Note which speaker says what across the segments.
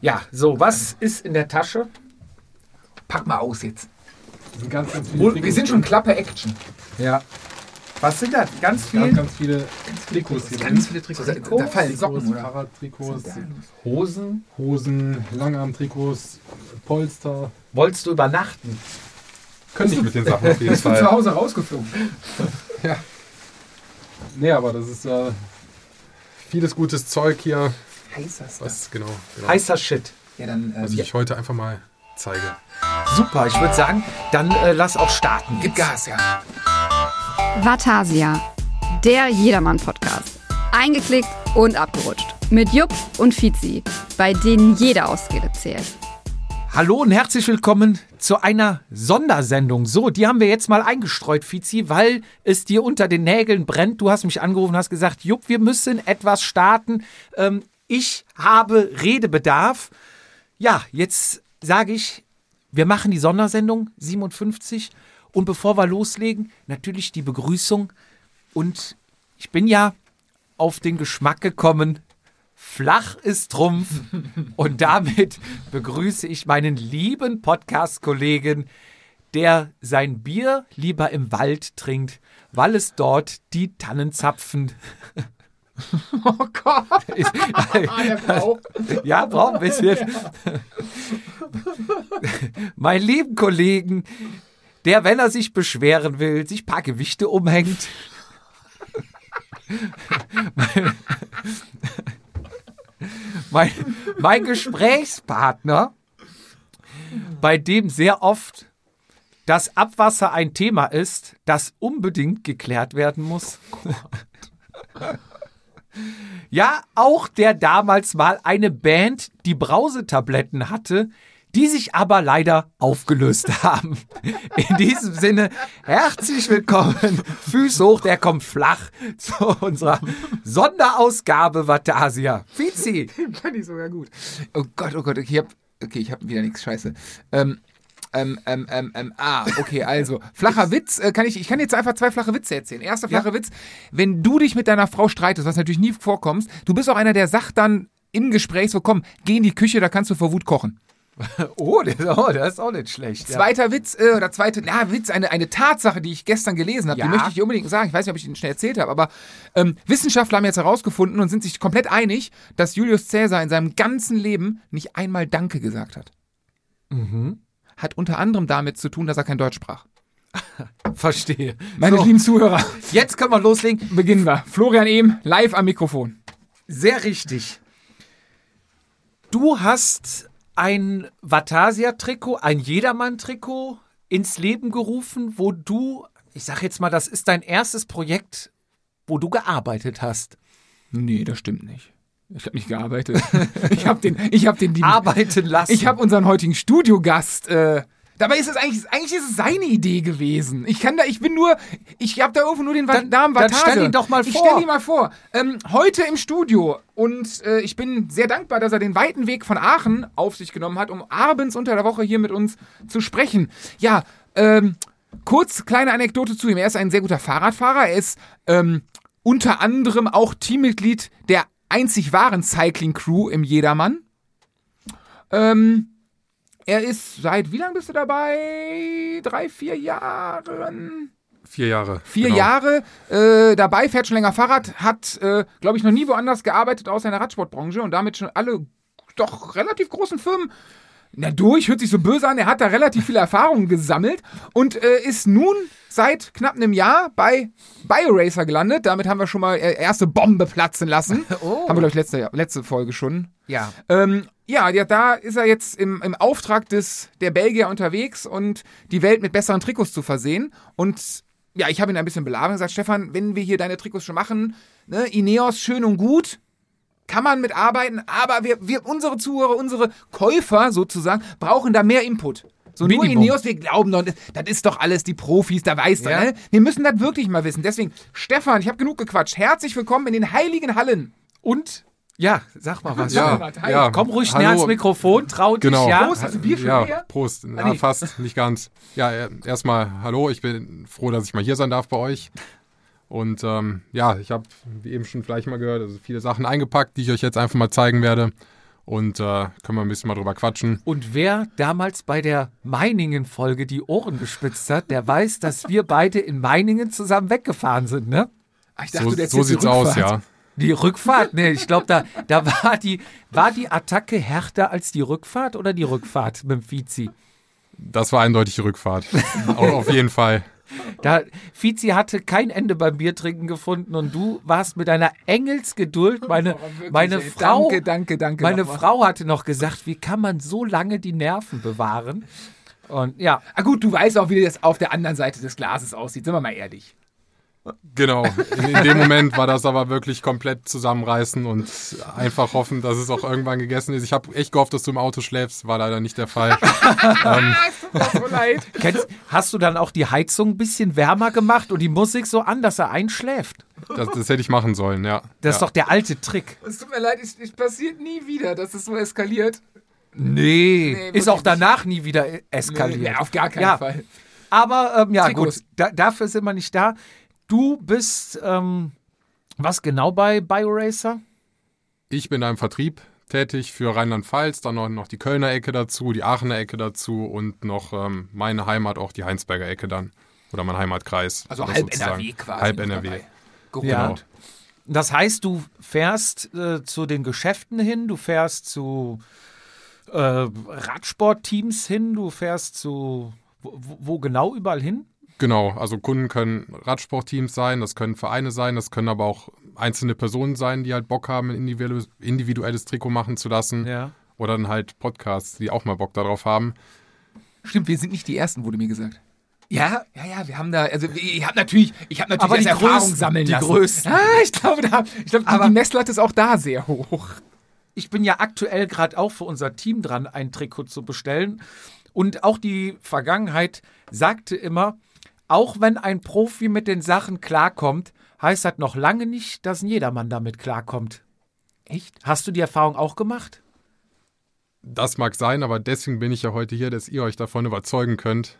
Speaker 1: Ja, so, was ist in der Tasche?
Speaker 2: Pack mal aus jetzt.
Speaker 3: Das sind ganz, ganz viele
Speaker 2: Oh,
Speaker 3: Trikots.
Speaker 2: wir sind schon Klappe Action.
Speaker 1: Ja. Was sind das? Ganz
Speaker 3: ganz,
Speaker 1: viel?
Speaker 3: ganz viele Trikots hier
Speaker 2: Ganz
Speaker 3: drin.
Speaker 2: viele Trikots. Da, da fallen Socken,
Speaker 3: Trikots,
Speaker 2: oder?
Speaker 3: Fahrradtrikots,
Speaker 1: Hosen?
Speaker 3: Hosen, Langarmtrikots, Polster.
Speaker 1: Wolltest du übernachten?
Speaker 3: Könnte ich mit den Sachen auf jeden
Speaker 2: Ich bin zu
Speaker 3: Fall.
Speaker 2: Hause rausgeflogen.
Speaker 3: Nee, aber das ist äh, vieles gutes Zeug hier.
Speaker 2: Heißer Stuff.
Speaker 3: Was genau, genau
Speaker 1: Heißer Shit.
Speaker 2: Ja, dann äh,
Speaker 3: was
Speaker 2: ja.
Speaker 3: ich heute einfach mal zeige.
Speaker 1: Super, ich würde sagen, dann äh, lass auch starten.
Speaker 2: gib Gas, ja.
Speaker 4: Vatasia, der Jedermann-Podcast. Eingeklickt und abgerutscht. Mit Jupp und Fizi, bei denen jede Ausrede zählt.
Speaker 1: Hallo und herzlich willkommen zu einer Sondersendung. So, die haben wir jetzt mal eingestreut, Fizi, weil es dir unter den Nägeln brennt. Du hast mich angerufen und hast gesagt, Jupp, wir müssen etwas starten. Ähm, ich habe Redebedarf. Ja, jetzt sage ich, wir machen die Sondersendung 57. Und bevor wir loslegen, natürlich die Begrüßung. Und ich bin ja auf den Geschmack gekommen, Flach ist Trumpf. Und damit begrüße ich meinen lieben Podcast-Kollegen, der sein Bier lieber im Wald trinkt, weil es dort die Tannenzapfen.
Speaker 2: Oh Gott.
Speaker 1: Ist.
Speaker 2: Ah, der Frau.
Speaker 1: Ja, brauchen wir es jetzt. Mein lieben Kollegen, der, wenn er sich beschweren will, sich ein paar Gewichte umhängt. mein, mein Gesprächspartner, bei dem sehr oft das Abwasser ein Thema ist, das unbedingt geklärt werden muss. Ja, auch der damals mal eine Band, die Brausetabletten hatte, die sich aber leider aufgelöst haben. In diesem Sinne, herzlich willkommen, Füß hoch, der kommt flach, zu unserer Sonderausgabe Vatasia. Fizi,
Speaker 2: Fand ich sogar gut. Oh Gott, oh Gott, ich hab, okay, ich hab wieder nichts, scheiße. Ähm, ähm, ähm, ähm, ähm, ah, okay, also, flacher Witz, äh, kann ich, ich kann jetzt einfach zwei flache Witze erzählen. Erster flacher Witz, wenn du dich mit deiner Frau streitest, was natürlich nie vorkommt, du bist auch einer, der sagt dann im Gespräch so, komm, geh in die Küche, da kannst du vor Wut kochen.
Speaker 1: oh, das, oh, das ist auch nicht schlecht. Ja.
Speaker 2: Zweiter Witz, äh, oder zweite, na, Witz, eine, eine Tatsache, die ich gestern gelesen habe,
Speaker 1: Ja.
Speaker 2: die möchte ich dir unbedingt sagen. Ich weiß nicht, ob ich den schnell erzählt habe, aber ähm, Wissenschaftler haben jetzt herausgefunden und sind sich komplett einig, dass Julius Caesar in seinem ganzen Leben nicht einmal Danke gesagt hat. Mhm. Hat unter anderem damit zu tun, dass er kein Deutsch sprach.
Speaker 1: Verstehe.
Speaker 2: Meine
Speaker 1: so,
Speaker 2: lieben Zuhörer,
Speaker 1: jetzt können wir loslegen.
Speaker 2: beginnen wir. Florian Ehm, live am Mikrofon.
Speaker 1: Sehr richtig. Du hast ein Vatasia-Trikot, ein Jedermann-Trikot ins Leben gerufen, wo du, ich sag jetzt mal, das ist dein erstes Projekt, wo du gearbeitet hast.
Speaker 2: Nee, das stimmt nicht. Ich habe nicht gearbeitet. ich habe den, ich habe den, die,
Speaker 1: Arbeiten lassen.
Speaker 2: Ich habe unseren heutigen Studiogast. Äh, dabei ist es eigentlich, eigentlich ist es seine Idee gewesen. Ich kann da, ich bin nur, ich habe da irgendwo nur den Wa-
Speaker 1: Dann-
Speaker 2: Namen
Speaker 1: dann
Speaker 2: Vatase.
Speaker 1: stell ihn doch mal
Speaker 2: Ich
Speaker 1: vor.
Speaker 2: stell ihn mal vor. Ähm, heute im Studio und äh, ich bin sehr dankbar, dass er den weiten Weg von Aachen auf sich genommen hat, um abends unter der Woche hier mit uns zu sprechen. Ja, ähm, kurz kleine Anekdote zu ihm. Er ist ein sehr guter Fahrradfahrer. Er ist ähm, unter anderem auch Teammitglied der einzig wahren Cycling Crew im Jedermann. Ähm, er ist seit wie lange bist du dabei? Drei, vier Jahren?
Speaker 3: Vier Jahre.
Speaker 2: Vier
Speaker 3: genau.
Speaker 2: Jahre äh, dabei, fährt schon länger Fahrrad, hat, äh, glaube ich, noch nie woanders gearbeitet außer in der Radsportbranche und damit schon alle doch relativ großen Firmen. Na durch, hört sich so böse an, er hat da relativ viel Erfahrung gesammelt und äh, ist nun seit knapp einem Jahr bei BioRacer gelandet. Damit haben wir schon mal äh, erste Bombe platzen lassen.
Speaker 1: Oh.
Speaker 2: Haben wir, glaube ich, letzte, letzte Folge schon.
Speaker 1: ja.
Speaker 2: Ähm, ja, ja, da ist er jetzt im, im Auftrag des, der Belgier unterwegs und die Welt mit besseren Trikots zu versehen. Und ja, ich habe ihn ein bisschen belabert und gesagt, Stefan, wenn wir hier deine Trikots schon machen, ne, Ineos schön und gut, kann man mitarbeiten, aber wir, wir, unsere Zuhörer, unsere Käufer sozusagen, brauchen da mehr Input. So nur
Speaker 1: Minimum.
Speaker 2: Ineos, wir glauben doch, das das ist doch alles die Profis, da weiß
Speaker 1: Ja.
Speaker 2: ja. ne? Wir müssen das wirklich mal wissen. Deswegen, Stefan, ich habe genug gequatscht. Herzlich willkommen in den heiligen Hallen.
Speaker 1: Und? Ja, sag mal was.
Speaker 3: Ja, ja.
Speaker 1: Komm ruhig näher ans Mikrofon, trau dich,
Speaker 3: Genau.
Speaker 1: ja.
Speaker 2: Prost. hast du Bier schon
Speaker 3: ja,
Speaker 2: leer?
Speaker 3: Prost. Na,
Speaker 2: Ah, nee.
Speaker 3: fast, nicht ganz. Ja, äh, erstmal hallo, ich bin froh, dass ich mal hier sein darf bei euch. Und ähm, ja, ich habe, wie eben schon vielleicht mal gehört, also viele Sachen eingepackt, die ich euch jetzt einfach mal zeigen werde. und äh, können wir ein bisschen mal drüber quatschen.
Speaker 1: Und wer damals bei der Meiningen-Folge die Ohren gespitzt hat, der weiß, dass wir beide in Meiningen zusammen weggefahren sind, ne?
Speaker 2: Ah, ich dachte,
Speaker 3: So,
Speaker 2: du
Speaker 3: so
Speaker 2: erzählst die
Speaker 3: sieht's aus,
Speaker 2: Rückfahrt.
Speaker 3: ja.
Speaker 1: Die Rückfahrt? Nee, ich glaube, da, da war, die, war die Attacke härter als die Rückfahrt oder die Rückfahrt mit dem Vizi?
Speaker 3: Das war eindeutig die Rückfahrt. Au- Auf jeden Fall.
Speaker 1: Da, Vizi hatte kein Ende beim Biertrinken gefunden und du warst mit deiner Engelsgeduld. Meine,
Speaker 2: Aber wirklich,
Speaker 1: meine
Speaker 2: ey,
Speaker 1: Frau,
Speaker 2: Danke, danke, danke.
Speaker 1: meine
Speaker 2: nochmal.
Speaker 1: Frau hatte noch gesagt, wie kann man so lange die Nerven bewahren? Und ja,
Speaker 2: Ah, gut, du weißt auch, wie das auf der anderen Seite des Glases aussieht. Sind wir mal ehrlich.
Speaker 3: Genau. In, in dem Moment war das aber wirklich komplett zusammenreißen und einfach hoffen, dass es auch irgendwann gegessen ist. Ich habe echt gehofft, dass du im Auto schläfst. War leider nicht der Fall.
Speaker 2: Ah, es tut mir so leid.
Speaker 1: kennst, hast du dann auch die Heizung ein bisschen wärmer gemacht und die Musik so an, dass er einschläft?
Speaker 3: Das, das hätte ich machen sollen, ja.
Speaker 1: Das ist
Speaker 3: ja.
Speaker 1: doch der alte Trick.
Speaker 2: Es tut mir leid, es es passiert nie wieder, dass es so eskaliert.
Speaker 1: Nee,
Speaker 2: Nee,
Speaker 1: ist
Speaker 2: wirklich
Speaker 1: auch danach nie wieder e- eskaliert.
Speaker 2: Nee, auf gar keinen
Speaker 1: ja,
Speaker 2: Fall.
Speaker 1: Aber ähm, ja,
Speaker 2: Trikots.
Speaker 1: gut, da, dafür sind wir nicht da. Du bist ähm, was genau bei BioRacer?
Speaker 3: Ich bin da im Vertrieb tätig für Rheinland-Pfalz, dann noch, noch die Kölner Ecke dazu, die Aachener Ecke dazu und noch ähm, meine Heimat, auch die Heinsberger Ecke dann. Oder mein Heimatkreis.
Speaker 2: Also
Speaker 3: Das
Speaker 2: halb
Speaker 3: sozusagen.
Speaker 2: NRW quasi
Speaker 3: Halb
Speaker 2: noch
Speaker 3: NRW.
Speaker 2: dabei.
Speaker 1: Ja.
Speaker 3: Genau.
Speaker 1: Das heißt, du fährst äh, zu den Geschäften hin, du fährst zu äh, Radsportteams hin, du fährst zu wo, wo- wo genau überall hin?
Speaker 3: Genau, also Kunden können Radsportteams sein, das können Vereine sein, das können aber auch einzelne Personen sein, die halt Bock haben, ein individuelles, individuelles Trikot machen zu lassen.
Speaker 1: Ja.
Speaker 3: Oder dann halt Podcasts, die auch mal Bock darauf haben.
Speaker 2: Stimmt, wir sind nicht die Ersten, wurde mir gesagt. Ja, ja, ja, wir haben da, also ich habe natürlich, ich habe natürlich
Speaker 1: Aber die
Speaker 2: erst Erfahrung
Speaker 1: Größten,
Speaker 2: sammeln
Speaker 1: die
Speaker 2: lassen.
Speaker 1: Größten.
Speaker 2: Ah, ich glaube, da, ich glaube, die,
Speaker 1: Aber-
Speaker 2: die Messlatte ist auch da sehr hoch.
Speaker 1: ich bin ja aktuell gerade auch für unser Team dran, ein Trikot zu bestellen. Und auch die Vergangenheit sagte immer, auch wenn ein Profi mit den Sachen klarkommt, heißt das noch lange nicht, dass ein jedermann damit klarkommt.
Speaker 2: Echt?
Speaker 1: Hast du die Erfahrung auch gemacht?
Speaker 3: Das mag sein, aber deswegen bin ich ja heute hier, dass ihr euch davon überzeugen könnt,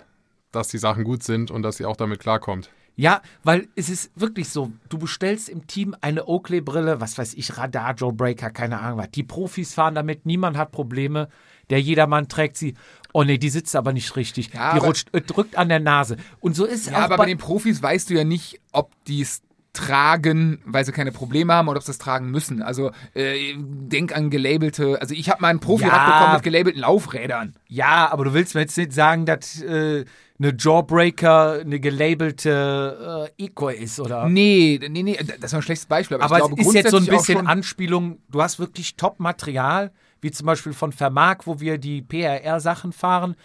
Speaker 3: dass die Sachen gut sind und dass ihr auch damit klarkommt.
Speaker 1: Ja, weil es ist wirklich so, du bestellst im Team eine Oakley-Brille, was weiß ich, Radar, Joe Breaker, keine Ahnung was. Die Profis fahren damit, niemand hat Probleme, der Jedermann trägt sie. Oh nee, die sitzt aber nicht richtig.
Speaker 2: Ja,
Speaker 1: die
Speaker 2: aber-
Speaker 1: rutscht, äh, drückt an der Nase. Und so ist es
Speaker 2: Ja,
Speaker 1: auch
Speaker 2: aber bei
Speaker 1: bei,
Speaker 2: den Profis weißt du ja nicht, ob die es tragen, weil sie keine Probleme haben oder ob sie es tragen müssen. Also äh, denk an gelabelte, also ich habe mal einen Profi-Rad
Speaker 1: Ja.
Speaker 2: bekommen mit gelabelten Laufrädern.
Speaker 1: Ja, aber du willst mir jetzt nicht sagen, dass äh, eine Jawbreaker eine gelabelte äh, Eco ist, oder?
Speaker 2: Nee, nee, nee, das war ein schlechtes Beispiel. Aber,
Speaker 1: aber
Speaker 2: Also ich glaube,
Speaker 1: es ist jetzt so ein
Speaker 2: grundsätzlich auch
Speaker 1: bisschen
Speaker 2: schon-
Speaker 1: Anspielung. Du hast wirklich Top-Material, wie zum Beispiel von Vermark, wo wir die PRR-Sachen fahren.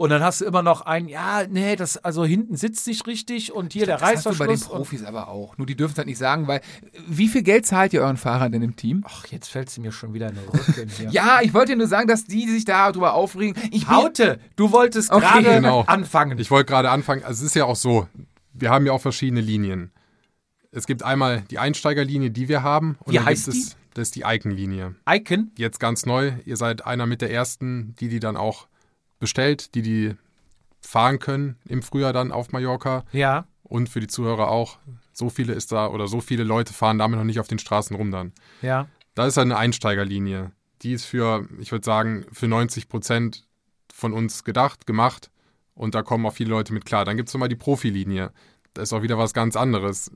Speaker 1: Und dann hast du immer noch einen, ja, nee, das, also hinten sitzt nicht richtig und hier der
Speaker 2: Das hast du bei den
Speaker 1: Reißverschluss. und-
Speaker 2: Profis aber auch. Nur die dürfen es halt nicht sagen, weil wie viel Geld zahlt ihr euren Fahrern denn im Team?
Speaker 1: Ach, jetzt fällt sie mir schon wieder in den Rücken hier.
Speaker 2: Ja, ich wollte nur sagen, dass die sich darüber aufregen. Ich bin-
Speaker 1: Haute, du wolltest
Speaker 2: Okay,
Speaker 1: gerade
Speaker 3: genau.
Speaker 1: anfangen.
Speaker 3: Ich wollte gerade anfangen, also es ist ja auch so, wir haben ja auch verschiedene Linien. Es gibt einmal die Einsteigerlinie, die wir haben. Und
Speaker 1: Wie
Speaker 3: dann
Speaker 1: heißt
Speaker 3: gibt es, das ist die Icon-Linie.
Speaker 1: Icon,
Speaker 3: jetzt ganz neu. Ihr seid einer mit der ersten, die die dann auch bestellt, die die fahren können im Frühjahr dann auf Mallorca
Speaker 1: ja.
Speaker 3: und für die Zuhörer auch. So viele ist da oder so viele Leute fahren damit noch nicht auf den Straßen rum dann.
Speaker 1: Ja.
Speaker 3: Da ist eine Einsteigerlinie. Die ist für, ich würde sagen, für 90 Prozent von uns gedacht, gemacht. Und da kommen auch viele Leute mit klar. Dann gibt es nochmal die Profilinie. Da ist auch wieder was ganz anderes.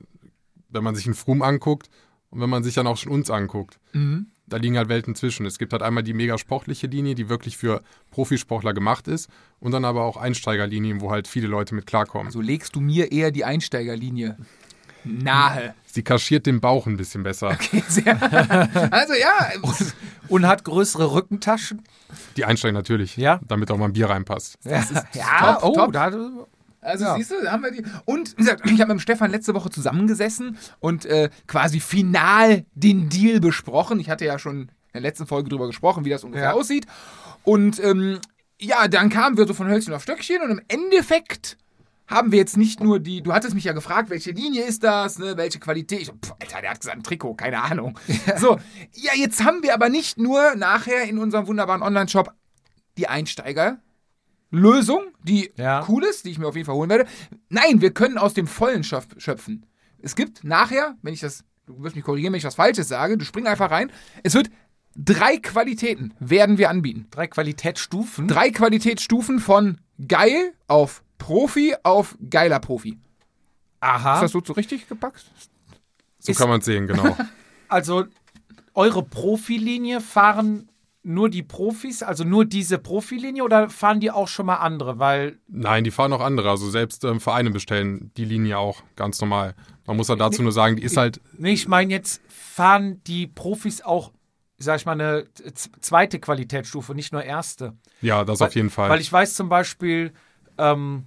Speaker 3: Wenn man sich einen Froom anguckt und wenn man sich dann auch schon uns anguckt,
Speaker 1: Mhm.
Speaker 3: da liegen halt Welten zwischen. Es gibt halt einmal die mega sportliche Linie, die wirklich für Profisportler gemacht ist. Und dann aber auch Einsteigerlinien, wo halt viele Leute mit klarkommen.
Speaker 1: Also,
Speaker 2: So legst du mir eher die Einsteigerlinie nahe.
Speaker 3: Sie kaschiert den Bauch ein bisschen besser.
Speaker 2: Sehr- also ja,
Speaker 1: Und hat größere Rückentaschen.
Speaker 3: Die Einsteiger natürlich,
Speaker 1: Ja.
Speaker 3: damit auch mal ein Bier reinpasst.
Speaker 1: Ja,
Speaker 2: ja,
Speaker 1: oh,
Speaker 2: top.
Speaker 1: da
Speaker 2: also
Speaker 1: ja.
Speaker 2: siehst du, da haben wir die. Und wie gesagt, ich habe mit dem Stefan letzte Woche zusammengesessen und äh, quasi final den Deal besprochen. Ich hatte ja schon in der letzten Folge drüber gesprochen, wie das ungefähr
Speaker 1: Ja.
Speaker 2: aussieht. Und ähm, ja, dann kamen wir so von Hölzchen auf Stöckchen und im Endeffekt haben wir jetzt nicht nur die, du hattest mich ja gefragt, welche Linie ist das, ne, welche Qualität. Ich, so, pff, Alter, der hat gesagt, ein Trikot, keine Ahnung. So, ja, jetzt haben wir aber nicht nur nachher in unserem wunderbaren Online-Shop die Einsteigerlösung, die
Speaker 1: Ja.
Speaker 2: cool ist, die ich mir auf jeden Fall holen werde. Nein, wir können aus dem Vollen schöpf- schöpfen. Es gibt nachher, wenn ich das, du wirst mich korrigieren, wenn ich was Falsches sage, du spring einfach rein, es wird Drei Qualitäten werden wir anbieten.
Speaker 1: Drei Qualitätsstufen.
Speaker 2: Drei Qualitätsstufen von geil auf Profi auf geiler Profi.
Speaker 1: Aha.
Speaker 2: Ist das so, so richtig gepackt?
Speaker 3: So
Speaker 1: Ist-
Speaker 3: kann man es sehen, genau.
Speaker 1: also eure Profilinie fahren nur die Profis, also nur diese Profilinie oder fahren die auch schon mal andere? Weil
Speaker 3: Nein, die fahren auch andere. Also selbst ähm, Vereine bestellen die Linie auch ganz normal. Man muss ja dazu nur sagen, die ist halt
Speaker 1: nee, ich meine jetzt fahren die Profis auch, sag ich mal, eine z- zweite Qualitätsstufe, nicht nur erste.
Speaker 3: Ja, das auf jeden Fall.
Speaker 1: Weil ich weiß zum Beispiel, ähm,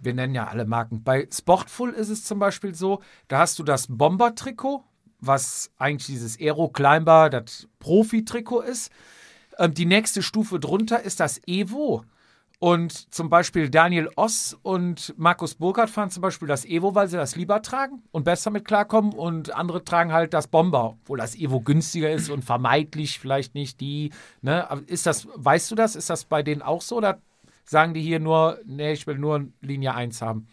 Speaker 1: wir nennen ja alle Marken. Bei Sportful ist es zum Beispiel so, da hast du das Bomber-Trikot, was eigentlich dieses Aero Climber, das Profi-Trikot ist. Ähm, die nächste Stufe drunter ist das Evo. Und zum Beispiel Daniel Oss und Markus Burkhardt fahren zum Beispiel das Evo, weil sie das lieber tragen und besser mit klarkommen. Und andere tragen halt das Bomber, obwohl das Evo günstiger ist und vermeidlich vielleicht nicht die. Ne? Aber Ist das, weißt du das? Ist das bei denen auch so? Oder sagen die hier nur, nee, ich will nur Linie 1 haben?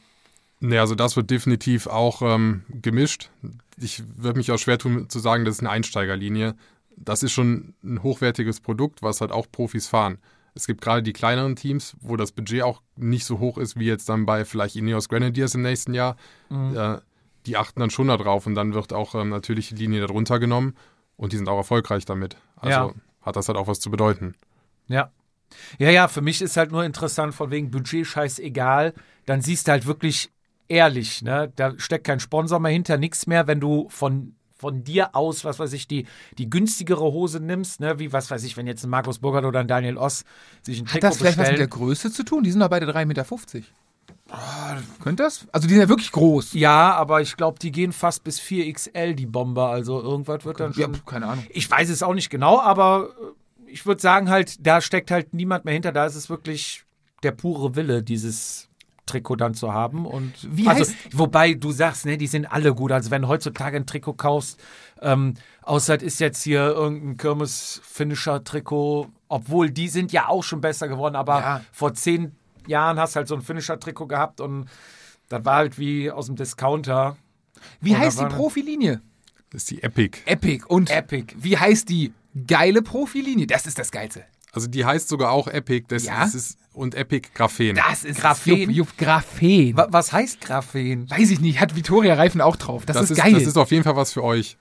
Speaker 3: nee, also das wird definitiv auch ähm, gemischt. Ich würde mich auch schwer tun zu sagen, das ist eine Einsteigerlinie. Das ist schon ein hochwertiges Produkt, was halt auch Profis fahren. Es gibt gerade die kleineren Teams, wo das Budget auch nicht so hoch ist wie jetzt dann bei vielleicht Ineos Grenadiers im nächsten Jahr.
Speaker 2: Mhm.
Speaker 3: Äh, die achten dann schon darauf und dann wird auch ähm, natürlich die Linie darunter genommen und die sind auch erfolgreich damit. Also
Speaker 1: Ja.
Speaker 3: hat das halt auch was zu bedeuten.
Speaker 1: Ja. Ja, ja, für mich ist halt nur interessant, von wegen Budget scheißegal. Dann siehst du halt wirklich ehrlich, ne? Da steckt kein Sponsor mehr hinter, nichts mehr, wenn du von von dir aus, was weiß ich, die, die günstigere Hose nimmst, ne, wie, was weiß ich, wenn jetzt ein Markus Burkhardt oder ein Daniel Oss sich ein Trikot
Speaker 2: Hat das vielleicht was mit der
Speaker 1: bestellen.
Speaker 2: Größe zu tun? Die sind doch beide 3,50 Meter. Könnte das? Also die sind ja wirklich groß.
Speaker 1: ja, aber ich glaube, die gehen fast bis 4XL, die Bomber, also irgendwas wird dann
Speaker 2: Ja,
Speaker 1: schon.
Speaker 2: pf, keine Ahnung.
Speaker 1: Ich weiß es auch nicht genau, aber äh, ich würde sagen halt, da steckt halt niemand mehr hinter. Da ist es wirklich der pure Wille, dieses Trikot dann zu haben. Und
Speaker 2: Wie
Speaker 1: also,
Speaker 2: heißt-
Speaker 1: wobei du sagst, ne, die sind alle gut. Also wenn du heutzutage ein Trikot kaufst, ähm, außer es ist jetzt hier irgendein Kirmes-Finisher-Trikot, obwohl die sind ja auch schon besser geworden, aber
Speaker 2: Ja.
Speaker 1: vor zehn Jahren hast halt so ein Finisher-Trikot gehabt und das war halt wie aus dem Discounter.
Speaker 2: Wie
Speaker 1: Oder
Speaker 2: heißt die
Speaker 1: war das-
Speaker 2: Profilinie?
Speaker 3: Das ist die Epic.
Speaker 2: Epic. Und
Speaker 1: Epic.
Speaker 2: wie heißt die geile Profilinie? Das ist das Geilste.
Speaker 3: Also die heißt sogar auch Epic. Das,
Speaker 2: Ja?
Speaker 3: das ist, und Epic Graphen.
Speaker 2: Das ist
Speaker 1: Graphen.
Speaker 2: Jupp, Jupp, Graphen.
Speaker 1: Wa- was heißt Graphen?
Speaker 2: Weiß ich nicht, hat Vittoria Reifen auch drauf. Das, ist,
Speaker 3: ist,
Speaker 2: geil. Oh
Speaker 3: Das ist auf jeden Fall was für euch.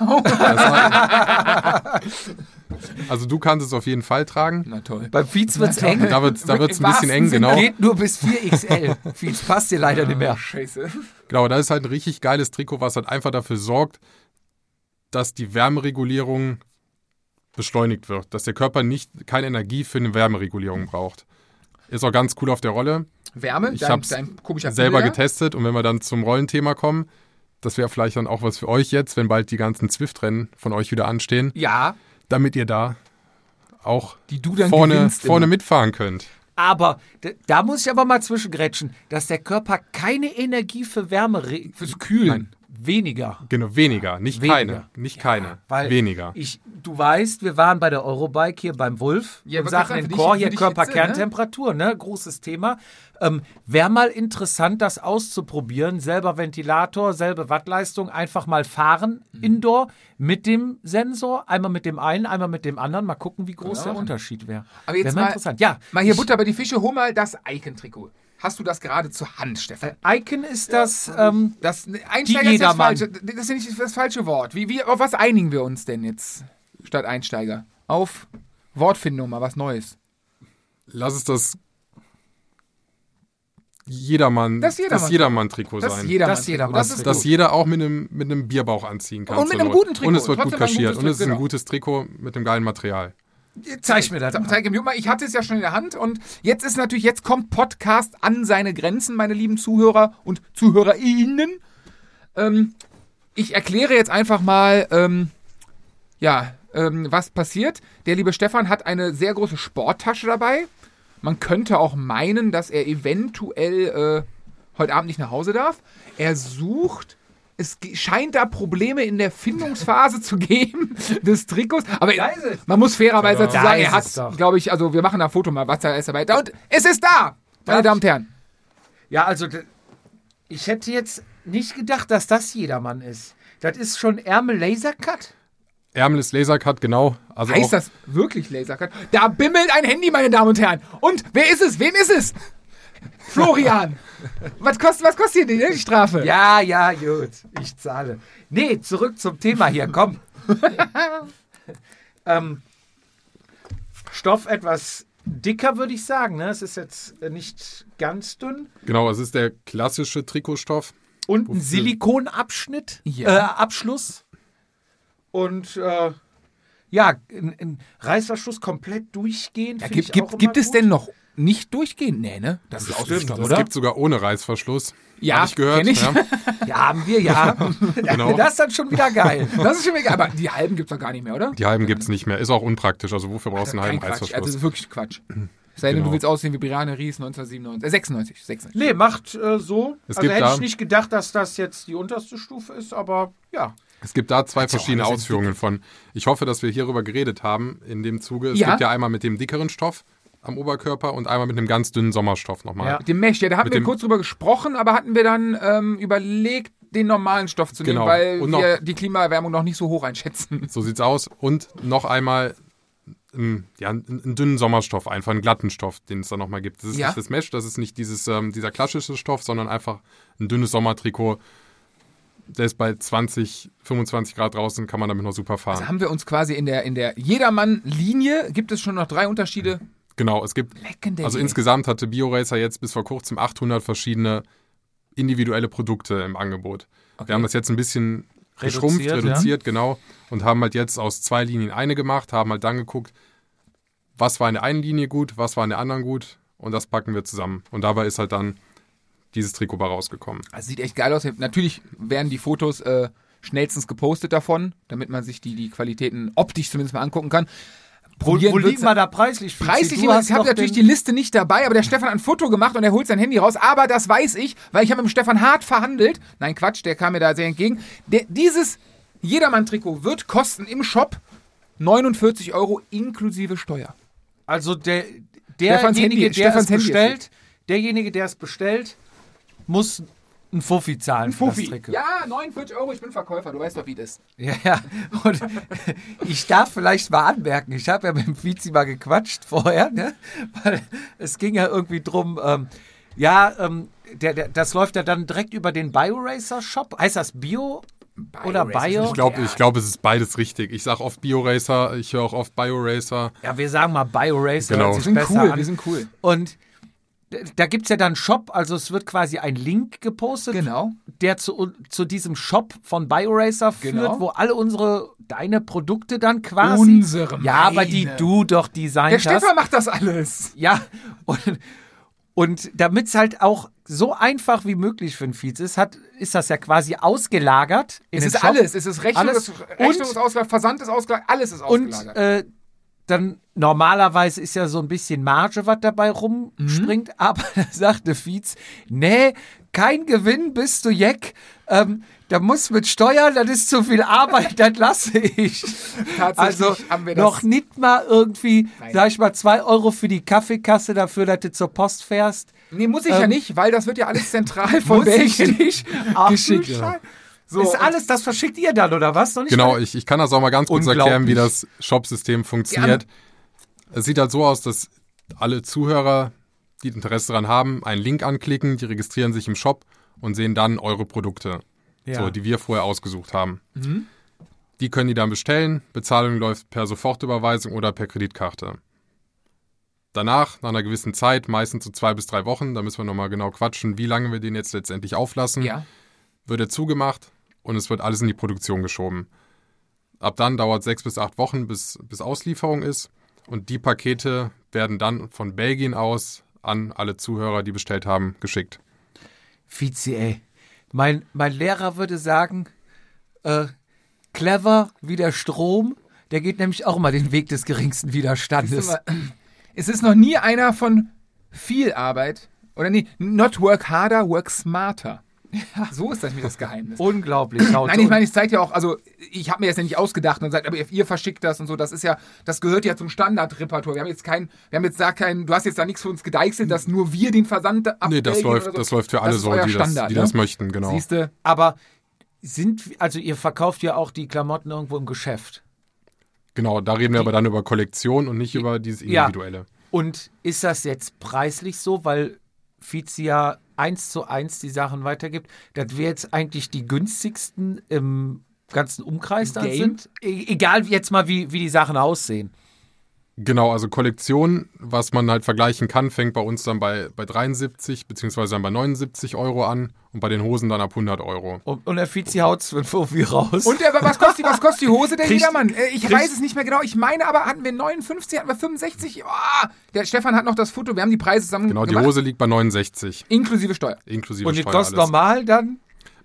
Speaker 3: Das war- also du kannst es auf jeden Fall tragen.
Speaker 2: Na toll.
Speaker 1: Beim Fietz wird's eng.
Speaker 3: Da wird es da wird's ein bisschen eng, genau.
Speaker 1: Geht nur bis 4XL. Fietz passt dir leider nicht mehr.
Speaker 2: Scheiße.
Speaker 3: Genau, das ist halt ein richtig geiles Trikot, was halt einfach dafür sorgt, dass die Wärmeregulierung beschleunigt wird. Dass der Körper nicht, keine Energie für eine Wärmeregulierung braucht. Ist auch ganz cool auf der Rolle.
Speaker 2: Wärme,
Speaker 3: Ich
Speaker 2: dein,
Speaker 3: hab's
Speaker 2: dein komischer
Speaker 3: selber
Speaker 2: Bilder.
Speaker 3: getestet und wenn wir dann zum Rollenthema kommen, das wäre vielleicht dann auch was für euch jetzt, wenn bald die ganzen Zwift-Rennen von euch wieder anstehen,
Speaker 1: Ja,
Speaker 3: damit ihr da auch
Speaker 2: Die du dann
Speaker 3: vorne,
Speaker 2: gewinnst
Speaker 3: vorne
Speaker 2: immer.
Speaker 3: mitfahren könnt.
Speaker 1: aber d- da muss ich aber mal zwischengrätschen, dass der Körper keine Energie für Wärme re-
Speaker 2: Fürs Kühlen.
Speaker 1: Nein, weniger.
Speaker 3: Genau, weniger, nicht
Speaker 1: Weniger.
Speaker 3: keine, nicht keine,
Speaker 1: Weil
Speaker 3: weniger.
Speaker 1: Ich, du weißt, wir waren bei der Eurobike hier beim Wolf
Speaker 2: Ja,
Speaker 1: und
Speaker 2: aber
Speaker 1: sagen
Speaker 2: gerade
Speaker 1: den
Speaker 2: für
Speaker 1: Chor
Speaker 2: dich-
Speaker 1: hier
Speaker 2: für dich Hitze,
Speaker 1: Körperkerntemperatur, ne? Großes Thema. Ähm, Wäre mal interessant, das auszuprobieren. Selber Ventilator, selbe Wattleistung, einfach mal fahren,
Speaker 2: Mhm.
Speaker 1: Indoor, mit dem Sensor, einmal mit dem einen, einmal mit dem anderen, mal gucken, wie groß der Unterschied wäre.
Speaker 2: Genau. Aber jetzt
Speaker 1: Wäre
Speaker 2: mal,
Speaker 1: interessant. Ja,
Speaker 2: mal hier
Speaker 1: ich-
Speaker 2: Butter bei die Fische, hol mal das Icon-Trikot. Hast du das gerade zur Hand, Stefan?
Speaker 1: Icon ist das, ähm,
Speaker 2: Das ne, Einsteiger ist das
Speaker 1: jedermann.
Speaker 2: falsche. Das ist ja nicht das falsche Wort. Wie, wie, auf was einigen wir uns denn jetzt statt Einsteiger? Auf Wortfindung mal was Neues.
Speaker 3: Lass es das jedermann,
Speaker 2: Das Jedermann-
Speaker 3: Jedermann-Trikot
Speaker 2: Das
Speaker 3: sein.
Speaker 2: jedermann.
Speaker 1: Das jedermann-
Speaker 2: Das ist
Speaker 3: dass
Speaker 2: gut.
Speaker 3: jeder auch mit einem, mit einem Bierbauch anziehen kann.
Speaker 2: Und mit
Speaker 3: zur
Speaker 2: einem
Speaker 3: Not.
Speaker 2: guten Trikot.
Speaker 3: Und es wird
Speaker 2: Trotzdem
Speaker 3: gut
Speaker 2: ein gutes
Speaker 3: kaschiert. Und es ist
Speaker 2: Trikot,
Speaker 3: ein
Speaker 2: genau.
Speaker 3: gutes Trikot mit einem geilen Material.
Speaker 1: zeig mir das.
Speaker 2: Zeig-
Speaker 1: mal.
Speaker 2: Zeig ihm, Jupp mal, ich hatte es ja schon in der Hand und jetzt ist natürlich, jetzt kommt Podcast an seine Grenzen, meine lieben Zuhörer und ZuhörerInnen. Ähm, ich erkläre jetzt einfach mal, ähm, ja, ähm, was passiert. Der liebe Stefan hat eine sehr große Sporttasche dabei. Man könnte auch meinen, dass er eventuell äh, heute Abend nicht nach Hause darf. Er sucht. Es ge- scheint da Probleme in der Findungsphase zu geben des Trikots. Aber
Speaker 1: ist es.
Speaker 2: man muss fairerweise dazu
Speaker 1: Da
Speaker 2: sagen,
Speaker 1: ist
Speaker 2: er hat,
Speaker 1: es doch.
Speaker 2: glaube ich, also wir machen da ein Foto mal, was da ist dabei. Da und es ist da, meine Damen und Herren.
Speaker 1: Ja, also d- ich hätte jetzt nicht gedacht, dass das jedermann ist. Das ist schon Ärmel Lasercut.
Speaker 3: Ärmel ist Lasercut, genau. Also auch-
Speaker 2: Heißt das wirklich Lasercut? Da bimmelt ein Handy, meine Damen und Herren. Und wer ist es? Wem ist es? Florian. was kostet, was kostet die, die Strafe?
Speaker 5: Ja, ja, gut. Ich zahle. Nee, zurück zum Thema hier. Komm. ähm, Stoff etwas dicker, würde ich sagen. Ne? Es ist jetzt äh, nicht ganz dünn.
Speaker 3: Genau, es ist der klassische Trikotstoff.
Speaker 5: Und ein
Speaker 3: Wofür?
Speaker 5: Silikonabschnitt,
Speaker 2: Ja.
Speaker 5: äh, Abschluss. Und äh, ja, ein, ein Reißverschluss komplett durchgehend.
Speaker 2: Ja,
Speaker 5: finde
Speaker 2: gibt
Speaker 5: ich auch
Speaker 2: gibt,
Speaker 5: immer
Speaker 2: gibt es
Speaker 5: gut.
Speaker 2: denn noch nicht durchgehend? Nee, ne? Das ist
Speaker 3: das
Speaker 2: ausgestochen,
Speaker 3: oder?
Speaker 2: oder?
Speaker 3: gibt sogar ohne Reißverschluss.
Speaker 2: Ja,
Speaker 3: Hab ich gehört.
Speaker 2: kenn ich.
Speaker 3: Ja.
Speaker 5: Ja, haben wir, ja.
Speaker 3: Genau.
Speaker 5: Das ist dann schon wieder geil.
Speaker 2: Das ist schon egal. Aber die halben gibt es doch gar nicht mehr, oder?
Speaker 3: Die halben gibt es nicht mehr. Ist auch unpraktisch. Also wofür brauchst du einen halben
Speaker 2: Kein Quatsch.
Speaker 3: Reißverschluss?
Speaker 2: Also, das ist wirklich Quatsch. Sei denn,
Speaker 3: Genau.
Speaker 2: du willst aussehen wie Brianna Ries 1997, äh, 96, 96.
Speaker 5: Nee, macht äh, so.
Speaker 3: Es
Speaker 5: also
Speaker 3: gibt
Speaker 5: hätte
Speaker 3: da-
Speaker 5: ich nicht gedacht, dass das jetzt die unterste Stufe ist, aber ja.
Speaker 3: Es gibt da zwei verschiedene
Speaker 2: alles
Speaker 3: Ausführungen von. Ich hoffe, dass wir hierüber geredet haben in dem Zuge. Es
Speaker 2: Ja.
Speaker 3: gibt ja einmal mit dem dickeren Stoff am Oberkörper und einmal mit einem ganz dünnen Sommerstoff nochmal.
Speaker 5: Ja.
Speaker 2: Mit dem Mesh, ja, da hatten
Speaker 3: Mit
Speaker 2: wir
Speaker 3: dem-
Speaker 2: kurz drüber gesprochen, aber hatten wir dann ähm, überlegt, den normalen Stoff zu nehmen,
Speaker 3: Genau.
Speaker 2: weil
Speaker 3: Und noch-
Speaker 2: wir die Klimaerwärmung noch nicht so hoch einschätzen.
Speaker 3: So sieht's aus. Und noch einmal ähm, ja, einen, einen dünnen Sommerstoff, einfach einen glatten Stoff, den es da nochmal gibt. Das ist
Speaker 2: Ja.
Speaker 3: nicht das Mesh, das ist nicht dieses, ähm, dieser klassische Stoff, sondern einfach ein dünnes Sommertrikot. Der ist bei 20, 25 Grad draußen, kann man damit noch super fahren.
Speaker 2: Da Also haben wir uns quasi in der, in der Jedermann-Linie, gibt es schon noch drei Unterschiede.
Speaker 3: Genau, es gibt.
Speaker 2: Leckende
Speaker 3: Also
Speaker 2: Idee.
Speaker 3: insgesamt hatte BioRacer jetzt bis vor kurzem 800 verschiedene individuelle Produkte im Angebot. Wir haben das jetzt ein bisschen geschrumpft,
Speaker 5: Reduziert, ja.
Speaker 3: reduziert, genau. Und haben halt jetzt aus zwei Linien eine gemacht, haben halt dann geguckt, was war in der einen Linie gut, was war in der anderen gut. Und das packen wir zusammen. Und dabei ist halt dann dieses Trikot bei rausgekommen.
Speaker 2: Also sieht echt geil aus. Natürlich werden die Fotos äh, schnellstens gepostet davon, damit man sich die, die Qualitäten optisch zumindest mal angucken kann.
Speaker 5: Wo,
Speaker 2: Probieren
Speaker 5: wo liegen
Speaker 2: wird's-
Speaker 5: wir da preislich? Fizi?
Speaker 2: Preislich,
Speaker 5: Du
Speaker 2: lieber,
Speaker 5: hast
Speaker 2: ich habe
Speaker 5: doch
Speaker 2: natürlich die
Speaker 5: den-
Speaker 2: Liste nicht dabei, aber der Stefan hat ein Foto gemacht und er holt sein Handy raus. Aber das weiß ich, weil ich habe mit dem Stefan hart verhandelt. Nein, Quatsch, der kam mir da sehr entgegen. Der, dieses Jedermann-Trikot wird kosten im Shop 49 Euro inklusive Steuer.
Speaker 5: Also der,
Speaker 2: Stefans Handy-
Speaker 5: derjenige, der
Speaker 2: Stefans
Speaker 5: es
Speaker 2: Handy ist
Speaker 5: bestellt, derjenige, der es bestellt, muss einen Fuffi zahlen. Ein Ja.
Speaker 2: Ja, 49 Euro, ich bin Verkäufer, du weißt doch, wie das ist.
Speaker 5: Ja, ja. Und ich darf vielleicht mal anmerken, ich habe ja mit dem Vizi mal gequatscht vorher, ne? weil es ging ja irgendwie drum, ähm, ja, ähm, der, der, das läuft ja dann direkt über den BioRacer-Shop. Heißt das Bio oder Bio?
Speaker 3: Ich glaube, ich glaub, es ist beides richtig. Ich sage oft BioRacer, ich höre auch oft BioRacer.
Speaker 5: Ja, wir sagen mal BioRacer.
Speaker 3: Genau.
Speaker 5: hört
Speaker 2: Wir
Speaker 5: sich
Speaker 2: sind
Speaker 5: besser
Speaker 2: cool,
Speaker 5: an.
Speaker 2: wir sind cool.
Speaker 5: Und d- da gibt es ja dann einen Shop, also es wird quasi ein Link gepostet,
Speaker 2: Genau.
Speaker 5: der zu, zu diesem Shop von BioRacer
Speaker 2: Genau.
Speaker 5: führt, wo alle unsere, deine Produkte dann quasi.
Speaker 2: Unsere,
Speaker 5: Ja, aber
Speaker 2: meine.
Speaker 5: die du doch
Speaker 2: Der
Speaker 5: designt hast.
Speaker 2: Stefan macht das alles.
Speaker 5: Ja, und, und damit es halt auch so einfach wie möglich für den Feeds ist, hat, ist das ja quasi ausgelagert. in
Speaker 2: Es
Speaker 5: den
Speaker 2: ist
Speaker 5: Shop.
Speaker 2: alles, es ist Rechnung,
Speaker 5: Alles.
Speaker 2: ist- Rechnung ist
Speaker 5: Und-
Speaker 2: ausgelagert, Versand ist ausgelagert, alles ist
Speaker 5: Und
Speaker 2: ausgelagert.
Speaker 5: äh, dann normalerweise ist ja so ein bisschen Marge, was dabei
Speaker 2: Mhm.
Speaker 5: rumspringt, aber da sagte Fietz, nee, kein Gewinn bist du Jack. Ähm, da muss mit Steuern, das ist zu viel Arbeit, das lasse ich.
Speaker 2: Tatsächlich
Speaker 5: Also
Speaker 2: haben wir das-
Speaker 5: noch nicht mal irgendwie,
Speaker 2: Nein.
Speaker 5: sag ich mal, zwei Euro für die Kaffeekasse dafür, dass du zur Post fährst.
Speaker 2: Nee, muss ich ja
Speaker 5: Ähm,
Speaker 2: nicht, weil das wird ja alles zentral von Belgien.
Speaker 5: nicht? Ach,
Speaker 2: geschickt,
Speaker 5: du
Speaker 2: ja.
Speaker 5: Schei-
Speaker 2: So,
Speaker 5: ist
Speaker 2: und-
Speaker 5: alles, das verschickt ihr dann, oder was? Noch nicht
Speaker 3: Genau,
Speaker 5: mal-
Speaker 3: ich, ich kann das auch mal ganz kurz
Speaker 5: Unglaublich.
Speaker 3: erklären, wie das Shop-System funktioniert. Es sieht halt so aus, dass alle Zuhörer, die Interesse daran haben, einen Link anklicken, die registrieren sich im Shop und sehen dann eure Produkte,
Speaker 5: Ja.
Speaker 3: so, die wir vorher ausgesucht haben.
Speaker 2: Mhm.
Speaker 3: Die können die dann bestellen. Bezahlung läuft per Sofortüberweisung oder per Kreditkarte. Danach, nach einer gewissen Zeit, meistens so zwei bis drei Wochen, da müssen wir nochmal genau quatschen, wie lange wir den jetzt letztendlich auflassen
Speaker 2: Ja.
Speaker 3: wird er zugemacht und es wird alles in die Produktion geschoben. Ab dann dauert sechs bis acht Wochen, bis, bis Auslieferung ist. Und die Pakete werden dann von Belgien aus an alle Zuhörer, die bestellt haben, geschickt.
Speaker 5: Vizi, ey. Mein, mein Lehrer würde sagen, äh, clever wie der Strom, der geht nämlich auch immer den Weg des geringsten Widerstandes.
Speaker 2: Es ist noch nie einer von viel Arbeit. Oder nee, not work harder, work smarter. So ist das nämlich das Geheimnis.
Speaker 5: Unglaublich laut.
Speaker 2: Nein, ich meine, ich zeige ja auch, also ich habe mir das ja nicht ausgedacht und sagt, aber ihr verschickt das und so, das ist ja, das gehört ja zum Standardrepertoire. Wir haben jetzt kein, wir haben jetzt da keinen, du hast jetzt da nichts für uns gedeichselt, dass nur wir den Versand abdecken.
Speaker 3: Nee, das läuft,
Speaker 2: oder
Speaker 3: das läuft für alle
Speaker 2: also ist
Speaker 3: so,
Speaker 2: euer
Speaker 3: die, das,
Speaker 2: Standard,
Speaker 3: die
Speaker 2: ne?
Speaker 3: das möchten, genau.
Speaker 2: Siehst du,
Speaker 5: aber sind, also ihr verkauft ja auch die Klamotten irgendwo im Geschäft.
Speaker 3: Genau, da reden wir aber dann über Kollektion und nicht über dieses
Speaker 5: Ja.
Speaker 3: Individuelle.
Speaker 5: Und ist das jetzt preislich so, weil Fizia eins zu eins die Sachen weitergibt? Das wäre jetzt eigentlich die günstigsten im ganzen Umkreis dann
Speaker 2: Game?
Speaker 5: sind? E egal jetzt mal, wie, wie die Sachen aussehen.
Speaker 3: Genau, also Kollektion, was man halt vergleichen kann, fängt bei uns dann bei, bei 73 beziehungsweise dann bei 79 Euro an und bei den Hosen dann ab 100 Euro.
Speaker 5: Und, und der Fizi haut es mit Fofi raus.
Speaker 2: Und äh, was, kostet, die- was kostet die Hose der
Speaker 5: Kriegst-
Speaker 2: Jedermann? Äh, ich
Speaker 5: kriegst-
Speaker 2: weiß es nicht mehr genau. Ich meine aber, hatten wir 59, hatten wir 65? Ah, der Stefan hat noch das Foto. Wir haben die Preise zusammen
Speaker 3: Genau, die
Speaker 2: gemacht.
Speaker 3: Hose liegt bei 69
Speaker 2: Inklusive Steuer.
Speaker 3: inklusive
Speaker 5: und das
Speaker 3: Steuer
Speaker 5: kostet
Speaker 3: alles.
Speaker 5: normal dann?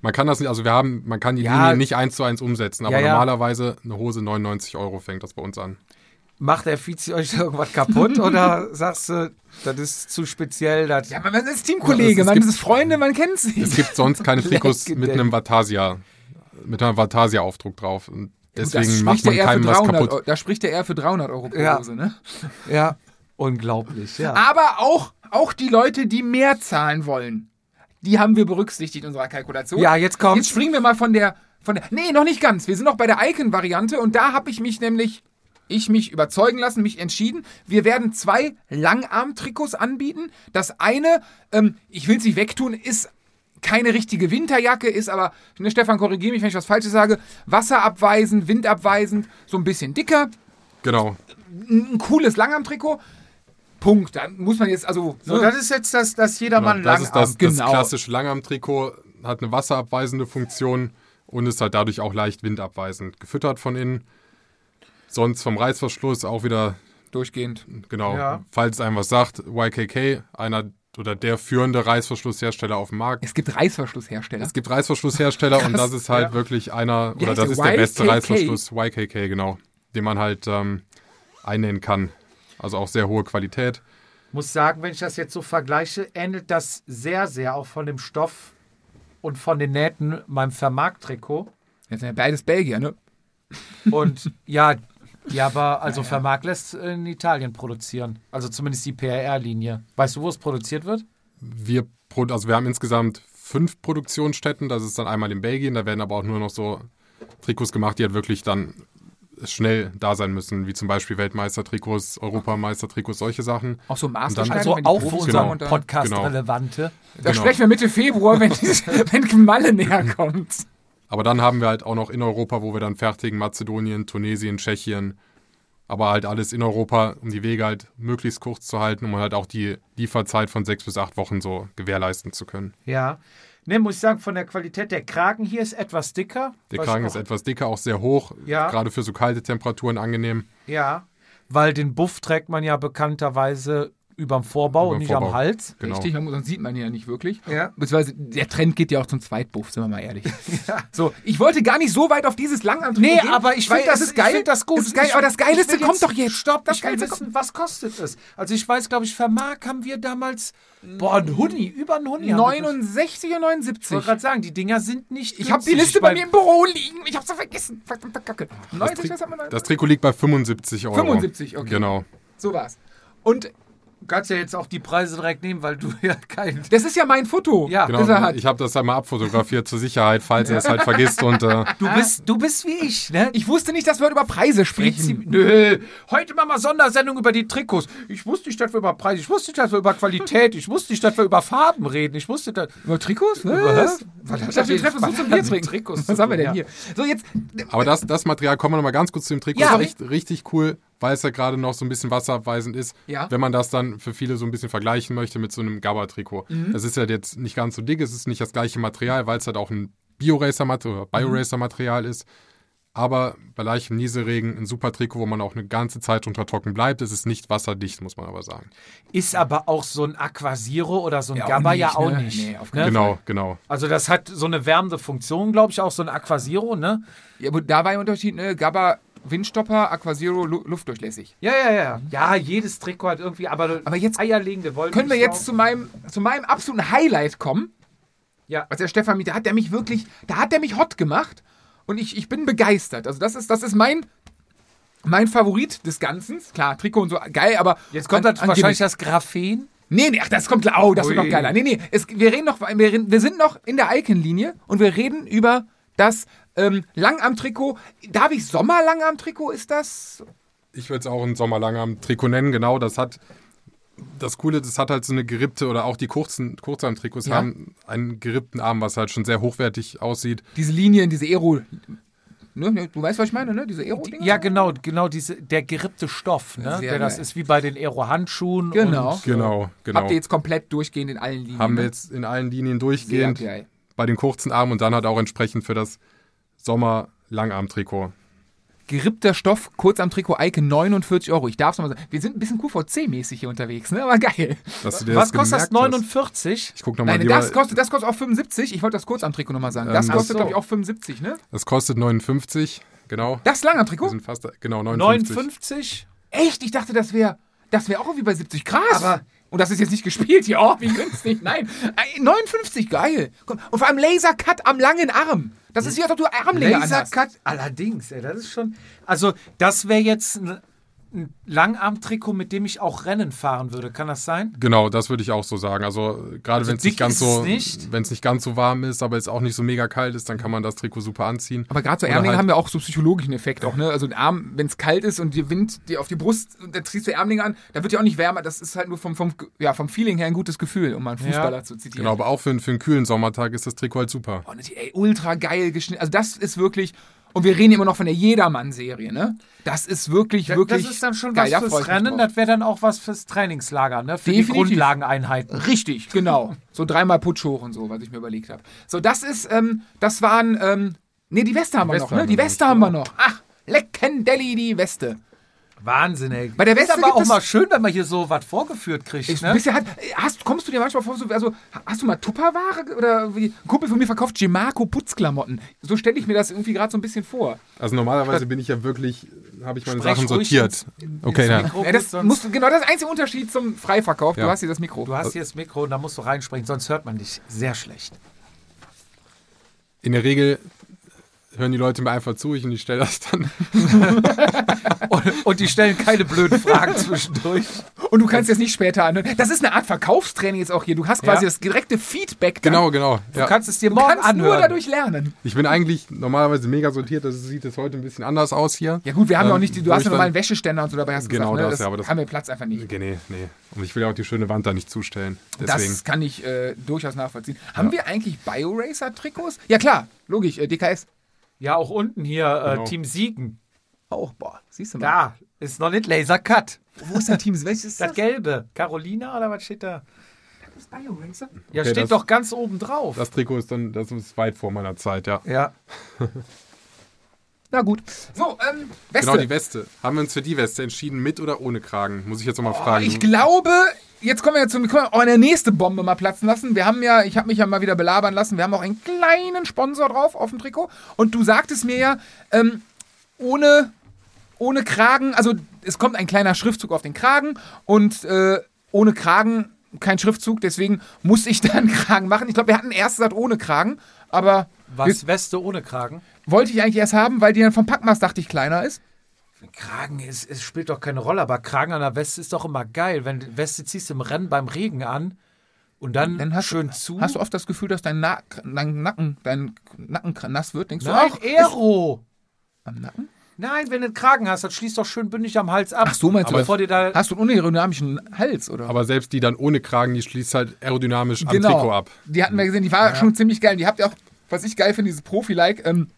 Speaker 3: Man kann das nicht, also wir haben, man kann die
Speaker 5: Ja.
Speaker 3: Linie nicht eins zu eins umsetzen, aber
Speaker 5: Ja, ja.
Speaker 3: normalerweise eine Hose 99 Euro fängt das bei uns an.
Speaker 5: Macht der Fizi euch da irgendwas kaputt oder sagst du, das ist zu speziell? Das
Speaker 2: Ja, man man ist Teamkollege,
Speaker 3: Ja, es
Speaker 2: man
Speaker 3: gibt-
Speaker 2: ist Freunde, man kennt
Speaker 3: Es
Speaker 2: sich.
Speaker 3: gibt sonst keine Trikots
Speaker 5: Leck,
Speaker 3: mit einem Vatasia, mit einem Vatasia-Aufdruck drauf. Und
Speaker 2: Das
Speaker 3: deswegen
Speaker 2: spricht
Speaker 3: macht man
Speaker 2: ja eher für
Speaker 3: keinem was
Speaker 2: 300 Euro-
Speaker 3: kaputt.
Speaker 2: Da spricht er eher für 300 Euro pro
Speaker 5: Ja.
Speaker 2: Hose, ne?
Speaker 5: ja, unglaublich. Ja.
Speaker 2: Aber auch, auch die Leute, die mehr zahlen wollen, die haben wir berücksichtigt in unserer Kalkulation.
Speaker 5: Ja, jetzt kommt's.
Speaker 2: Jetzt springen wir mal von der, von der. Nee, noch nicht ganz. Wir sind noch bei der Icon-Variante und da habe ich mich nämlich. Ich mich überzeugen lassen, mich entschieden. Wir werden zwei Langarm-Trikots anbieten. Das eine, ähm, ich will es nicht wegtun, ist keine richtige Winterjacke, ist aber, ne, Stefan, korrigiere mich, wenn ich was Falsches sage, wasserabweisend, windabweisend, so ein bisschen dicker
Speaker 3: Genau.
Speaker 2: ein cooles Langarmtrikot. Punkt. Dann muss man jetzt, also.
Speaker 5: so, das ist jetzt das, das jedermann
Speaker 3: Genau, das ist das, das
Speaker 2: genau.
Speaker 3: klassische Langarm-Trikot, hat eine wasserabweisende Funktion und ist halt dadurch auch leicht windabweisend gefüttert von innen. Sonst vom Reißverschluss auch wieder,
Speaker 2: durchgehend.
Speaker 3: genau,
Speaker 5: Ja.
Speaker 3: falls einem was sagt, YKK, einer oder der führende Reißverschlusshersteller auf dem Markt.
Speaker 2: Es gibt Reißverschlusshersteller.
Speaker 3: Es gibt Reißverschlusshersteller und das ist halt wirklich einer,
Speaker 2: Wie
Speaker 3: oder
Speaker 2: heißt
Speaker 3: das
Speaker 2: der?
Speaker 3: ist der beste
Speaker 2: YKK?
Speaker 3: Reißverschluss, YKK, genau, den man halt ähm, einnähen kann. Also auch sehr hohe Qualität.
Speaker 5: muss sagen, wenn ich das jetzt so vergleiche, ähnelt das sehr, sehr auch von dem Stoff und von den Nähten meinem Vermarkt-Trikot.
Speaker 2: Jetzt sind ja beides Belgier, ne?
Speaker 5: Und ja, die aber, also Vermarkt lässt in Italien produzieren. Also zumindest die PRR-Linie. Weißt du, wo es produziert wird?
Speaker 3: Wir, pro- also wir haben insgesamt fünf Produktionsstätten, das ist dann einmal in Belgien, da werden aber auch nur noch so Trikots gemacht, die halt wirklich dann schnell da sein müssen, wie zum Beispiel Weltmeistertrikots, Europameistertrikots, solche Sachen.
Speaker 2: Auch so
Speaker 3: Dann-
Speaker 2: Masterschneiden.
Speaker 5: Also
Speaker 2: wenn die
Speaker 5: auch für
Speaker 2: Profis
Speaker 5: unseren
Speaker 2: kommen und dann-
Speaker 5: Podcast
Speaker 3: genau.
Speaker 5: relevante.
Speaker 2: Da sprechen wir Mitte Februar, wenn, dieses- wenn Malle näher kommt.
Speaker 3: Aber dann haben wir halt auch noch in Europa, wo wir dann fertigen, Mazedonien, Tunesien, Tschechien, aber halt alles in Europa, um die Wege halt möglichst kurz zu halten, um halt auch die Lieferzeit von sechs bis acht Wochen so gewährleisten zu können.
Speaker 5: Ja. Ne, muss ich sagen, von der Qualität, der Kragen hier ist etwas dicker.
Speaker 3: Der
Speaker 5: Was
Speaker 3: Kragen
Speaker 5: auch-
Speaker 3: ist etwas dicker, auch sehr hoch,
Speaker 5: Ja.
Speaker 3: gerade für so kalte Temperaturen angenehm.
Speaker 5: Ja, weil den Buff trägt man ja bekannterweise überm Vorbau
Speaker 3: Überm
Speaker 5: und nicht am
Speaker 3: Vorbau.
Speaker 5: Hals.
Speaker 3: Genau.
Speaker 2: Richtig, man muss- sonst sieht man ihn ja nicht wirklich.
Speaker 5: Ja.
Speaker 2: Beziehungsweise der Trend geht ja auch zum Zweitbuff, sind wir mal ehrlich. So, ich wollte gar nicht so weit auf dieses Langarmtrikot
Speaker 5: Nee,
Speaker 2: gehen.
Speaker 5: aber ich
Speaker 2: weil
Speaker 5: finde das,
Speaker 2: ist geil.
Speaker 5: Ich find das gut.
Speaker 2: Es Ist geil,
Speaker 5: ich,
Speaker 2: aber das Geilste
Speaker 5: ich will
Speaker 2: kommt doch jetzt.
Speaker 5: Stopp,
Speaker 2: das
Speaker 5: ich will
Speaker 2: Geilste
Speaker 5: wissen, was kostet es? Also ich weiß, glaube ich, Vermark haben wir damals, boah, ein Huni, über ein Huni. haben wir-
Speaker 2: 69 und
Speaker 5: Ich wollte
Speaker 2: 79.
Speaker 5: gerade sagen, die Dinger sind nicht
Speaker 2: Ich habe die
Speaker 5: günstig.
Speaker 2: Liste
Speaker 5: Ich
Speaker 2: bei
Speaker 5: mein,
Speaker 2: mir im Büro liegen. Ich habe sie vergessen. Verdammte Kacke.
Speaker 3: Das,
Speaker 2: 90,
Speaker 3: Tri
Speaker 2: was hat man da?
Speaker 3: das Trikot liegt bei 75 Euro.
Speaker 2: 75, okay.
Speaker 3: Genau.
Speaker 2: So war's. Und
Speaker 5: Du kannst ja jetzt auch die Preise direkt nehmen, weil du ja kein...
Speaker 2: das ist ja mein Foto.
Speaker 5: Ja.
Speaker 3: genau.
Speaker 2: Das er hat.
Speaker 3: Ich habe das einmal abfotografiert zur Sicherheit, falls er es halt vergisst. Und äh,
Speaker 5: Du
Speaker 2: Ah.
Speaker 5: bist, du bist wie ich, ne?
Speaker 2: Ich wusste nicht, dass wir heute über Preise sprechen.
Speaker 5: Nö, heute machen wir Sondersendung über die Trikots. Ich wusste nicht, dass wir über Preise, ich wusste nicht, dass wir über Qualität, ich wusste nicht, dass wir über Farben reden, ich wusste, dass...
Speaker 2: Über Trikots?
Speaker 5: Was?
Speaker 2: Was? Ich dachte, wir treffen uns nur zum Bier
Speaker 5: Mit
Speaker 2: trinken.
Speaker 5: Trikots
Speaker 2: Was
Speaker 5: zu
Speaker 2: haben wir
Speaker 5: tun,
Speaker 2: denn hier? So, jetzt.
Speaker 3: aber das, das Material, kommen wir nochmal ganz kurz zu dem Trikot,
Speaker 2: Ja.
Speaker 3: ist echt richtig cool, weil es ja gerade noch so ein bisschen wasserabweisend ist.
Speaker 2: Ja.
Speaker 3: Wenn man das dann für viele so ein bisschen vergleichen möchte mit so einem Gabba-Trikot.
Speaker 2: Mhm.
Speaker 3: Das ist ja jetzt nicht ganz so dick, es ist nicht das gleiche Material, weil es halt auch ein Bio-Racer-Material Bio ist. Aber bei leichtem Nieselregen ein super Trikot, wo man auch eine ganze Zeit unter trocken bleibt. Es ist nicht wasserdicht, muss man aber sagen.
Speaker 5: Ist aber auch so ein Aquasiro oder so ein
Speaker 2: Ja, auch
Speaker 5: Gabba ja
Speaker 2: nicht,
Speaker 5: auch
Speaker 2: ne?
Speaker 5: nicht.
Speaker 2: Nee, auf
Speaker 5: ne?
Speaker 2: keinen
Speaker 3: Genau, genau.
Speaker 5: Also das hat so eine wärmende Funktion, glaube ich, auch so ein Aquasiro, ne?
Speaker 2: Ja, aber da war ja Unterschied, ne? Gabba, Windstopper, Aquasiro, Lu luftdurchlässig.
Speaker 5: Ja, ja, ja. Ja, jedes Trikot hat irgendwie, aber,
Speaker 2: Mhm. Aber jetzt-
Speaker 5: eierlegende Wolken.
Speaker 2: Können wir jetzt zu meinem, zu meinem absoluten Highlight kommen?
Speaker 5: Ja.
Speaker 2: Was der Stefan mit, da hat der mich wirklich, da hat der mich hot gemacht und ich, ich bin begeistert. Also das ist, das ist mein, mein Favorit des Ganzen. Klar, Trikot und so, geil, aber.
Speaker 5: Jetzt kommt
Speaker 2: an-
Speaker 5: dann
Speaker 2: an
Speaker 5: wahrscheinlich
Speaker 2: Gimmick.
Speaker 5: das Graphen.
Speaker 2: Nee, nee, ach, das kommt, oh, das wird
Speaker 5: Ui.
Speaker 2: noch geiler. Nee, nee, es, wir reden noch, wir, reden, wir sind noch in der Icon-Linie und wir reden über das ähm, Langarm-Trikot. Darf ich Sommerlangarm-Trikot? Ist das?
Speaker 3: Ich würde es auch ein sommerlanger Trikot nennen, genau. Das hat das Coole, das hat halt so eine gerippte oder auch die kurzen Kurzarm-Trikots
Speaker 2: Ja.
Speaker 3: haben einen gerippten Arm, was halt schon sehr hochwertig aussieht.
Speaker 2: Diese Linien, diese Aero. Ne, ne, du weißt, was ich meine, ne? Diese Aero-Dinger?
Speaker 5: Ja, genau, genau diese, der gerippte Stoff, ne?
Speaker 2: Sehr
Speaker 5: der, das
Speaker 2: geil.
Speaker 5: ist wie bei den Aero-Handschuhen.
Speaker 2: Genau.
Speaker 5: Und,
Speaker 3: Genau, genau.
Speaker 2: Habt ihr jetzt komplett durchgehend in allen Linien?
Speaker 3: haben wir
Speaker 2: ne?
Speaker 3: jetzt in allen Linien
Speaker 2: Sehr
Speaker 3: durchgehend
Speaker 2: geil.
Speaker 3: bei den kurzen Armen und dann halt auch entsprechend für das Sommer-Langarm-Trikot.
Speaker 2: Gerippter Stoff, kurz am Trikot, Eike, 49 Euro. Ich darf's nochmal sagen. Wir sind ein bisschen QVC-mäßig hier unterwegs, ne? Aber geil.
Speaker 3: Dass du dir
Speaker 5: was
Speaker 3: das
Speaker 5: kostet das?
Speaker 3: gemerkt hast.
Speaker 5: 49?
Speaker 3: Ich guck nochmal.
Speaker 2: Nein, das kostet, das kostet auch 75. Ich wollte das kurz am Trikot nochmal sagen. Das
Speaker 3: Ähm,
Speaker 2: kostet,
Speaker 5: Ach so.
Speaker 2: glaube ich, auch 75, ne?
Speaker 3: das kostet 59, genau.
Speaker 2: Das lang am
Speaker 3: Wir
Speaker 2: Trikot?
Speaker 3: sind fast, genau, 59.
Speaker 5: 59?
Speaker 2: Echt? Ich dachte, das wäre das wär auch wie bei 70. Krass.
Speaker 5: Aber-
Speaker 2: und das ist jetzt nicht gespielt hier. Oh, wie günstig. Nein. Äh, 59, geil. Komm. Und vor allem Lasercut am langen Arm. Das ist wie, als ob du Armlänge anhast.
Speaker 5: Hm. Lasercut, allerdings, ey, das ist schon. Also, das wäre jetzt ein, ein Langarm-Trikot, mit dem ich auch Rennen fahren würde. Kann das sein?
Speaker 3: Genau, das würde ich auch so sagen. Also äh, gerade wenn es
Speaker 5: dick
Speaker 3: nicht ganz
Speaker 5: ist
Speaker 3: so
Speaker 5: es nicht.
Speaker 3: wenn es nicht ganz so warm ist, aber es auch nicht so mega kalt ist, dann kann man das Trikot super anziehen.
Speaker 2: Aber gerade so
Speaker 3: Oder
Speaker 2: Ärmlinge
Speaker 3: halt-
Speaker 2: haben ja auch so psychologischen Effekt auch, ne? Also den Arm, wenn es kalt ist und der Wind dir auf die Brust und dann ziehst du Ärmlinge an, da wird ja auch nicht wärmer. Das ist halt nur vom, vom, ja, vom Feeling her ein gutes Gefühl, um mal einen Fußballer zu zitieren.
Speaker 3: Genau, aber auch für, einen- für einen kühlen Sommertag ist das Trikot halt super.
Speaker 2: Und ey, ultra geil geschnitten. Also das ist wirklich. Und wir reden immer noch von der Jedermann-Serie, ne? Das ist wirklich, wirklich.
Speaker 5: das ist dann schon
Speaker 2: geil. Da
Speaker 5: was
Speaker 2: freu ich
Speaker 5: fürs
Speaker 2: mich
Speaker 5: Rennen,
Speaker 2: drauf.
Speaker 5: das wäre dann auch was fürs Trainingslager, ne? Für die
Speaker 2: Definitiv.
Speaker 5: Grundlageneinheiten.
Speaker 2: Richtig, genau. So dreimal Putsch hoch und so, was ich mir überlegt habe. So, das ist, ähm, das waren, ähm, nee, die Weste haben wir
Speaker 3: Weste
Speaker 2: noch, ne?
Speaker 3: haben
Speaker 2: Die
Speaker 3: wir
Speaker 2: Weste haben wir noch. Ach, Leckendelli, die Weste.
Speaker 5: Wahnsinn, ey.
Speaker 2: Bei der Weste
Speaker 5: ist aber
Speaker 2: gibt
Speaker 5: auch
Speaker 2: es-
Speaker 5: mal schön, wenn man hier so was vorgeführt kriegt,
Speaker 2: Ist ein
Speaker 5: ne?
Speaker 2: bisschen hat, hast, kommst du dir manchmal vor, so, also, hast du mal Tupperware ge- oder wie? Ein Kumpel von mir verkauft Gemarco Putzklamotten. So stelle ich mir das irgendwie gerade so ein bisschen vor.
Speaker 3: Also normalerweise bin ich ja wirklich habe ich meine
Speaker 5: Sprech
Speaker 3: Sachen
Speaker 5: ruhig
Speaker 3: sortiert. Okay, ja.
Speaker 5: Mikro,
Speaker 2: Ja, das
Speaker 5: sonst-
Speaker 2: musst, du- genau, das ist der einzige Unterschied zum Freiverkauf.
Speaker 3: Ja.
Speaker 2: Du hast hier das Mikro.
Speaker 5: Du hast hier das Mikro und da musst du reinsprechen, sonst hört man dich sehr schlecht.
Speaker 3: In der Regel hören die Leute mir einfach zu, ich und ich stelle das dann.
Speaker 5: Und, und die stellen keine blöden Fragen zwischendurch.
Speaker 2: Und du kannst jetzt nicht später anhören. Das ist eine Art Verkaufstraining jetzt auch hier. Du hast quasi
Speaker 5: Ja.
Speaker 2: das direkte Feedback. dann.
Speaker 3: Genau, genau.
Speaker 5: Du
Speaker 3: Ja.
Speaker 5: kannst es dir
Speaker 2: Du
Speaker 5: morgen
Speaker 2: kannst
Speaker 5: anhören.
Speaker 2: nur dadurch lernen.
Speaker 3: Ich bin eigentlich normalerweise mega sortiert, das sieht jetzt heute ein bisschen anders aus hier.
Speaker 2: Ja gut, wir haben ja auch
Speaker 3: Ähm,
Speaker 2: nicht, die-
Speaker 3: wo
Speaker 2: du hast
Speaker 3: ich
Speaker 2: ja
Speaker 3: dann-
Speaker 2: normalen Wäscheständer und so dabei hast du
Speaker 3: Genau
Speaker 2: gesagt, ne?
Speaker 3: das, ja, aber das-
Speaker 2: haben wir Platz einfach nicht.
Speaker 3: Okay, nee, nee. Und ich will ja auch die schöne Wand da nicht zustellen. Deswegen.
Speaker 2: Das kann ich äh, durchaus nachvollziehen. Haben wir eigentlich Bioracer-Trikots? Ja klar, logisch, äh, DKS.
Speaker 5: Ja, auch unten hier, äh,
Speaker 3: Genau.
Speaker 5: Team Siegen.
Speaker 2: Auch, boah, siehst du mal.
Speaker 5: Da ist noch nicht Laser Cut.
Speaker 2: Wo ist dein Team? Welches ist
Speaker 5: Das Gelbe. Carolina oder was steht da?
Speaker 2: das Bioracer?
Speaker 5: Ja,
Speaker 3: Okay,
Speaker 5: steht
Speaker 3: das-
Speaker 5: doch ganz oben drauf.
Speaker 3: das Trikot ist dann, das ist weit vor meiner Zeit, ja.
Speaker 5: ja.
Speaker 2: Na gut. So, ähm, Weste.
Speaker 3: Genau, die Weste. Haben wir uns für die Weste entschieden, mit oder ohne Kragen? Muss ich jetzt nochmal fragen.
Speaker 2: Oh, Ich glaube, jetzt kommen wir ja zum, können wir auch eine nächste Bombe mal platzen lassen. Wir haben ja, ich habe mich ja mal wieder belabern lassen. Wir haben auch einen kleinen Sponsor drauf auf dem Trikot. Und du sagtest mir ja, ähm, ohne, ohne Kragen, also es kommt ein kleiner Schriftzug auf den Kragen und äh, ohne Kragen kein Schriftzug. Deswegen muss ich da einen Kragen machen. Ich glaube, wir hatten erst gesagt ohne Kragen, aber
Speaker 5: Was? Weste ohne Kragen?
Speaker 2: wollte ich eigentlich erst haben, weil die dann vom Packmaß dachte ich kleiner ist.
Speaker 5: Kragen ist, es spielt doch keine Rolle, aber Kragen an der Weste ist doch immer geil. Wenn du- Weste ziehst du im Rennen beim Regen an und dann,
Speaker 2: Dann hast
Speaker 5: schön
Speaker 2: du,
Speaker 5: zu.
Speaker 2: Hast du oft das Gefühl, dass dein, Na dein Nacken, dein Nacken kr- nass wird? Denkst
Speaker 5: Nein,
Speaker 2: du auch?
Speaker 5: Aero.
Speaker 2: Am Nacken?
Speaker 5: Nein, wenn du einen Kragen hast, das schließt doch schön bündig am Hals ab.
Speaker 2: Ach so, meinst du
Speaker 5: Aber
Speaker 2: das?
Speaker 5: bevor dir da
Speaker 2: Hast du einen unaerodynamischen Hals, oder?
Speaker 3: aber selbst die dann ohne Kragen, die schließt halt aerodynamisch
Speaker 2: Genau.
Speaker 3: am Trikot ab.
Speaker 2: Die hatten wir gesehen, die war schon ziemlich geil. Die habt ihr auch, was ich geil finde, dieses Profi-like, ähm,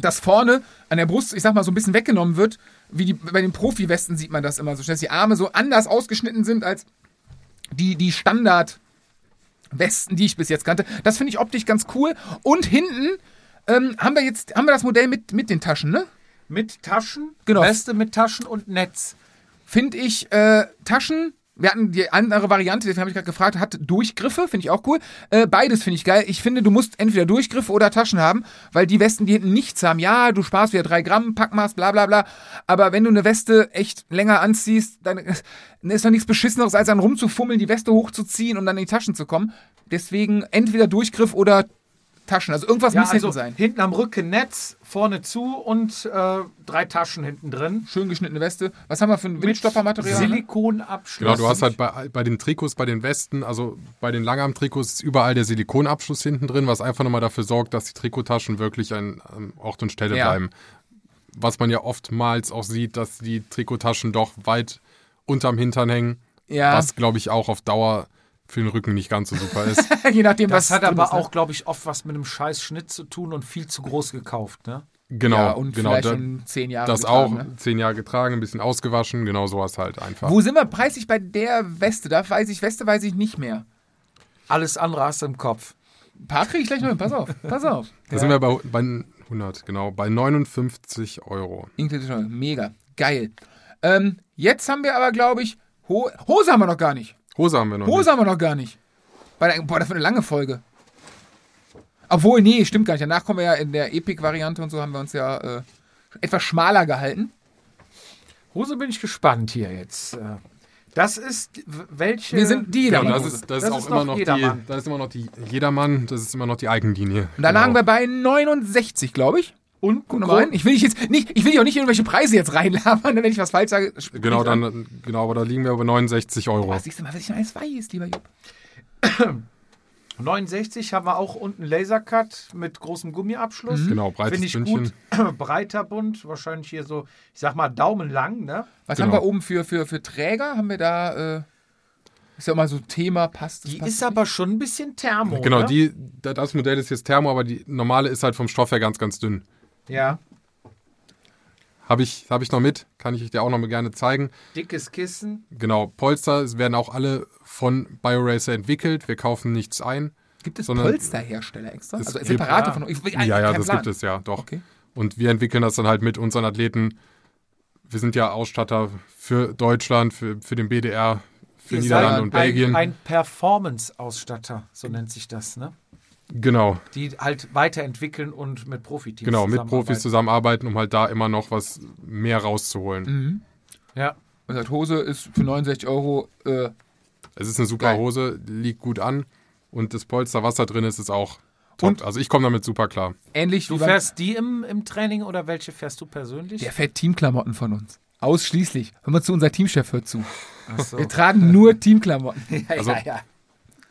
Speaker 2: dass vorne an der Brust, ich sag mal, so ein bisschen weggenommen wird. Wie die, bei den Profi-Westen sieht man das immer so, dass die Arme so anders ausgeschnitten sind als die, die Standard- Westen, die ich bis jetzt kannte. Das finde ich optisch ganz cool. Und hinten ähm, haben wir jetzt haben wir das Modell mit, mit den Taschen, ne?
Speaker 5: mit Taschen,
Speaker 2: Genau.
Speaker 5: Weste mit Taschen und Netz.
Speaker 2: finde ich äh, Taschen. Wir hatten die andere Variante, deswegen habe ich gerade gefragt, hat Durchgriffe, finde ich auch cool. Äh, beides finde ich geil. Ich finde, du musst entweder Durchgriffe oder Taschen haben, weil die Westen, die hinten nichts haben, ja, du sparst wieder drei Gramm, Packmaß, bla bla bla. Aber wenn du eine Weste echt länger anziehst, dann ist dann ist doch nichts Beschisseneres, als dann rumzufummeln, die Weste hochzuziehen und dann in die Taschen zu kommen. Deswegen entweder Durchgriff oder Taschen. Also irgendwas
Speaker 5: Ja,
Speaker 2: muss
Speaker 5: also
Speaker 2: hinten sein.
Speaker 5: hinten am Rücken Netz, vorne zu und äh, drei Taschen hinten drin.
Speaker 2: Schön geschnittene Weste. Was haben wir für ein
Speaker 5: Mit
Speaker 2: Windstoppermaterial?
Speaker 5: Silikonabschluss.
Speaker 3: Genau, du hast halt bei, bei den Trikots, bei den Westen, also bei den Langarm-Trikots ist überall der Silikonabschluss hinten drin, was einfach nochmal dafür sorgt, dass die Trikottaschen wirklich an an Ort und Stelle
Speaker 2: Ja.
Speaker 3: bleiben. Was man ja oftmals auch sieht, dass die Trikottaschen doch weit unterm Hintern hängen,
Speaker 2: Ja,
Speaker 3: was glaube ich auch auf Dauer für den Rücken nicht ganz so super ist.
Speaker 2: je nachdem, was
Speaker 5: Das hat
Speaker 2: drin ist,
Speaker 5: aber
Speaker 2: ne?
Speaker 5: auch, glaube ich, oft was mit einem scheiß Schnitt zu tun und viel zu groß gekauft. Ne?
Speaker 3: Genau,
Speaker 2: ja, und
Speaker 3: genau.
Speaker 2: vielleicht
Speaker 3: da-
Speaker 2: schon zehn Jahre.
Speaker 3: das
Speaker 2: getragen,
Speaker 3: auch
Speaker 2: ne?
Speaker 3: zehn Jahre getragen, ein bisschen ausgewaschen, genau sowas halt einfach.
Speaker 2: Wo sind wir preislich bei der Weste? Da weiß ich, Weste weiß ich nicht mehr.
Speaker 5: Alles andere hast du im Kopf.
Speaker 2: Ein paar kriege ich gleich noch hin. Pass auf, pass auf.
Speaker 3: da sind wir bei, bei 100, genau, bei 59 Euro.
Speaker 2: Inklusive Steuer. Mega. Geil. Ähm, jetzt haben wir aber, glaube ich, Ho Hose haben wir noch gar nicht.
Speaker 3: Hose haben wir noch
Speaker 2: Hose haben wir noch gar nicht. Bei der, boah, das wird eine lange Folge. Obwohl, nee, stimmt gar nicht. Danach kommen wir ja in der Epic-Variante und so haben wir uns ja äh, etwas schmaler gehalten.
Speaker 5: Hose bin ich gespannt hier jetzt. Äh, Das ist w- welche.
Speaker 2: Wir sind die
Speaker 3: Ja,
Speaker 2: da.
Speaker 3: und das ist, das ist
Speaker 5: Das
Speaker 3: auch
Speaker 5: ist
Speaker 3: immer
Speaker 5: noch
Speaker 3: noch
Speaker 5: Jedermann.
Speaker 3: die, das ist immer noch die Jedermann, das ist immer noch die Eigenlinie.
Speaker 2: Und da
Speaker 3: genau.
Speaker 2: lagen wir bei 69, glaube ich.
Speaker 5: und
Speaker 2: Guck nochmal rein. Ich will dich jetzt nicht, ich will dich auch nicht in irgendwelche Preise jetzt reinlabern, wenn ich was falsch sage. sprich
Speaker 3: Genau,
Speaker 2: mich an.
Speaker 3: dann, genau, aber da liegen wir bei 69 Euro.
Speaker 2: Ah, siehst du mal, was ich noch alles weiß, lieber Jupp.
Speaker 5: 69 haben wir auch unten Lasercut mit großem Gummiabschluss.
Speaker 2: Hm? Mhm.
Speaker 3: Genau, breites
Speaker 5: Finde ich
Speaker 3: Bündchen.
Speaker 5: gut. Breiter Bund, wahrscheinlich hier so, ich sag mal, daumenlang, ne?
Speaker 2: Was
Speaker 3: Genau.
Speaker 2: haben wir oben für, für, für Träger? Haben wir da, äh, ist ja immer so Thema, passt das
Speaker 5: Die
Speaker 2: passt
Speaker 5: ist aber schon ein bisschen Thermo.
Speaker 3: Genau,
Speaker 5: ne?
Speaker 3: die, da- das Modell ist jetzt Thermo, aber die normale ist halt vom Stoff her ganz, ganz dünn.
Speaker 5: Ja.
Speaker 3: Habe ich, hab ich noch mit, kann ich dir auch noch mal gerne zeigen.
Speaker 5: Dickes Kissen.
Speaker 3: Genau, Polster es werden auch alle von BioRacer entwickelt. Wir kaufen nichts ein.
Speaker 2: Gibt es
Speaker 3: sondern-
Speaker 2: Polsterhersteller extra?
Speaker 3: Es
Speaker 2: Also
Speaker 3: gibt-
Speaker 2: separate
Speaker 5: ja.
Speaker 2: von euch? Ich-
Speaker 3: ja, ja,
Speaker 2: kein
Speaker 3: das
Speaker 2: Plan.
Speaker 3: gibt es ja, doch.
Speaker 2: Okay.
Speaker 3: Und wir entwickeln das dann halt mit unseren Athleten. Wir sind ja Ausstatter für Deutschland, für, für den BDR, für
Speaker 5: Ihr
Speaker 3: Niederlande
Speaker 5: seid
Speaker 3: und
Speaker 5: ein,
Speaker 3: Belgien.
Speaker 5: Ein Performance-Ausstatter, so nennt sich das, ne?
Speaker 3: genau.
Speaker 5: Die halt weiterentwickeln und mit Profiteams
Speaker 3: Genau, mit Profis
Speaker 5: zusammenarbeiten.
Speaker 3: zusammenarbeiten, um halt da immer noch was mehr rauszuholen.
Speaker 2: Mhm.
Speaker 5: Ja.
Speaker 2: Und sagt, Also Hose ist für 69 Euro, äh,
Speaker 3: Es ist eine super
Speaker 2: Geil.
Speaker 3: Hose, liegt gut an und das Polster, was da drin ist, ist auch top.
Speaker 2: Und-
Speaker 3: also ich komme damit super klar.
Speaker 2: ähnlich
Speaker 5: Du
Speaker 2: wie beim-
Speaker 5: fährst die im, im Training oder welche fährst du persönlich?
Speaker 2: Der fährt Teamklamotten von uns. Ausschließlich. Hör mal zu, unser Teamchef hört zu.
Speaker 5: Ach so.
Speaker 3: Oh.
Speaker 2: Wir tragen nur Teamklamotten. ja,
Speaker 3: Also-
Speaker 2: ja.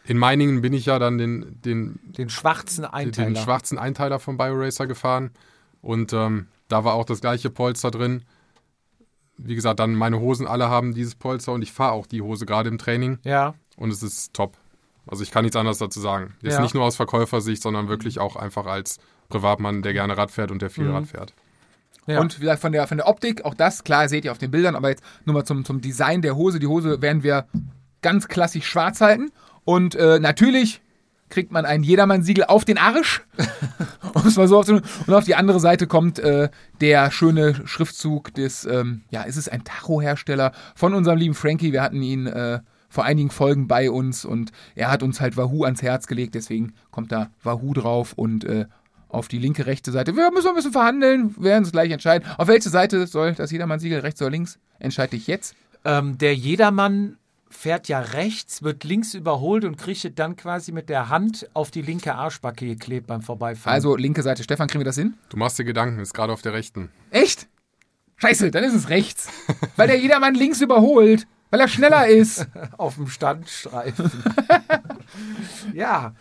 Speaker 3: In Meiningen bin ich ja dann den, den,
Speaker 5: Den schwarzen Einteiler.
Speaker 3: den schwarzen Einteiler von BioRacer gefahren und ähm, da war auch das gleiche Polster drin. Wie gesagt, dann meine Hosen alle haben dieses Polster und ich fahre auch die Hose gerade im Training
Speaker 5: ja.
Speaker 3: und es ist top. Also ich kann nichts anderes dazu sagen. Jetzt
Speaker 5: Ja.
Speaker 3: nicht nur aus Verkäufersicht, sondern wirklich auch einfach als Privatmann, der gerne Rad fährt und der
Speaker 5: Mhm.
Speaker 3: viel Rad fährt.
Speaker 5: ja.
Speaker 2: Und wie gesagt, von der, von der Optik, auch das, klar, seht ihr auf den Bildern, aber jetzt nur mal zum, zum Design der Hose. Die Hose werden wir ganz klassisch schwarz halten. Und äh, natürlich kriegt man ein Jedermann-Siegel auf den Arsch. um es mal so aufzunehmen. Und auf die andere Seite kommt äh, der schöne Schriftzug des, ähm, ja, ist es ein Tacho-Hersteller von unserem lieben Frankie. Wir hatten ihn äh, vor einigen Folgen bei uns und er hat uns halt Wahoo ans Herz gelegt. Deswegen kommt da Wahoo drauf und äh, auf die linke, rechte Seite. Wir müssen noch ein bisschen verhandeln, wir werden es gleich entscheiden. Auf welche Seite soll das Jedermann-Siegel, rechts oder links? Entscheide ich jetzt.
Speaker 5: Ähm, der Jedermann fährt ja rechts, wird links überholt und kriegt es dann quasi mit der Hand auf die linke Arschbacke geklebt beim Vorbeifahren.
Speaker 2: Also linke Seite. Stefan, kriegen wir das hin?
Speaker 3: Du machst dir Gedanken, ist gerade auf der rechten.
Speaker 2: Echt? Scheiße, dann ist es rechts. Weil der Jedermann links überholt. Weil er schneller ist.
Speaker 5: auf dem Standstreifen. ja,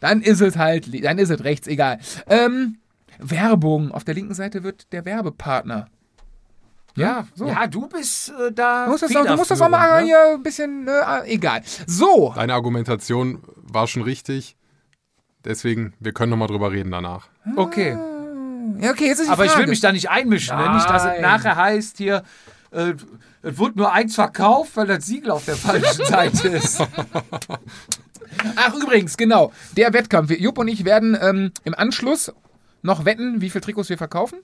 Speaker 2: Dann ist es halt, li- dann ist es rechts, egal. Ähm, Werbung. Auf der linken Seite wird der Werbepartner.
Speaker 5: ja,
Speaker 2: so.
Speaker 5: ja, du bist äh, da.
Speaker 2: Du musst das, auch, du musst das auch
Speaker 5: federführend,
Speaker 2: mal
Speaker 5: ne?
Speaker 2: hier ein bisschen, äh, egal. So.
Speaker 3: Deine Argumentation war schon richtig. Deswegen, wir können nochmal drüber reden danach.
Speaker 5: Okay.
Speaker 2: Ja, okay, jetzt ist die
Speaker 5: Aber ich
Speaker 2: Frage.
Speaker 5: will mich da nicht einmischen, ne? nicht, dass es
Speaker 2: Nein.
Speaker 5: nachher heißt hier, äh, es wurde nur eins verkauft, weil das Siegel auf der falschen Seite ist.
Speaker 2: Ach, übrigens, genau. Der Wettkampf. Wir- Jupp und ich werden ähm, im Anschluss noch wetten, wie viel Trikots wir verkaufen.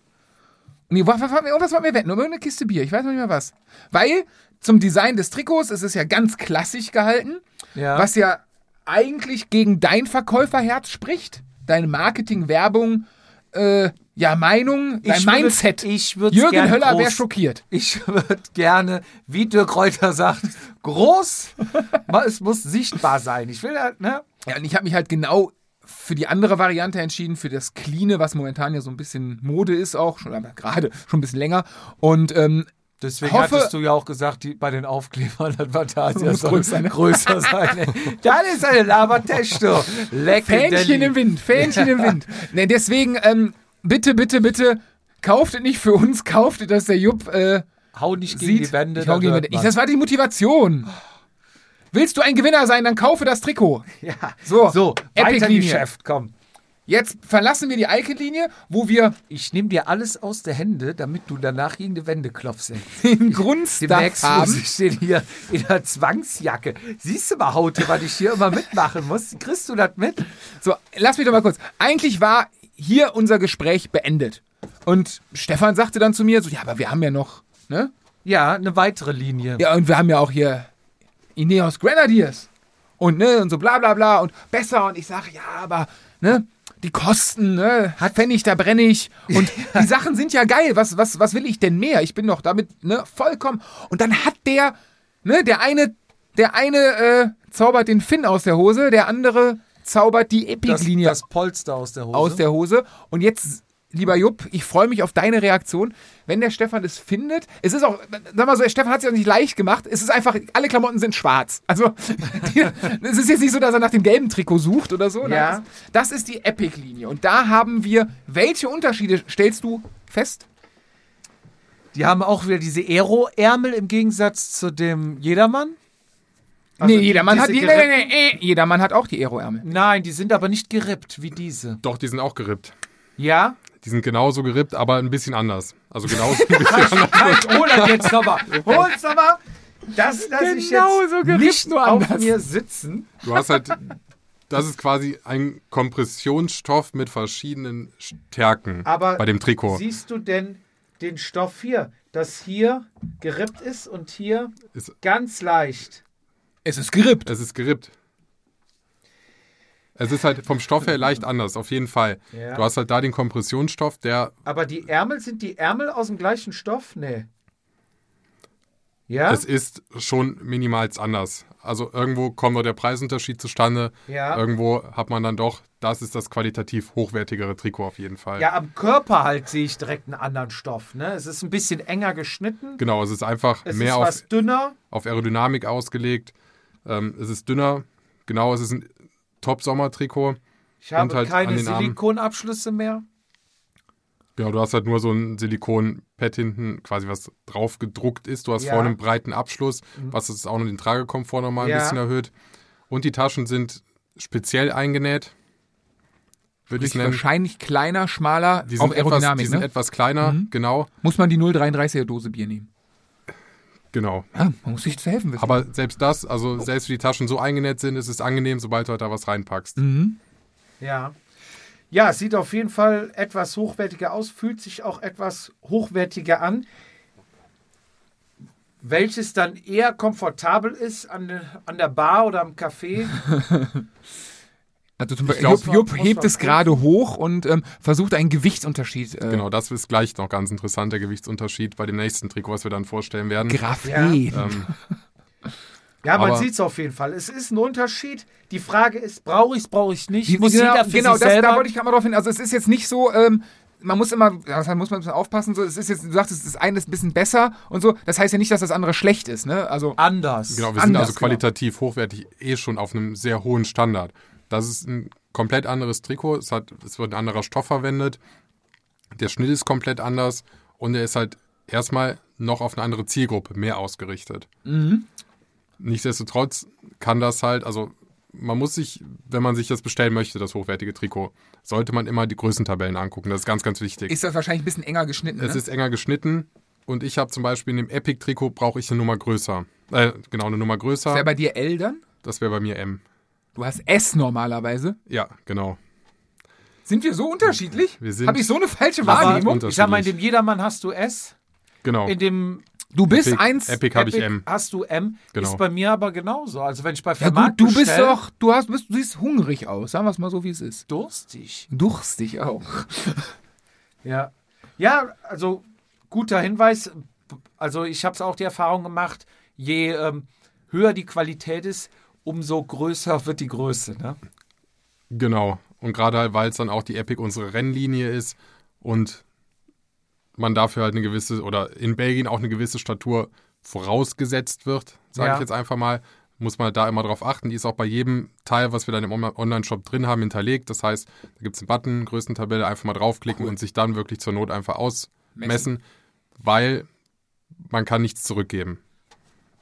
Speaker 2: Nee, was, was, irgendwas wollten wir wetten. Um irgendeine Kiste Bier. Ich weiß noch nicht mehr was. Weil zum Design des Trikots es ist es ja ganz klassisch gehalten.
Speaker 5: Ja.
Speaker 2: Was ja eigentlich gegen dein Verkäuferherz spricht. Deine Marketing, Werbung, äh, ja, Meinung, dein
Speaker 5: Ich würd-
Speaker 2: Mindset.
Speaker 5: ich würd's
Speaker 2: Jürgen
Speaker 5: gern
Speaker 2: Höller wäre
Speaker 5: groß-
Speaker 2: schockiert.
Speaker 5: Ich würde gerne, wie Dirk Reuter sagt, groß, aber es muss sichtbar sein. Ich will halt, ne?
Speaker 2: Ja, und ich habe mich halt genau für die andere Variante entschieden, für das Cleane, was momentan ja so ein bisschen Mode ist auch, schon aber gerade schon ein bisschen länger. Und ähm,
Speaker 5: Deswegen
Speaker 2: Hoffe-
Speaker 5: hattest du ja auch gesagt, die, bei den Aufklebern hat Fantasia
Speaker 2: Muss
Speaker 5: soll
Speaker 2: größer sein.
Speaker 5: größer sein. Dann ist eine Labertesto.
Speaker 2: Fähnchen im
Speaker 5: Lecker.
Speaker 2: Wind, Fähnchen im Wind. Nee, deswegen, ähm, bitte, bitte, bitte, kauft es nicht für uns, kauft es, dass der Jupp äh,
Speaker 5: Hau nicht gegen
Speaker 2: sieht.
Speaker 5: die Wände.
Speaker 2: ich hau
Speaker 5: dann
Speaker 2: gegen die
Speaker 5: hört
Speaker 2: Wände. Ich,
Speaker 5: man.
Speaker 2: das war die Motivation. Willst du ein Gewinner sein, dann kaufe das Trikot.
Speaker 5: ja.
Speaker 2: So,
Speaker 5: So,
Speaker 2: Epic
Speaker 5: weiter in die
Speaker 2: Linie.
Speaker 5: Geschäft, komm.
Speaker 2: Jetzt verlassen wir die Eike-Linie, wo wir
Speaker 5: Ich nehme dir alles aus der Hände, damit du danach gegen die Wände klopfst. ey.
Speaker 2: den Grundstuff
Speaker 5: Demnächst muss
Speaker 2: haben.
Speaker 5: ich den hier in der Zwangsjacke. Siehst du mal, Haute, was ich hier immer mitmachen muss? Kriegst du das mit?
Speaker 2: So, lass mich doch mal kurz. Eigentlich war hier unser Gespräch beendet. Und Stefan sagte dann zu mir so, ja, aber wir haben ja noch, ne?
Speaker 5: Ja, eine weitere Linie.
Speaker 2: Ja, und wir haben ja auch hier Ineos Grenadiers. Und, ne, und so bla bla bla und besser. Und ich sage, ja, aber, ne, die Kosten, ne, hat Pfennig, da brenne ich. Und die Sachen sind ja geil. Was, was, was will ich denn mehr? Ich bin doch damit, ne, vollkommen. Und dann hat der, ne, der eine, der eine äh, zaubert den Finn aus der Hose, der andere zaubert die
Speaker 5: das,
Speaker 2: Epic-Linie
Speaker 5: das Polster aus der Hose.
Speaker 2: aus der Hose. Und jetzt, lieber Jupp, ich freue mich auf deine Reaktion, wenn der Stefan es findet. Es ist auch, sag mal so, der Stefan hat es ja nicht leicht gemacht. Es ist einfach, alle Klamotten sind schwarz. Also, die, es ist jetzt nicht so, dass er nach dem gelben Trikot sucht oder so. Nein,
Speaker 5: Ja.
Speaker 2: Das, das ist die Epic-Linie. Und da haben wir, welche Unterschiede stellst du fest?
Speaker 5: Die haben auch wieder diese Aero-Ärmel im Gegensatz zu dem Jedermann. Also
Speaker 2: nee, jedermann
Speaker 5: diese
Speaker 2: hat, die, nee,
Speaker 5: gerippten-
Speaker 2: nee, nee, nee, jedermann hat auch die Aeroärmel.
Speaker 5: Nein, die sind aber nicht gerippt wie diese.
Speaker 3: Doch, die sind auch gerippt.
Speaker 5: Ja?
Speaker 3: Die sind genauso gerippt, aber ein bisschen anders. Also genauso ein bisschen
Speaker 5: Nein, hol das jetzt nochmal. Hol es nochmal. Das lasse ich
Speaker 2: Genau
Speaker 5: jetzt
Speaker 2: so gerippt,
Speaker 5: nicht
Speaker 2: nur
Speaker 5: auf
Speaker 2: anders.
Speaker 5: mir sitzen.
Speaker 3: Du hast halt, das ist quasi ein Kompressionsstoff mit verschiedenen Stärken
Speaker 5: Aber
Speaker 3: bei dem Trikot.
Speaker 5: Siehst du denn den Stoff hier, dass hier gerippt ist und hier
Speaker 3: Ist-
Speaker 5: ganz leicht?
Speaker 2: Es ist gerippt.
Speaker 3: Es ist gerippt. Es ist halt vom Stoff her leicht anders, auf jeden Fall.
Speaker 5: Ja.
Speaker 3: Du hast halt da den Kompressionsstoff, der.
Speaker 5: Aber die Ärmel, sind die Ärmel aus dem gleichen Stoff? Nee. Ja? Ah.
Speaker 3: Es ist schon minimals anders. Also irgendwo kommt nur der Preisunterschied zustande.
Speaker 5: Ja.
Speaker 3: Irgendwo hat man dann doch, das ist das qualitativ hochwertigere Trikot auf jeden Fall.
Speaker 5: Ja, am Körper halt sehe ich direkt einen anderen Stoff. Ne? Es ist ein bisschen enger geschnitten.
Speaker 3: Genau, es ist einfach
Speaker 5: Es
Speaker 3: mehr
Speaker 5: ist
Speaker 3: auf,
Speaker 5: was dünner.
Speaker 3: auf Aerodynamik ausgelegt. Ähm, es ist dünner. Genau, es ist ein Top-Sommer-Trikot.
Speaker 5: Ich habe
Speaker 3: Und halt an
Speaker 5: keine
Speaker 3: den Armen.
Speaker 5: Silikonabschlüsse mehr.
Speaker 3: Genau, du hast halt nur so ein Silikon-Pad hinten, quasi was drauf gedruckt ist. Du hast
Speaker 5: Ja.
Speaker 3: vorne einen breiten Abschluss,
Speaker 2: Mhm.
Speaker 3: was es auch noch den Tragekomfort nochmal
Speaker 5: Ja.
Speaker 3: ein bisschen erhöht. Und die Taschen sind speziell eingenäht, würde ich
Speaker 2: Ist
Speaker 3: nennen.
Speaker 2: wahrscheinlich kleiner, schmaler,
Speaker 3: Die
Speaker 2: auch
Speaker 3: sind, etwas, die
Speaker 2: Aerodynamik.
Speaker 3: sind
Speaker 2: Ne?
Speaker 3: etwas kleiner, genau.
Speaker 2: Muss man die 0,33er Dose Bier nehmen?
Speaker 3: Genau.
Speaker 2: Ja, man muss sich zu helfen wissen.
Speaker 3: Aber selbst das, also selbst wenn die Taschen so eingenäht sind, ist es angenehm, sobald du halt da was reinpackst.
Speaker 5: Ja. Ja, es sieht auf jeden Fall etwas hochwertiger aus, fühlt sich auch etwas hochwertiger an. Welches dann eher komfortabel ist an, an der Bar oder am Café.
Speaker 2: Also zum
Speaker 3: Ich
Speaker 2: Beispiel,
Speaker 3: glaub,
Speaker 2: Jupp, Jupp
Speaker 5: muss man
Speaker 2: hebt es
Speaker 5: prüfen.
Speaker 2: gerade hoch und ähm, versucht einen Gewichtsunterschied. Äh,
Speaker 3: Genau, das ist gleich noch ganz interessant, der Gewichtsunterschied bei dem nächsten Trikot, was wir dann vorstellen werden.
Speaker 2: Graf
Speaker 5: Ja.
Speaker 2: E.
Speaker 3: ähm,
Speaker 5: Ja, man
Speaker 3: Aber-
Speaker 5: sieht es auf jeden Fall. Es ist ein Unterschied. Die Frage ist, brauche ich es, brauche ich nicht? Muss
Speaker 2: genau,
Speaker 5: jeder für
Speaker 2: genau
Speaker 5: sich
Speaker 2: das,
Speaker 5: selber.
Speaker 2: da wollte ich gerade mal drauf hin. Also es ist jetzt nicht so, ähm, man muss immer, das heißt, muss man ein bisschen aufpassen, so, es ist jetzt, du sagtest, das eine ist ein bisschen besser und so, das heißt ja nicht, dass das andere schlecht ist, ne? Also
Speaker 5: Anders.
Speaker 3: Genau, wir sind
Speaker 2: Anders,
Speaker 3: also qualitativ hochwertig eh schon auf einem sehr hohen Standard. Das ist ein komplett anderes Trikot. Es, hat, es wird ein anderer Stoff verwendet. Der Schnitt ist komplett anders und er ist halt erstmal noch auf eine andere Zielgruppe mehr ausgerichtet. Nichtsdestotrotz kann das halt, also man muss sich, wenn man sich das bestellen möchte, das hochwertige Trikot, sollte man immer die Größentabellen angucken. Das ist ganz, ganz wichtig.
Speaker 2: ist das wahrscheinlich ein bisschen enger geschnitten.
Speaker 3: Es
Speaker 2: ne?
Speaker 3: ist enger geschnitten und ich habe zum Beispiel in dem Epic-Trikot brauche ich eine Nummer größer. Äh, genau, eine Nummer größer.
Speaker 2: Wäre bei dir L dann?
Speaker 3: Das wäre bei mir M.
Speaker 2: Du hast S normalerweise.
Speaker 3: Ja, genau.
Speaker 2: Sind wir so unterschiedlich?
Speaker 3: Wir sind-
Speaker 2: Habe ich so eine falsche
Speaker 5: Aber
Speaker 2: Wahrnehmung?
Speaker 3: Unterschiedlich.
Speaker 5: ich sag mal, in dem Jedermann hast du S,
Speaker 3: Genau.
Speaker 5: in dem
Speaker 2: Du bist
Speaker 3: Epic,
Speaker 2: eins.
Speaker 3: Epic habe ich
Speaker 5: Epic
Speaker 3: M.
Speaker 5: hast du M.
Speaker 3: Genau.
Speaker 5: Ist bei mir aber genauso. Also wenn ich bei
Speaker 2: Ja,
Speaker 5: Vermarkt
Speaker 2: gut, du bist
Speaker 5: bestell-
Speaker 2: doch, du hast, bist, du siehst hungrig aus, sagen wir es mal so, wie es ist.
Speaker 5: durstig.
Speaker 2: Durstig auch.
Speaker 5: Ja. Ja, also guter Hinweis. Also ich habe es auch die Erfahrung gemacht, je ähm, höher die Qualität ist, umso größer wird die Größe. Ne?
Speaker 3: Genau. Und gerade halt, weil es dann auch die Epic unsere Rennlinie ist und man dafür halt eine gewisse, oder in Belgien auch eine gewisse Statur vorausgesetzt wird, sage
Speaker 5: Ja.
Speaker 3: ich jetzt einfach mal, muss man halt da immer drauf achten. Die ist auch bei jedem Teil, was wir dann im On- Online-Shop drin haben, hinterlegt. Das heißt, da gibt es einen Button, Größentabelle, einfach mal draufklicken und sich dann wirklich zur Not einfach ausmessen, weil man kann nichts zurückgeben.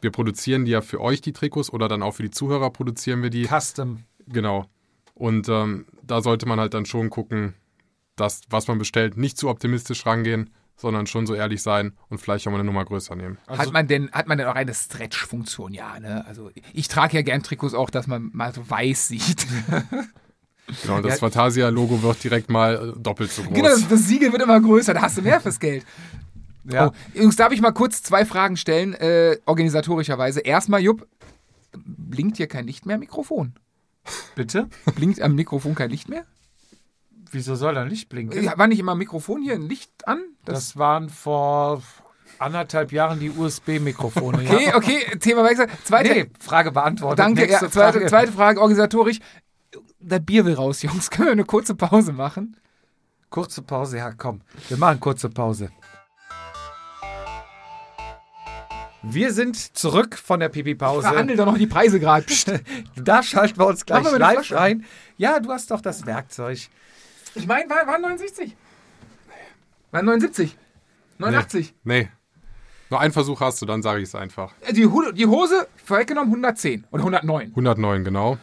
Speaker 3: Wir produzieren die ja für euch, die Trikots, oder dann auch für die Zuhörer produzieren wir die.
Speaker 5: Custom.
Speaker 3: Genau. Und ähm, da sollte man halt dann schon gucken, dass, was man bestellt, nicht zu optimistisch rangehen, sondern schon so ehrlich sein und vielleicht auch mal eine Nummer größer nehmen.
Speaker 5: Also
Speaker 2: hat, man denn, hat man denn auch eine Stretch-Funktion? Ja, ne? Also ich trage ja gern Trikots auch, dass man mal so weiß sieht.
Speaker 3: Genau, das Fantasia-Logo wird direkt mal äh, doppelt so groß.
Speaker 2: Genau, das, das Siegel wird immer größer, da hast du mehr fürs Geld.
Speaker 5: Ja.
Speaker 2: Oh, Jungs, darf ich mal kurz zwei Fragen stellen, äh, organisatorischerweise. Erstmal, Jupp, blinkt hier kein Licht mehr am Mikrofon?
Speaker 5: Bitte?
Speaker 2: Blinkt am Mikrofon kein Licht mehr?
Speaker 5: Wieso soll da Licht blinken?
Speaker 2: Ja, war nicht immer am Mikrofon hier ein Licht an? Äh, Das
Speaker 5: Das waren vor anderthalb Jahren die USB-Mikrofone.
Speaker 2: okay, okay, Thema wechsel. Zweite,
Speaker 5: Nee, Frage beantwortet.
Speaker 2: danke, ja,
Speaker 5: Nächste
Speaker 2: zweite,
Speaker 5: Frage.
Speaker 2: zweite Frage, organisatorisch. Das Bier will raus, Jungs. Können wir eine kurze Pause machen?
Speaker 5: Kurze Pause, ja, komm. Wir machen kurze Pause. Wir sind zurück von der Pipi-Pause.
Speaker 2: Verhandel doch noch die Preise gerade. Psst.
Speaker 5: Da schalten wir uns gleich
Speaker 2: Machen wir die
Speaker 5: live
Speaker 2: Flasche.
Speaker 5: rein. Ja, du hast doch das Werkzeug.
Speaker 2: Ich meine, war, war 69. War 79. 89.
Speaker 3: Nee. Nur einen Versuch hast du, dann sage ich es einfach.
Speaker 2: Also Die, Hu- die Hose, vorweggenommen 110 oder 109.
Speaker 3: 109, genau.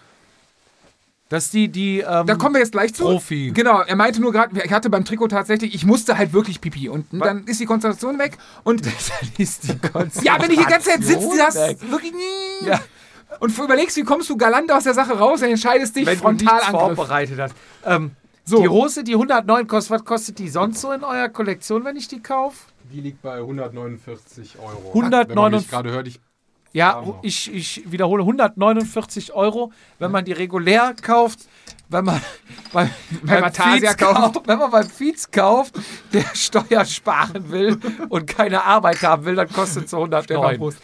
Speaker 5: Dass die, die, ähm,
Speaker 2: Da kommen wir jetzt gleich zu.
Speaker 5: Profi.
Speaker 2: Genau, er meinte nur gerade, ich hatte beim Trikot tatsächlich, ich musste halt wirklich pipi. Und dann ist die Konzentration weg. Und
Speaker 5: ist die Konzentration
Speaker 2: ja, wenn du die ganze Zeit sitzt, du hast
Speaker 5: weg.
Speaker 2: wirklich nie.
Speaker 5: Ja.
Speaker 2: Und überlegst, wie kommst du galant aus der Sache raus, dann entscheidest dich
Speaker 5: wenn du nichts
Speaker 2: frontalangriff.
Speaker 5: vorbereitet hast. Ähm,
Speaker 2: So.
Speaker 5: Die Hose, die 109 kostet, was kostet die sonst so in eurer Kollektion, wenn ich die kaufe?
Speaker 3: Die liegt bei 149 Euro.
Speaker 5: 149
Speaker 3: Wenn man mich gerade hört, ich
Speaker 5: Ja,
Speaker 3: Euro.
Speaker 5: ich, ich wiederhole 149 Euro, wenn man die regulär kauft, wenn man bei,
Speaker 2: Wenn man Tasia kauft.
Speaker 5: wenn man beim Fietz kauft, der Steuern sparen will und keine Arbeit haben will, dann kostet es so
Speaker 2: Stefan,
Speaker 5: 109.
Speaker 2: Prost.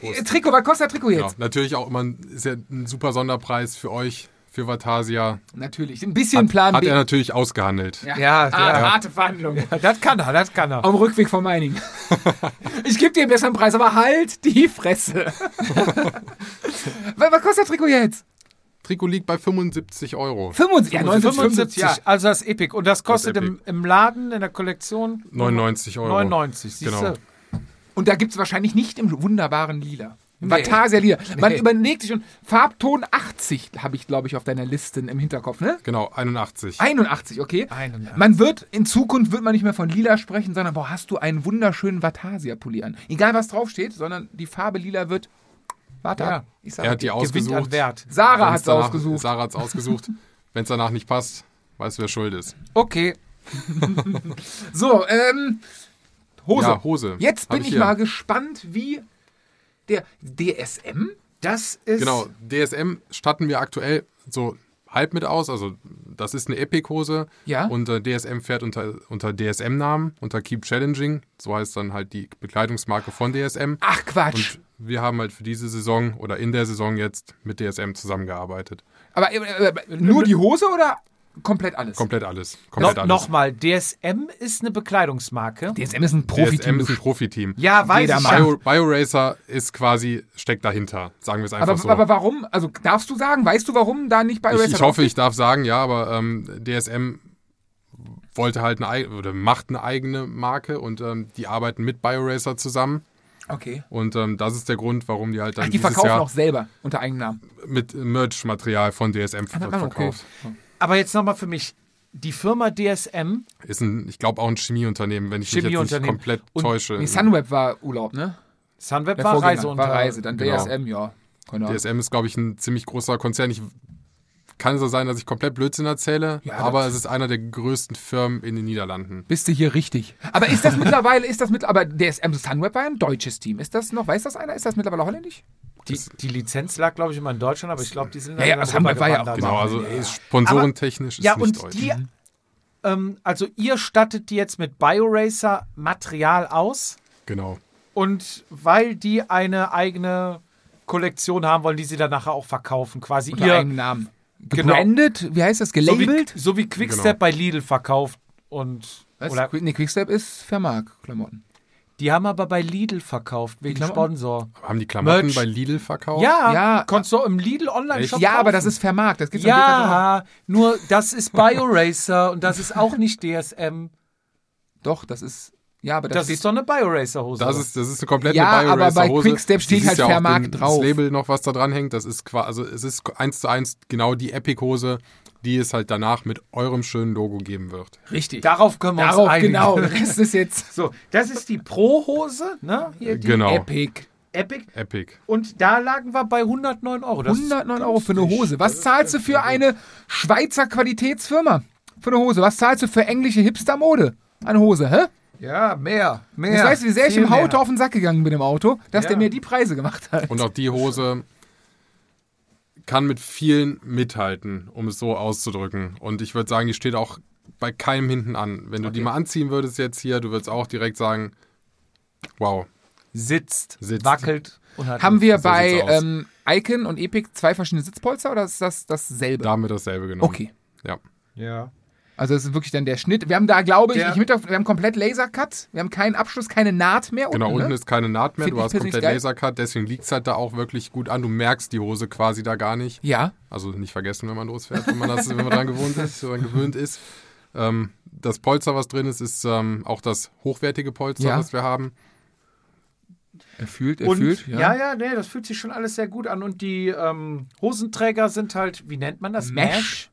Speaker 2: Äh, Trikot, was kostet das Trikot
Speaker 3: Ja,
Speaker 2: jetzt?
Speaker 3: genau. natürlich auch immer ein, ist ja ein super Sonderpreis für euch, für Vatasia.
Speaker 2: Natürlich. Ein bisschen Plan
Speaker 3: Hat
Speaker 2: B.
Speaker 3: er natürlich ausgehandelt.
Speaker 5: Ja,
Speaker 2: ah,
Speaker 5: ja.
Speaker 2: harte Verhandlung.
Speaker 5: Das kann er, das kann er.
Speaker 2: Am Rückweg vom Mining. ich gebe dir einen besseren Preis, aber halt die Fresse. was was kostet das Trikot jetzt?
Speaker 3: Trikot liegt bei 75 Euro.
Speaker 2: 75, ja, 79, 75, ja.
Speaker 5: also das ist Epic. Und das kostet
Speaker 3: Das ist
Speaker 5: im, im Laden, in der Kollektion
Speaker 3: 99 Euro.
Speaker 5: 99. Siehst
Speaker 3: Genau.
Speaker 5: du?
Speaker 2: Und da gibt es wahrscheinlich nicht im wunderbaren Lila. Im
Speaker 5: Nee.
Speaker 2: Vatasia Lila. Man
Speaker 5: Nee.
Speaker 2: überlegt sich und Farbton 80 habe ich, glaube ich, auf deiner Liste im Hinterkopf, ne?
Speaker 3: Genau, 81.
Speaker 2: 81, okay.
Speaker 5: 81.
Speaker 2: Man wird, in Zukunft wird man nicht mehr von Lila sprechen, sondern, boah, hast du einen wunderschönen Vatasia-Pulli an. Egal, was draufsteht, sondern die Farbe Lila wird, warte
Speaker 5: Ja.
Speaker 2: ab. Ich sag
Speaker 3: Er hat die
Speaker 5: Gewinnt an
Speaker 3: ausgesucht.
Speaker 5: Wert.
Speaker 2: Sarah
Speaker 3: Wenn's
Speaker 2: hat es
Speaker 3: danach-
Speaker 2: ausgesucht.
Speaker 3: Sarah hat's ausgesucht. Wenn es danach nicht passt, weißt du, wer schuld ist.
Speaker 5: Okay.
Speaker 2: So, ähm, Hose.
Speaker 3: Ja, Hose.
Speaker 2: Jetzt
Speaker 3: Hab
Speaker 2: bin ich,
Speaker 3: hier.
Speaker 2: mal gespannt, wie der DSM?
Speaker 5: Das
Speaker 2: äh,
Speaker 5: ist.
Speaker 3: Genau, DSM statten wir aktuell so halb mit aus. Also, das ist eine Epic-Hose.
Speaker 2: Ja.
Speaker 3: Und äh, DSM fährt unter, unter DSM-Namen, unter Keep Challenging. So heißt dann halt die Bekleidungsmarke von DSM.
Speaker 2: Ach, Quatsch.
Speaker 3: Und wir haben halt für diese Saison oder in der Saison jetzt mit DSM zusammengearbeitet.
Speaker 2: Aber äh, äh, nur die Hose oder komplett alles?
Speaker 3: Komplett alles.
Speaker 5: No,
Speaker 3: Komplett alles.
Speaker 5: Nochmal, DSM ist eine Bekleidungsmarke.
Speaker 2: DSM ist ein
Speaker 3: DSM
Speaker 2: Profiteam.
Speaker 3: ist ein Profiteam.
Speaker 5: Ja, weiß
Speaker 2: Jeder
Speaker 5: ich.
Speaker 2: Mann.
Speaker 5: ja.
Speaker 3: Bio, BioRacer ist quasi, steckt dahinter, sagen wir es einfach
Speaker 2: aber,
Speaker 3: so.
Speaker 2: aber warum? Also darfst du sagen, weißt du, warum da nicht bei
Speaker 3: ich,
Speaker 2: Racer
Speaker 3: ich hoffe, ich darf sagen, ja, aber ähm, DSM wollte halt eine ei- oder macht eine eigene Marke und ähm, die arbeiten mit BioRacer zusammen.
Speaker 2: drauf- Okay.
Speaker 3: Und ähm, das ist der Grund, warum die halt dann
Speaker 2: Ach, die
Speaker 3: dieses
Speaker 2: verkaufen
Speaker 3: Jahr
Speaker 2: auch selber unter eigenem Namen.
Speaker 3: mit Merch-Material von DSM ver
Speaker 2: Ah, okay.
Speaker 3: verkauft.
Speaker 5: Aber jetzt nochmal für mich. Die Firma DSM,
Speaker 3: Ist ein, ich glaube, auch ein Chemieunternehmen, wenn ich mich jetzt nicht
Speaker 5: Chemieunternehmen.
Speaker 3: komplett
Speaker 5: Und-
Speaker 3: täusche.
Speaker 2: Nee, Sunweb war Urlaub, ne?
Speaker 5: Sunweb
Speaker 2: Der
Speaker 5: war
Speaker 2: Vorgänger,
Speaker 5: Reise
Speaker 2: war Reise, dann
Speaker 3: Genau.
Speaker 2: DSM, ja. Keine Ahnung.
Speaker 3: DSM ist, glaube ich, ein ziemlich großer Konzern. Ich kann so sein, dass ich komplett Blödsinn erzähle,
Speaker 2: Ja,
Speaker 3: aber
Speaker 2: das-
Speaker 3: es ist einer der größten Firmen in den Niederlanden.
Speaker 2: Bist du hier richtig? Aber ist das mittlerweile, ist das mit, aber DSM Sunweb war ja ein deutsches Team. Ist das noch, weiß das einer? Ist das mittlerweile holländisch?
Speaker 5: Die, die Lizenz lag, glaube ich, immer in Deutschland, aber ich glaube, die sind
Speaker 2: Ja, ja,
Speaker 5: dann
Speaker 2: das haben wir- war ja auch
Speaker 5: rübergewandert.
Speaker 3: Genau, also
Speaker 2: ja, ja.
Speaker 3: ist sponsorentechnisch ist
Speaker 5: Ja,
Speaker 3: nicht
Speaker 5: und
Speaker 3: deutsch.
Speaker 5: die,
Speaker 2: Mhm.
Speaker 5: ähm, also ihr stattet die jetzt mit BioRacer Material aus
Speaker 3: genau.
Speaker 5: und weil die eine eigene Kollektion haben wollen, die sie dann nachher auch verkaufen, quasi
Speaker 2: Unter
Speaker 5: ihr
Speaker 2: eigenem Namen. gebrandet, wie heißt das,
Speaker 5: Genau. So wie,
Speaker 2: gelabelt?
Speaker 5: so wie Quickstep
Speaker 3: Genau.
Speaker 5: bei Lidl verkauft und
Speaker 2: Was?
Speaker 5: oder,
Speaker 2: nee, Quickstep ist Vermark-Klamotten.
Speaker 5: die haben aber bei Lidl verkauft wegen
Speaker 2: Klamotten?
Speaker 5: Sponsor.
Speaker 3: Haben die Klamotten
Speaker 5: Merch.
Speaker 3: bei Lidl verkauft?
Speaker 5: Ja,
Speaker 2: Ja.
Speaker 5: konntest du im Lidl Online Shop
Speaker 2: Ja, aber
Speaker 5: kaufen.
Speaker 2: das ist Vermarkt, das gibt's am Decathlon.
Speaker 5: ja, nur das ist BioRacer und das ist auch nicht DSM.
Speaker 2: Doch, das ist, ja, aber das,
Speaker 5: Das
Speaker 2: steht
Speaker 5: ist doch eine BioRacer Hose.
Speaker 3: Das ist, das ist eine komplette
Speaker 2: Also Ja, aber
Speaker 3: Bioracer
Speaker 2: bei
Speaker 3: Hose.
Speaker 2: Quickstep
Speaker 3: Du
Speaker 2: steht
Speaker 3: siehst
Speaker 2: halt
Speaker 3: ja auch
Speaker 2: Vermarkt
Speaker 3: den,
Speaker 2: drauf.
Speaker 3: Das Label noch, was da dran hängt, das ist quasi, also es ist eins zu eins genau die Epic-Hose, die es halt danach mit eurem schönen Logo geben wird.
Speaker 5: richtig. Darauf können wir uns
Speaker 2: darauf,
Speaker 5: einigen.
Speaker 2: genau. Der Rest ist jetzt
Speaker 5: So, das ist die Pro Hose, ne? Hier die
Speaker 3: genau.
Speaker 2: Epic.
Speaker 5: Epic
Speaker 3: Epic.
Speaker 5: und da lagen wir bei 109 Euro. Das ist
Speaker 2: 109 Euro für eine
Speaker 5: günstig.
Speaker 2: Hose. Was zahlst du für eine Schweizer Qualitätsfirma? Für eine Hose. Was zahlst du für englische Hipster-Mode? Eine Hose, hä?
Speaker 5: Ja, mehr, mehr.
Speaker 2: Jetzt weißt du, wie sehr ich
Speaker 5: viel
Speaker 2: im
Speaker 5: mehr.
Speaker 2: Auto auf den Sack gegangen bin im Auto, dass
Speaker 5: Ja.
Speaker 2: der mir die Preise gemacht hat.
Speaker 3: Und auch die Hose kann mit vielen mithalten, um es so auszudrücken. Und ich würde sagen, die steht auch bei keinem hinten an. Wenn du die mal anziehen würdest jetzt hier, du würdest auch direkt sagen, wow.
Speaker 5: sitzt,
Speaker 3: Sitzt.
Speaker 5: wackelt und hat
Speaker 2: Haben wir
Speaker 3: So
Speaker 2: bei
Speaker 3: sieht's aus.
Speaker 2: ähm, Icon und Epic zwei verschiedene Sitzpolster oder ist das dasselbe?
Speaker 3: Da haben wir dasselbe genommen.
Speaker 2: Okay.
Speaker 3: Ja.
Speaker 5: ja.
Speaker 2: Also das ist wirklich dann der Schnitt. Wir haben da, glaube ich,
Speaker 5: Der-
Speaker 2: ich mit, wir haben komplett Lasercut. Wir haben keinen Abschluss, keine Naht mehr.
Speaker 3: Genau, unten
Speaker 2: ne?
Speaker 3: ist keine Naht mehr,
Speaker 2: Find
Speaker 3: du
Speaker 2: ich
Speaker 3: hast
Speaker 2: persönlich
Speaker 3: komplett
Speaker 2: geil.
Speaker 3: Lasercut, deswegen liegt es halt da auch wirklich gut an. Du merkst die Hose quasi da gar nicht.
Speaker 2: Ja.
Speaker 3: Also nicht vergessen, wenn man losfährt, wenn man, das, wenn man dran gewohnt ist, wenn man gewöhnt ist. Ähm, das Polster, was drin ist, ist ähm, auch das hochwertige Polster,
Speaker 2: Ja.
Speaker 3: was wir haben.
Speaker 2: Er fühlt, er
Speaker 5: Und,
Speaker 2: fühlt.
Speaker 5: ja, ja, nee, das fühlt sich schon alles sehr gut an. Und die ähm, Hosenträger sind halt, wie nennt man das?
Speaker 2: Mesh. Hm.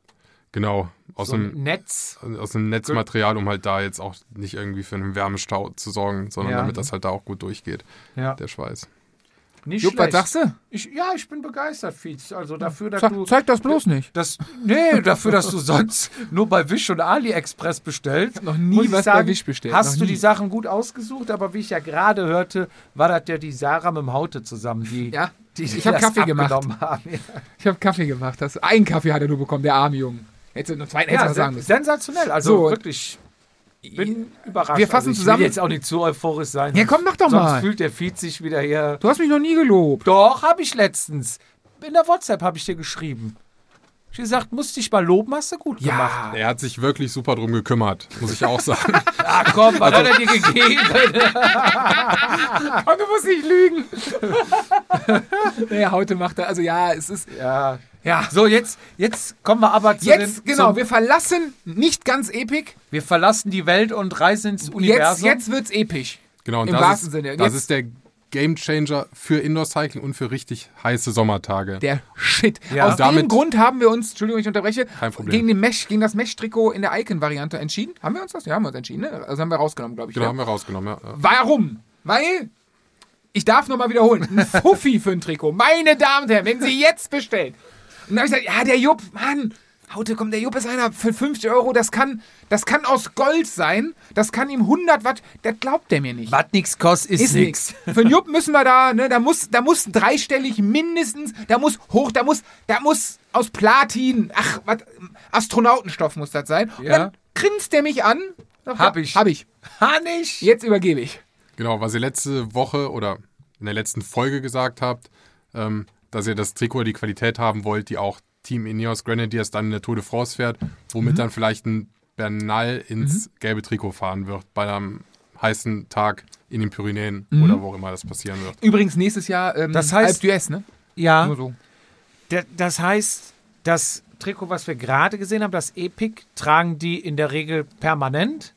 Speaker 3: Genau, aus
Speaker 5: So
Speaker 3: dem
Speaker 5: ein Netz.
Speaker 3: aus dem Netzmaterial, um halt da jetzt auch nicht irgendwie für einen Wärmestau zu sorgen, sondern
Speaker 5: Ja.
Speaker 3: damit das halt da auch gut durchgeht,
Speaker 5: Ja.
Speaker 3: der Schweiß.
Speaker 5: Nicht
Speaker 2: Jupp, was
Speaker 5: schlecht.
Speaker 2: sagst du?
Speaker 5: Ich, ja, ich bin begeistert, Fietz. Also dafür, dass du.
Speaker 2: Zeig, zeig das bloß nicht.
Speaker 5: Das, nee, dafür, dass du sonst nur bei Wish und AliExpress bestellst. Ich
Speaker 2: hab noch nie was bei Wish bestellt,
Speaker 5: Hast
Speaker 2: noch
Speaker 5: du
Speaker 2: nie.
Speaker 5: die Sachen gut ausgesucht, aber wie ich ja gerade hörte, war das ja die Sarah mit dem Haute zusammen, die,
Speaker 2: Ja,
Speaker 5: die, die
Speaker 2: ich hab
Speaker 5: das
Speaker 2: Kaffee gemacht.
Speaker 5: abgenommen haben. Ja,
Speaker 2: Ich habe Kaffee gemacht. Das, einen Kaffee hat er nur bekommen, der arme Junge. Hätte noch zweiten hätte
Speaker 5: ja
Speaker 2: er sagen
Speaker 5: sen
Speaker 2: müssen.
Speaker 5: sensationell. Also
Speaker 2: So.
Speaker 5: wirklich, bin überrascht.
Speaker 2: Wir fassen
Speaker 5: also ich
Speaker 2: zusammen-
Speaker 5: Will jetzt auch nicht zu euphorisch sein.
Speaker 2: Ja, komm, mach doch
Speaker 5: sonst
Speaker 2: mal.
Speaker 5: fühlt der Fietz sich wieder hier.
Speaker 2: Du hast mich noch nie gelobt.
Speaker 5: Doch, habe ich letztens. In der WhatsApp habe ich dir geschrieben. Ich gesagt, musste ich mal loben, hast du gut gemacht.
Speaker 3: Er hat sich wirklich super drum gekümmert, muss ich auch sagen.
Speaker 5: Ah, komm, was hat
Speaker 2: also
Speaker 5: er dir gegeben? Ah.
Speaker 2: Komm, du musst nicht lügen. naja, heute macht er, also ja, es ist,
Speaker 5: Ja.
Speaker 2: ja.
Speaker 5: So, jetzt, jetzt kommen wir aber zu
Speaker 2: Jetzt,
Speaker 5: den,
Speaker 2: genau,
Speaker 5: zum- wir,
Speaker 2: wir verlassen nicht ganz epic.
Speaker 5: verlassen die Welt und reisen ins
Speaker 2: Jetzt,
Speaker 5: Universum.
Speaker 2: jetzt wird's episch.
Speaker 3: Genau, und
Speaker 2: Im
Speaker 3: das
Speaker 2: wahrsten
Speaker 3: ist,
Speaker 2: Sinne.
Speaker 3: Das
Speaker 2: Jetzt-
Speaker 3: ist der Game Changer für Indoor-Cycling und für richtig heiße Sommertage.
Speaker 2: Der Shit.
Speaker 5: Ja.
Speaker 2: Aus dem
Speaker 3: Damit-
Speaker 2: Grund haben wir uns, Entschuldigung, ich unterbreche,
Speaker 3: Kein Problem.
Speaker 2: gegen, den Mesh, gegen das Mesh-Trikot in der Icon-Variante entschieden. Haben wir uns das? Ja, haben wir uns entschieden, ne? Also haben wir rausgenommen, glaube ich.
Speaker 3: genau,
Speaker 2: ja.
Speaker 3: haben wir rausgenommen. Ja.
Speaker 2: Warum? Weil, ich darf nochmal wiederholen, ein Fuffi für ein Trikot. Meine Damen und Herren, wenn Sie jetzt bestellen. Und dann habe ich gesagt, ja, der Jupp, Mann, Haute, komm, der Jupp ist einer für 50 Euro, das kann, das kann aus Gold sein, das kann ihm 100 Watt, das glaubt der mir nicht.
Speaker 5: Was nix kostet, ist,
Speaker 2: Ist nix. Für den Jupp müssen wir da, ne, da muss, da muss dreistellig mindestens, da muss hoch, da muss, da muss aus Platin, ach, was, Astronautenstoff muss das sein. Und
Speaker 5: Ja.
Speaker 2: dann grinst der mich an. Sagt,
Speaker 5: Hab
Speaker 2: ja,
Speaker 5: ich.
Speaker 2: Hab ich.
Speaker 5: Hannig.
Speaker 2: Jetzt übergebe ich.
Speaker 3: Genau, was ihr letzte Woche oder in der letzten Folge gesagt habt, ähm, dass ihr das Trikot die Qualität haben wollt, die auch Team Ineos Grenadiers dann in der Tour de France fährt,
Speaker 2: Mhm.
Speaker 3: womit dann vielleicht ein Bernal ins gelbe Trikot fahren wird bei einem heißen Tag in den Pyrenäen
Speaker 2: Mhm.
Speaker 3: oder wo auch immer das passieren wird.
Speaker 2: Übrigens nächstes Jahr ähm,
Speaker 5: Das heißt-
Speaker 2: Alpe d'Huez, ne?
Speaker 5: Ja,
Speaker 2: Nur so.
Speaker 5: da- das heißt, das Trikot, was wir gerade gesehen haben, das Epic, tragen die in der Regel permanent.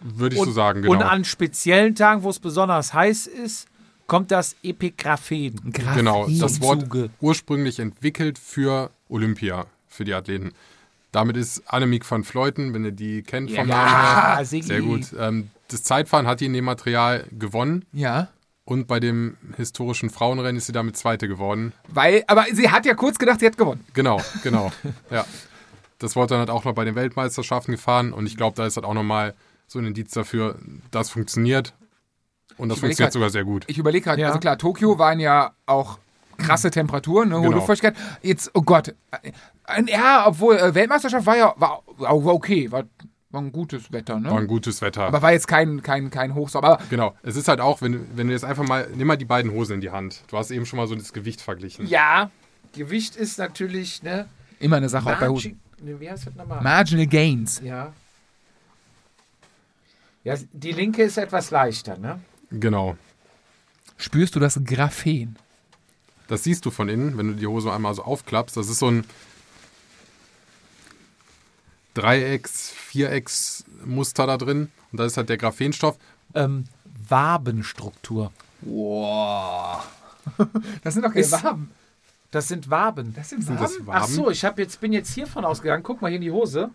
Speaker 3: Würde ich so sagen, genau.
Speaker 5: Und an speziellen Tagen, wo es besonders heiß ist, kommt das Epic Graphen.
Speaker 3: Genau, das
Speaker 5: zum
Speaker 3: Wort
Speaker 5: Zuge.
Speaker 3: ursprünglich entwickelt für Olympia, für die Athleten. Damit ist Annemiek van Fleuten, wenn ihr die kennt vom Namen her,
Speaker 5: Ah, Sigi.
Speaker 3: sehr gut. Ähm, das Zeitfahren hat die in dem Material gewonnen.
Speaker 2: Ja.
Speaker 3: Und bei dem historischen Frauenrennen ist sie damit Zweite geworden.
Speaker 2: Weil, aber sie hat ja kurz gedacht, sie hat gewonnen.
Speaker 3: Genau, genau. ja. Das wurde dann halt auch noch bei den Weltmeisterschaften gefahren und ich glaube, da ist halt auch nochmal so ein Indiz dafür, das funktioniert. Und das
Speaker 2: Ich überleg
Speaker 3: funktioniert
Speaker 2: grad-
Speaker 3: sogar sehr gut.
Speaker 2: Ich überlege gerade,
Speaker 5: Ja.
Speaker 2: also klar, Tokio waren ja auch krasse Temperaturen, ne, hohe
Speaker 3: Genau.
Speaker 2: Luftfeuchtigkeit. Jetzt, oh Gott. Äh, Ja, obwohl äh, Weltmeisterschaft war ja war, war okay, war, war ein gutes Wetter, ne?
Speaker 3: War ein gutes Wetter.
Speaker 2: aber war jetzt kein, kein, kein Hochsommer. Aber
Speaker 3: genau. Es ist halt auch, wenn, du- wenn du jetzt einfach mal, nimm mal die beiden Hosen in die Hand. Du hast eben schon mal so das Gewicht verglichen.
Speaker 5: Ja, Gewicht ist natürlich, ne?
Speaker 2: Immer eine Sache, auch bei Hosen.
Speaker 5: Wie heißt das nochmal?
Speaker 2: Marginal Gains.
Speaker 5: ja. ja. Die linke ist etwas leichter, ne?
Speaker 3: Genau.
Speaker 2: Spürst du das Graphen?
Speaker 3: Das siehst du von innen, wenn du die Hose einmal so aufklappst. Das ist so ein Dreiecks-, Vierecks-Muster da drin. Und da ist halt der Graphenstoff.
Speaker 5: Ähm, Wabenstruktur.
Speaker 2: Das sind doch keine
Speaker 5: Ist-
Speaker 2: Waben.
Speaker 5: Das sind Waben. Hm?
Speaker 2: Das sind
Speaker 3: Sind
Speaker 2: Waben.
Speaker 3: das Waben?
Speaker 5: Ähm, Ach so, ich hab jetzt, bin jetzt hiervon ausgegangen. Guck mal hier in die Hose.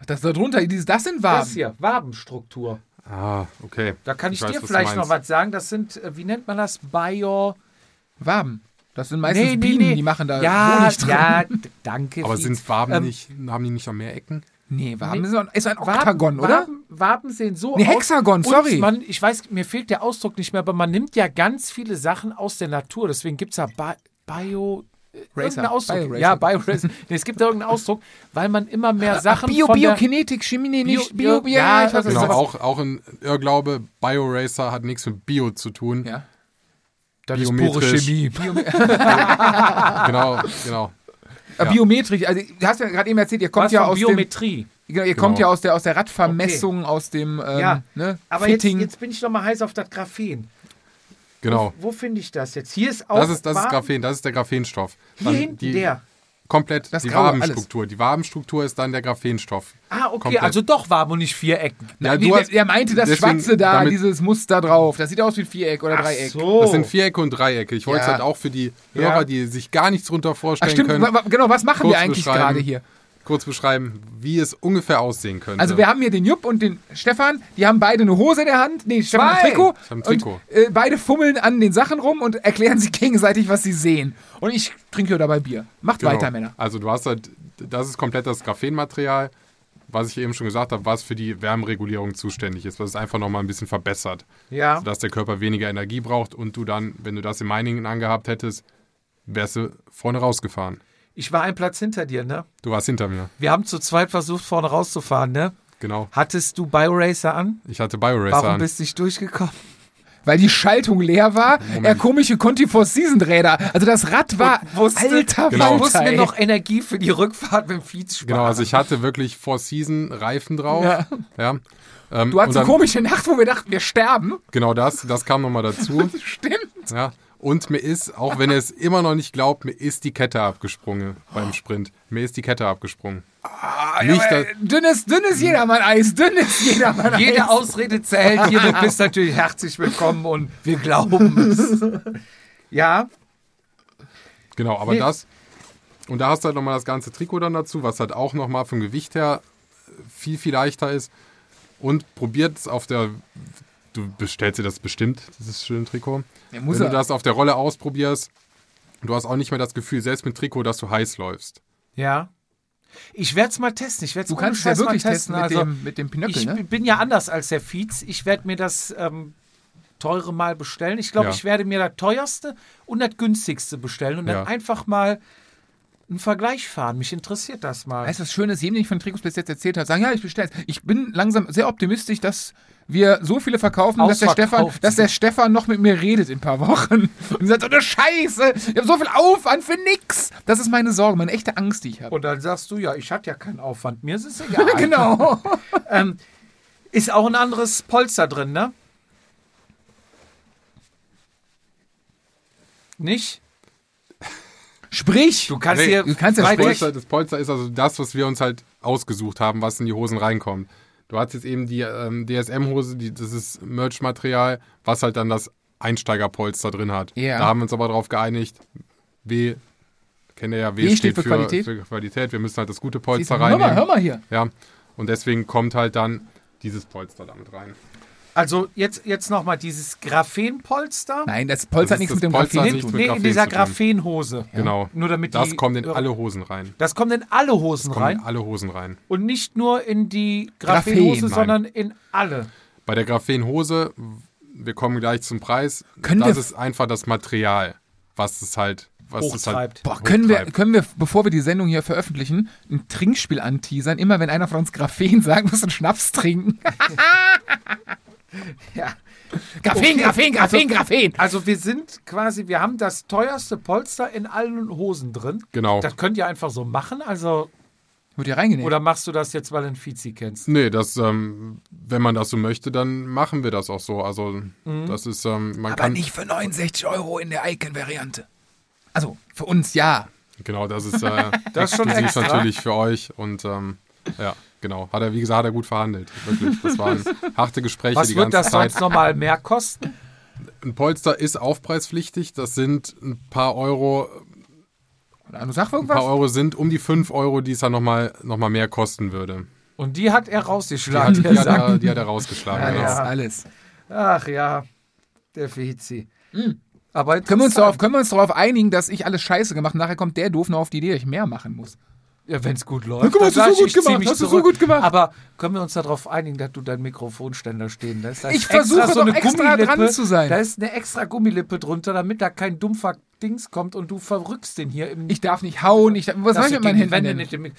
Speaker 2: Ach, das da drunter, dieses, das sind Waben.
Speaker 5: Das hier, Wabenstruktur.
Speaker 3: Ah, okay.
Speaker 5: Da kann ich,
Speaker 3: weiß,
Speaker 5: dir
Speaker 3: was du
Speaker 5: vielleicht noch
Speaker 3: meinst.
Speaker 5: was sagen. Das sind, äh, wie nennt man das? Bio.
Speaker 2: Waben. Das sind meistens Bienen, die machen da
Speaker 5: ja,
Speaker 2: Honig drin.
Speaker 5: Ja, d- danke.
Speaker 3: Aber
Speaker 5: Fietz.
Speaker 3: sind Waben
Speaker 5: Ähm,
Speaker 3: nicht, haben die nicht noch mehr Ecken?
Speaker 2: Nee,
Speaker 5: Nee.
Speaker 2: Waben ist ein- ist ein
Speaker 5: Waben-
Speaker 2: Oktagon, oder?
Speaker 5: Waben, Waben sehen so
Speaker 2: Nee,
Speaker 5: aus.
Speaker 2: Hexagon,
Speaker 5: Und
Speaker 2: sorry.
Speaker 5: Man, ich weiß, mir fehlt der Ausdruck nicht mehr, aber man nimmt ja ganz viele Sachen aus der Natur. Deswegen gibt es ja Bi Bio. äh, irgendeinen Ausdruck.
Speaker 2: Bioracer.
Speaker 5: Ja, Bioracer. nee, es gibt da irgendeinen Ausdruck, weil man immer mehr Sachen
Speaker 2: Äh, Bio,
Speaker 5: von der,
Speaker 2: Biokinetik, Chemie, nee,
Speaker 5: Bio-
Speaker 2: nicht Bio,
Speaker 5: Bio-
Speaker 2: Bio,
Speaker 5: ja,
Speaker 2: ich weiß,
Speaker 5: das ist
Speaker 3: Genau,
Speaker 2: was-
Speaker 5: sowas-
Speaker 3: auch, auch ein Irrglaube, Bioracer hat nichts mit Bio zu tun.
Speaker 2: Ja.
Speaker 5: Das
Speaker 3: ist pure Chemie. Genau, genau.
Speaker 2: Äh,
Speaker 3: Ja.
Speaker 2: Biometrisch, also du hast ja gerade eben erzählt, ihr kommt
Speaker 5: Was
Speaker 2: ja
Speaker 5: von
Speaker 2: aus dem,
Speaker 5: Biometrie.
Speaker 2: genau, ihr kommt
Speaker 3: Genau.
Speaker 2: ja aus der aus der Radvermessung, aus dem ähm,
Speaker 5: Ja.
Speaker 2: ne,
Speaker 5: aber jetzt,
Speaker 2: Fitting.
Speaker 5: jetzt bin ich nochmal heiß auf das Graphen.
Speaker 3: genau.
Speaker 5: Wo finde ich das jetzt? Hier ist auch.
Speaker 3: Das ist, das ist
Speaker 5: Waben.
Speaker 3: Graphen, das ist der Graphenstoff.
Speaker 5: Hier hinten
Speaker 3: die,
Speaker 5: der.
Speaker 3: Komplett
Speaker 2: Das
Speaker 3: die
Speaker 2: Graue,
Speaker 3: Wabenstruktur. Die Wabenstruktur ist dann der Graphenstoff.
Speaker 5: Ah, okay,
Speaker 3: Komplett.
Speaker 5: also doch Waben und nicht Vierecken.
Speaker 2: Na,
Speaker 3: Ja,
Speaker 2: wie,
Speaker 3: du
Speaker 2: der-
Speaker 3: hast-
Speaker 2: er meinte das
Speaker 3: deswegen-
Speaker 2: Schwarze da,
Speaker 3: damit-
Speaker 2: dieses Muster drauf. Das sieht aus wie ein Viereck oder Dreieck.
Speaker 5: Ach so.
Speaker 3: Das sind Vierecke und Dreiecke. Ich wollte es
Speaker 2: oh. Ja.
Speaker 3: halt auch für die
Speaker 5: Ja.
Speaker 3: Hörer, die sich gar nichts drunter
Speaker 2: Ach
Speaker 3: vorstellen
Speaker 2: stimmt,
Speaker 3: können,
Speaker 2: wa- wa- genau, was machen
Speaker 3: kurz
Speaker 2: wir eigentlich
Speaker 3: beschreiben.
Speaker 2: gerade hier?
Speaker 3: kurz beschreiben, wie es ungefähr aussehen könnte.
Speaker 2: Also wir haben hier den Jupp und den Stefan, die haben beide eine Hose in der Hand, nee, Stefan hat ein
Speaker 5: Zwei.
Speaker 2: Trikot,
Speaker 3: Ich hab ein Trikot.
Speaker 2: Und, äh, beide fummeln an den Sachen rum und erklären sich gegenseitig, was sie sehen. Und ich trinke dabei Bier. Macht
Speaker 3: Genau.
Speaker 2: weiter, Männer.
Speaker 3: Also du hast halt, das ist komplett das Graphenmaterial, was ich eben schon gesagt habe, was für die Wärmeregulierung zuständig ist, was es einfach nochmal ein bisschen verbessert,
Speaker 5: Ja.
Speaker 3: sodass der Körper weniger Energie braucht und du dann, wenn du das im Mining angehabt hättest, wärst du vorne rausgefahren.
Speaker 5: Ich war einen Platz hinter dir, ne?
Speaker 3: Du warst hinter mir,
Speaker 5: Wir haben zu zweit versucht, vorne rauszufahren, ne?
Speaker 3: genau.
Speaker 5: Hattest du Bioracer an?
Speaker 3: Ich hatte Bioracer
Speaker 5: Warum
Speaker 3: an.
Speaker 5: bist du nicht durchgekommen?
Speaker 2: Weil die Schaltung leer war, er komische Conti for Season Räder. Also das Rad war
Speaker 5: Und wusste-
Speaker 3: Genau.
Speaker 2: alter
Speaker 5: Ich
Speaker 2: Walter,
Speaker 5: muss mir
Speaker 2: ey.
Speaker 5: noch Energie für die Rückfahrt mit dem Fietz sparen.
Speaker 3: Genau, also ich hatte wirklich Four-Season-Reifen drauf.
Speaker 2: Ja.
Speaker 3: Ja. Ähm,
Speaker 2: Du
Speaker 3: und
Speaker 2: hattest eine
Speaker 3: dann-
Speaker 2: komische Nacht, wo wir dachten, wir sterben.
Speaker 3: Genau das, das kam nochmal dazu.
Speaker 2: Stimmt.
Speaker 3: Ja. Und mir ist, auch wenn ihr es immer noch nicht glaubt, mir ist die Kette abgesprungen beim Sprint. Mir ist die Kette abgesprungen. nicht, dass,
Speaker 2: Ah, Dünnes, dünnes Jedermann-Eis, dünnes Jedermann-Eis.
Speaker 5: Jede Ausrede zählt hier. Du bist natürlich herzlich willkommen und wir glauben es. Ja,
Speaker 3: genau, aber
Speaker 5: Nee.
Speaker 3: das. Und da hast du halt nochmal das ganze Trikot dann dazu, was halt auch nochmal vom Gewicht her viel, viel leichter ist. Und probiert es auf der. Du bestellst dir das bestimmt, dieses schöne Trikot.
Speaker 2: Ja, muss
Speaker 3: wenn du
Speaker 2: er.
Speaker 3: das auf der Rolle ausprobierst, du hast auch nicht mehr das Gefühl, selbst mit Trikot, dass du heiß läufst.
Speaker 5: ja. Ich werde es mal testen. Ich werd's
Speaker 2: Du
Speaker 5: ohne
Speaker 2: kannst es ja
Speaker 5: Scheiß mal
Speaker 2: wirklich testen mit,
Speaker 5: Also,
Speaker 2: dem, mit dem Pinöckel,
Speaker 5: ich
Speaker 2: ne?
Speaker 5: bin ja anders als der Fietz. Ich werde mir das ähm, teure mal bestellen. Ich glaube,
Speaker 3: Ja.
Speaker 5: ich werde mir das teuerste und das günstigste bestellen und
Speaker 3: Ja.
Speaker 5: dann einfach mal einen Vergleich fahren. Mich interessiert das mal.
Speaker 2: Weißt du, was schön ist, jedem, den ich von Trikots bis jetzt erzählt habe, sagen, ja, ich bestelle Ich bin langsam sehr optimistisch, dass wir so viele verkaufen, dass der, Stefan,
Speaker 5: Ausverkauft.
Speaker 2: dass der Stefan noch mit mir redet in ein paar Wochen. Und sagt, so eine Scheiße, ich habe so viel Aufwand für nix. Das ist meine Sorge, meine echte Angst, die ich habe.
Speaker 5: und dann sagst du, ja, ich hatte ja keinen Aufwand. Mir ist es
Speaker 3: Oh
Speaker 5: egal.
Speaker 2: Genau.
Speaker 5: Ist auch ein anderes Polster drin, ne? Nicht?
Speaker 2: Sprich,
Speaker 5: Du kannst
Speaker 3: Nee,
Speaker 5: hier.
Speaker 2: du kannst ja
Speaker 3: Das
Speaker 2: Weiß
Speaker 5: weit weg-
Speaker 3: Polster, das Polster ist also das, was wir uns halt ausgesucht haben, was in die Hosen reinkommt. Du hast jetzt eben die ähm, DSM-Hose, die, das ist Merch-Material, was halt dann das Einsteigerpolster drin hat.
Speaker 2: Ja.
Speaker 3: Da haben wir uns aber darauf geeinigt, W, kennt ihr ja, W,
Speaker 2: W steht
Speaker 3: steht,
Speaker 2: für
Speaker 3: für,
Speaker 2: Qualität.
Speaker 3: für Qualität. Wir müssen halt das gute
Speaker 2: Siehst du,
Speaker 3: Polster
Speaker 2: hör
Speaker 3: reinnehmen.
Speaker 2: mal, hör mal hier.
Speaker 3: Ja, und deswegen kommt halt dann dieses Polster damit rein.
Speaker 5: Also jetzt, jetzt nochmal dieses Graphenpolster.
Speaker 2: Nein, das
Speaker 3: Das
Speaker 2: Polster hat
Speaker 3: ist
Speaker 2: nichts
Speaker 3: das
Speaker 2: mit dem
Speaker 3: Polster
Speaker 2: Graphen
Speaker 3: hat
Speaker 2: zu
Speaker 3: nichts
Speaker 2: tun.
Speaker 3: mit-
Speaker 5: Nee, in
Speaker 3: also Graphen
Speaker 5: dieser
Speaker 3: zu tun.
Speaker 5: Graphenhose.
Speaker 3: Genau.
Speaker 5: Nur damit
Speaker 3: das
Speaker 5: die-
Speaker 3: kommt in alle Hosen rein.
Speaker 5: Das kommt in alle Hosen
Speaker 3: Kommt
Speaker 5: rein.
Speaker 3: in alle Hosen rein.
Speaker 5: Und nicht nur in die
Speaker 2: Graphen,
Speaker 5: Graphenhose,
Speaker 2: nein.
Speaker 5: sondern in alle.
Speaker 3: Bei der Graphenhose, wir kommen gleich zum Preis.
Speaker 2: Können
Speaker 3: das
Speaker 2: wir-
Speaker 3: ist einfach das Material, was es halt, was es
Speaker 5: Hochtreibt.
Speaker 3: halt
Speaker 2: Boah, können wir,
Speaker 3: hochtreibt.
Speaker 2: können wir, bevor wir die Sendung hier veröffentlichen, ein Trinkspiel anteasern? Immer wenn einer von uns Graphen sagt, muss ein Schnaps trinken. Ja. Graphen, Graphen, Graphen, Graphen.
Speaker 5: Also wir sind quasi, wir haben das teuerste Polster in allen Hosen drin.
Speaker 3: Genau.
Speaker 5: Das könnt ihr einfach so machen, also
Speaker 2: Wird ja reingenäht.
Speaker 5: oder machst du das jetzt, weil du einen Fizi kennst?
Speaker 3: Nee, das, ähm, wenn man das so möchte, dann machen wir das auch so. Also,
Speaker 5: Mhm.
Speaker 3: das ist, ähm, man
Speaker 2: aber
Speaker 3: kann.
Speaker 2: nicht für 69 Euro in der Icon-Variante. Also, für uns ja.
Speaker 3: Genau, das ist, äh,
Speaker 5: Das ist schon
Speaker 3: exklusiv
Speaker 5: extra.
Speaker 3: natürlich für euch. Und ähm, ja, genau. Hat er, wie gesagt, hat er gut verhandelt. Wirklich. Das waren harte Gespräche
Speaker 5: Was
Speaker 3: die
Speaker 5: wird
Speaker 3: ganze
Speaker 5: das
Speaker 3: Zeit.
Speaker 5: sonst nochmal mehr kosten?
Speaker 3: Ein Polster ist aufpreispflichtig. Das sind ein paar Euro.
Speaker 2: Oder du sag
Speaker 3: Ein paar
Speaker 2: irgendwas.
Speaker 3: Euro sind um die 5 Euro, die es dann nochmal noch mal mehr kosten würde.
Speaker 5: Und die hat er
Speaker 3: Die hat,
Speaker 5: rausgeschlagen.
Speaker 3: die hat, er, die hat er rausgeschlagen.
Speaker 2: Alles,
Speaker 3: genau.
Speaker 5: Ja.
Speaker 2: alles.
Speaker 5: Ach ja, der Fizi. Aber
Speaker 2: Können wir, uns darauf, können wir uns darauf einigen, dass ich alles scheiße gemacht habe? Nachher kommt der doof noch auf die Idee, dass ich mehr machen muss.
Speaker 5: Ja, wenn es gut läuft.
Speaker 2: guck mal, hast du
Speaker 5: dann
Speaker 2: so
Speaker 5: sag ich,
Speaker 2: gut
Speaker 5: ich zieh
Speaker 2: gemacht,
Speaker 5: mich
Speaker 2: hast du so
Speaker 5: zurück.
Speaker 2: gut gemacht.
Speaker 5: Aber können wir uns darauf einigen, dass du deinen Mikrofonständer stehen lässt? Da ist
Speaker 2: Ich versuche
Speaker 5: extra
Speaker 2: doch extra dran zu sein.
Speaker 5: Da ist eine extra Gummilippe drunter, damit da kein dumpfer Dings kommt und du verrückst den hier im.
Speaker 2: Ich darf nicht hauen. Ich darf, was
Speaker 5: dass
Speaker 2: mache ich
Speaker 5: du
Speaker 2: mit meinen
Speaker 5: gegen die
Speaker 2: Händen?
Speaker 5: Wände
Speaker 2: Denn?
Speaker 5: nicht im Mik-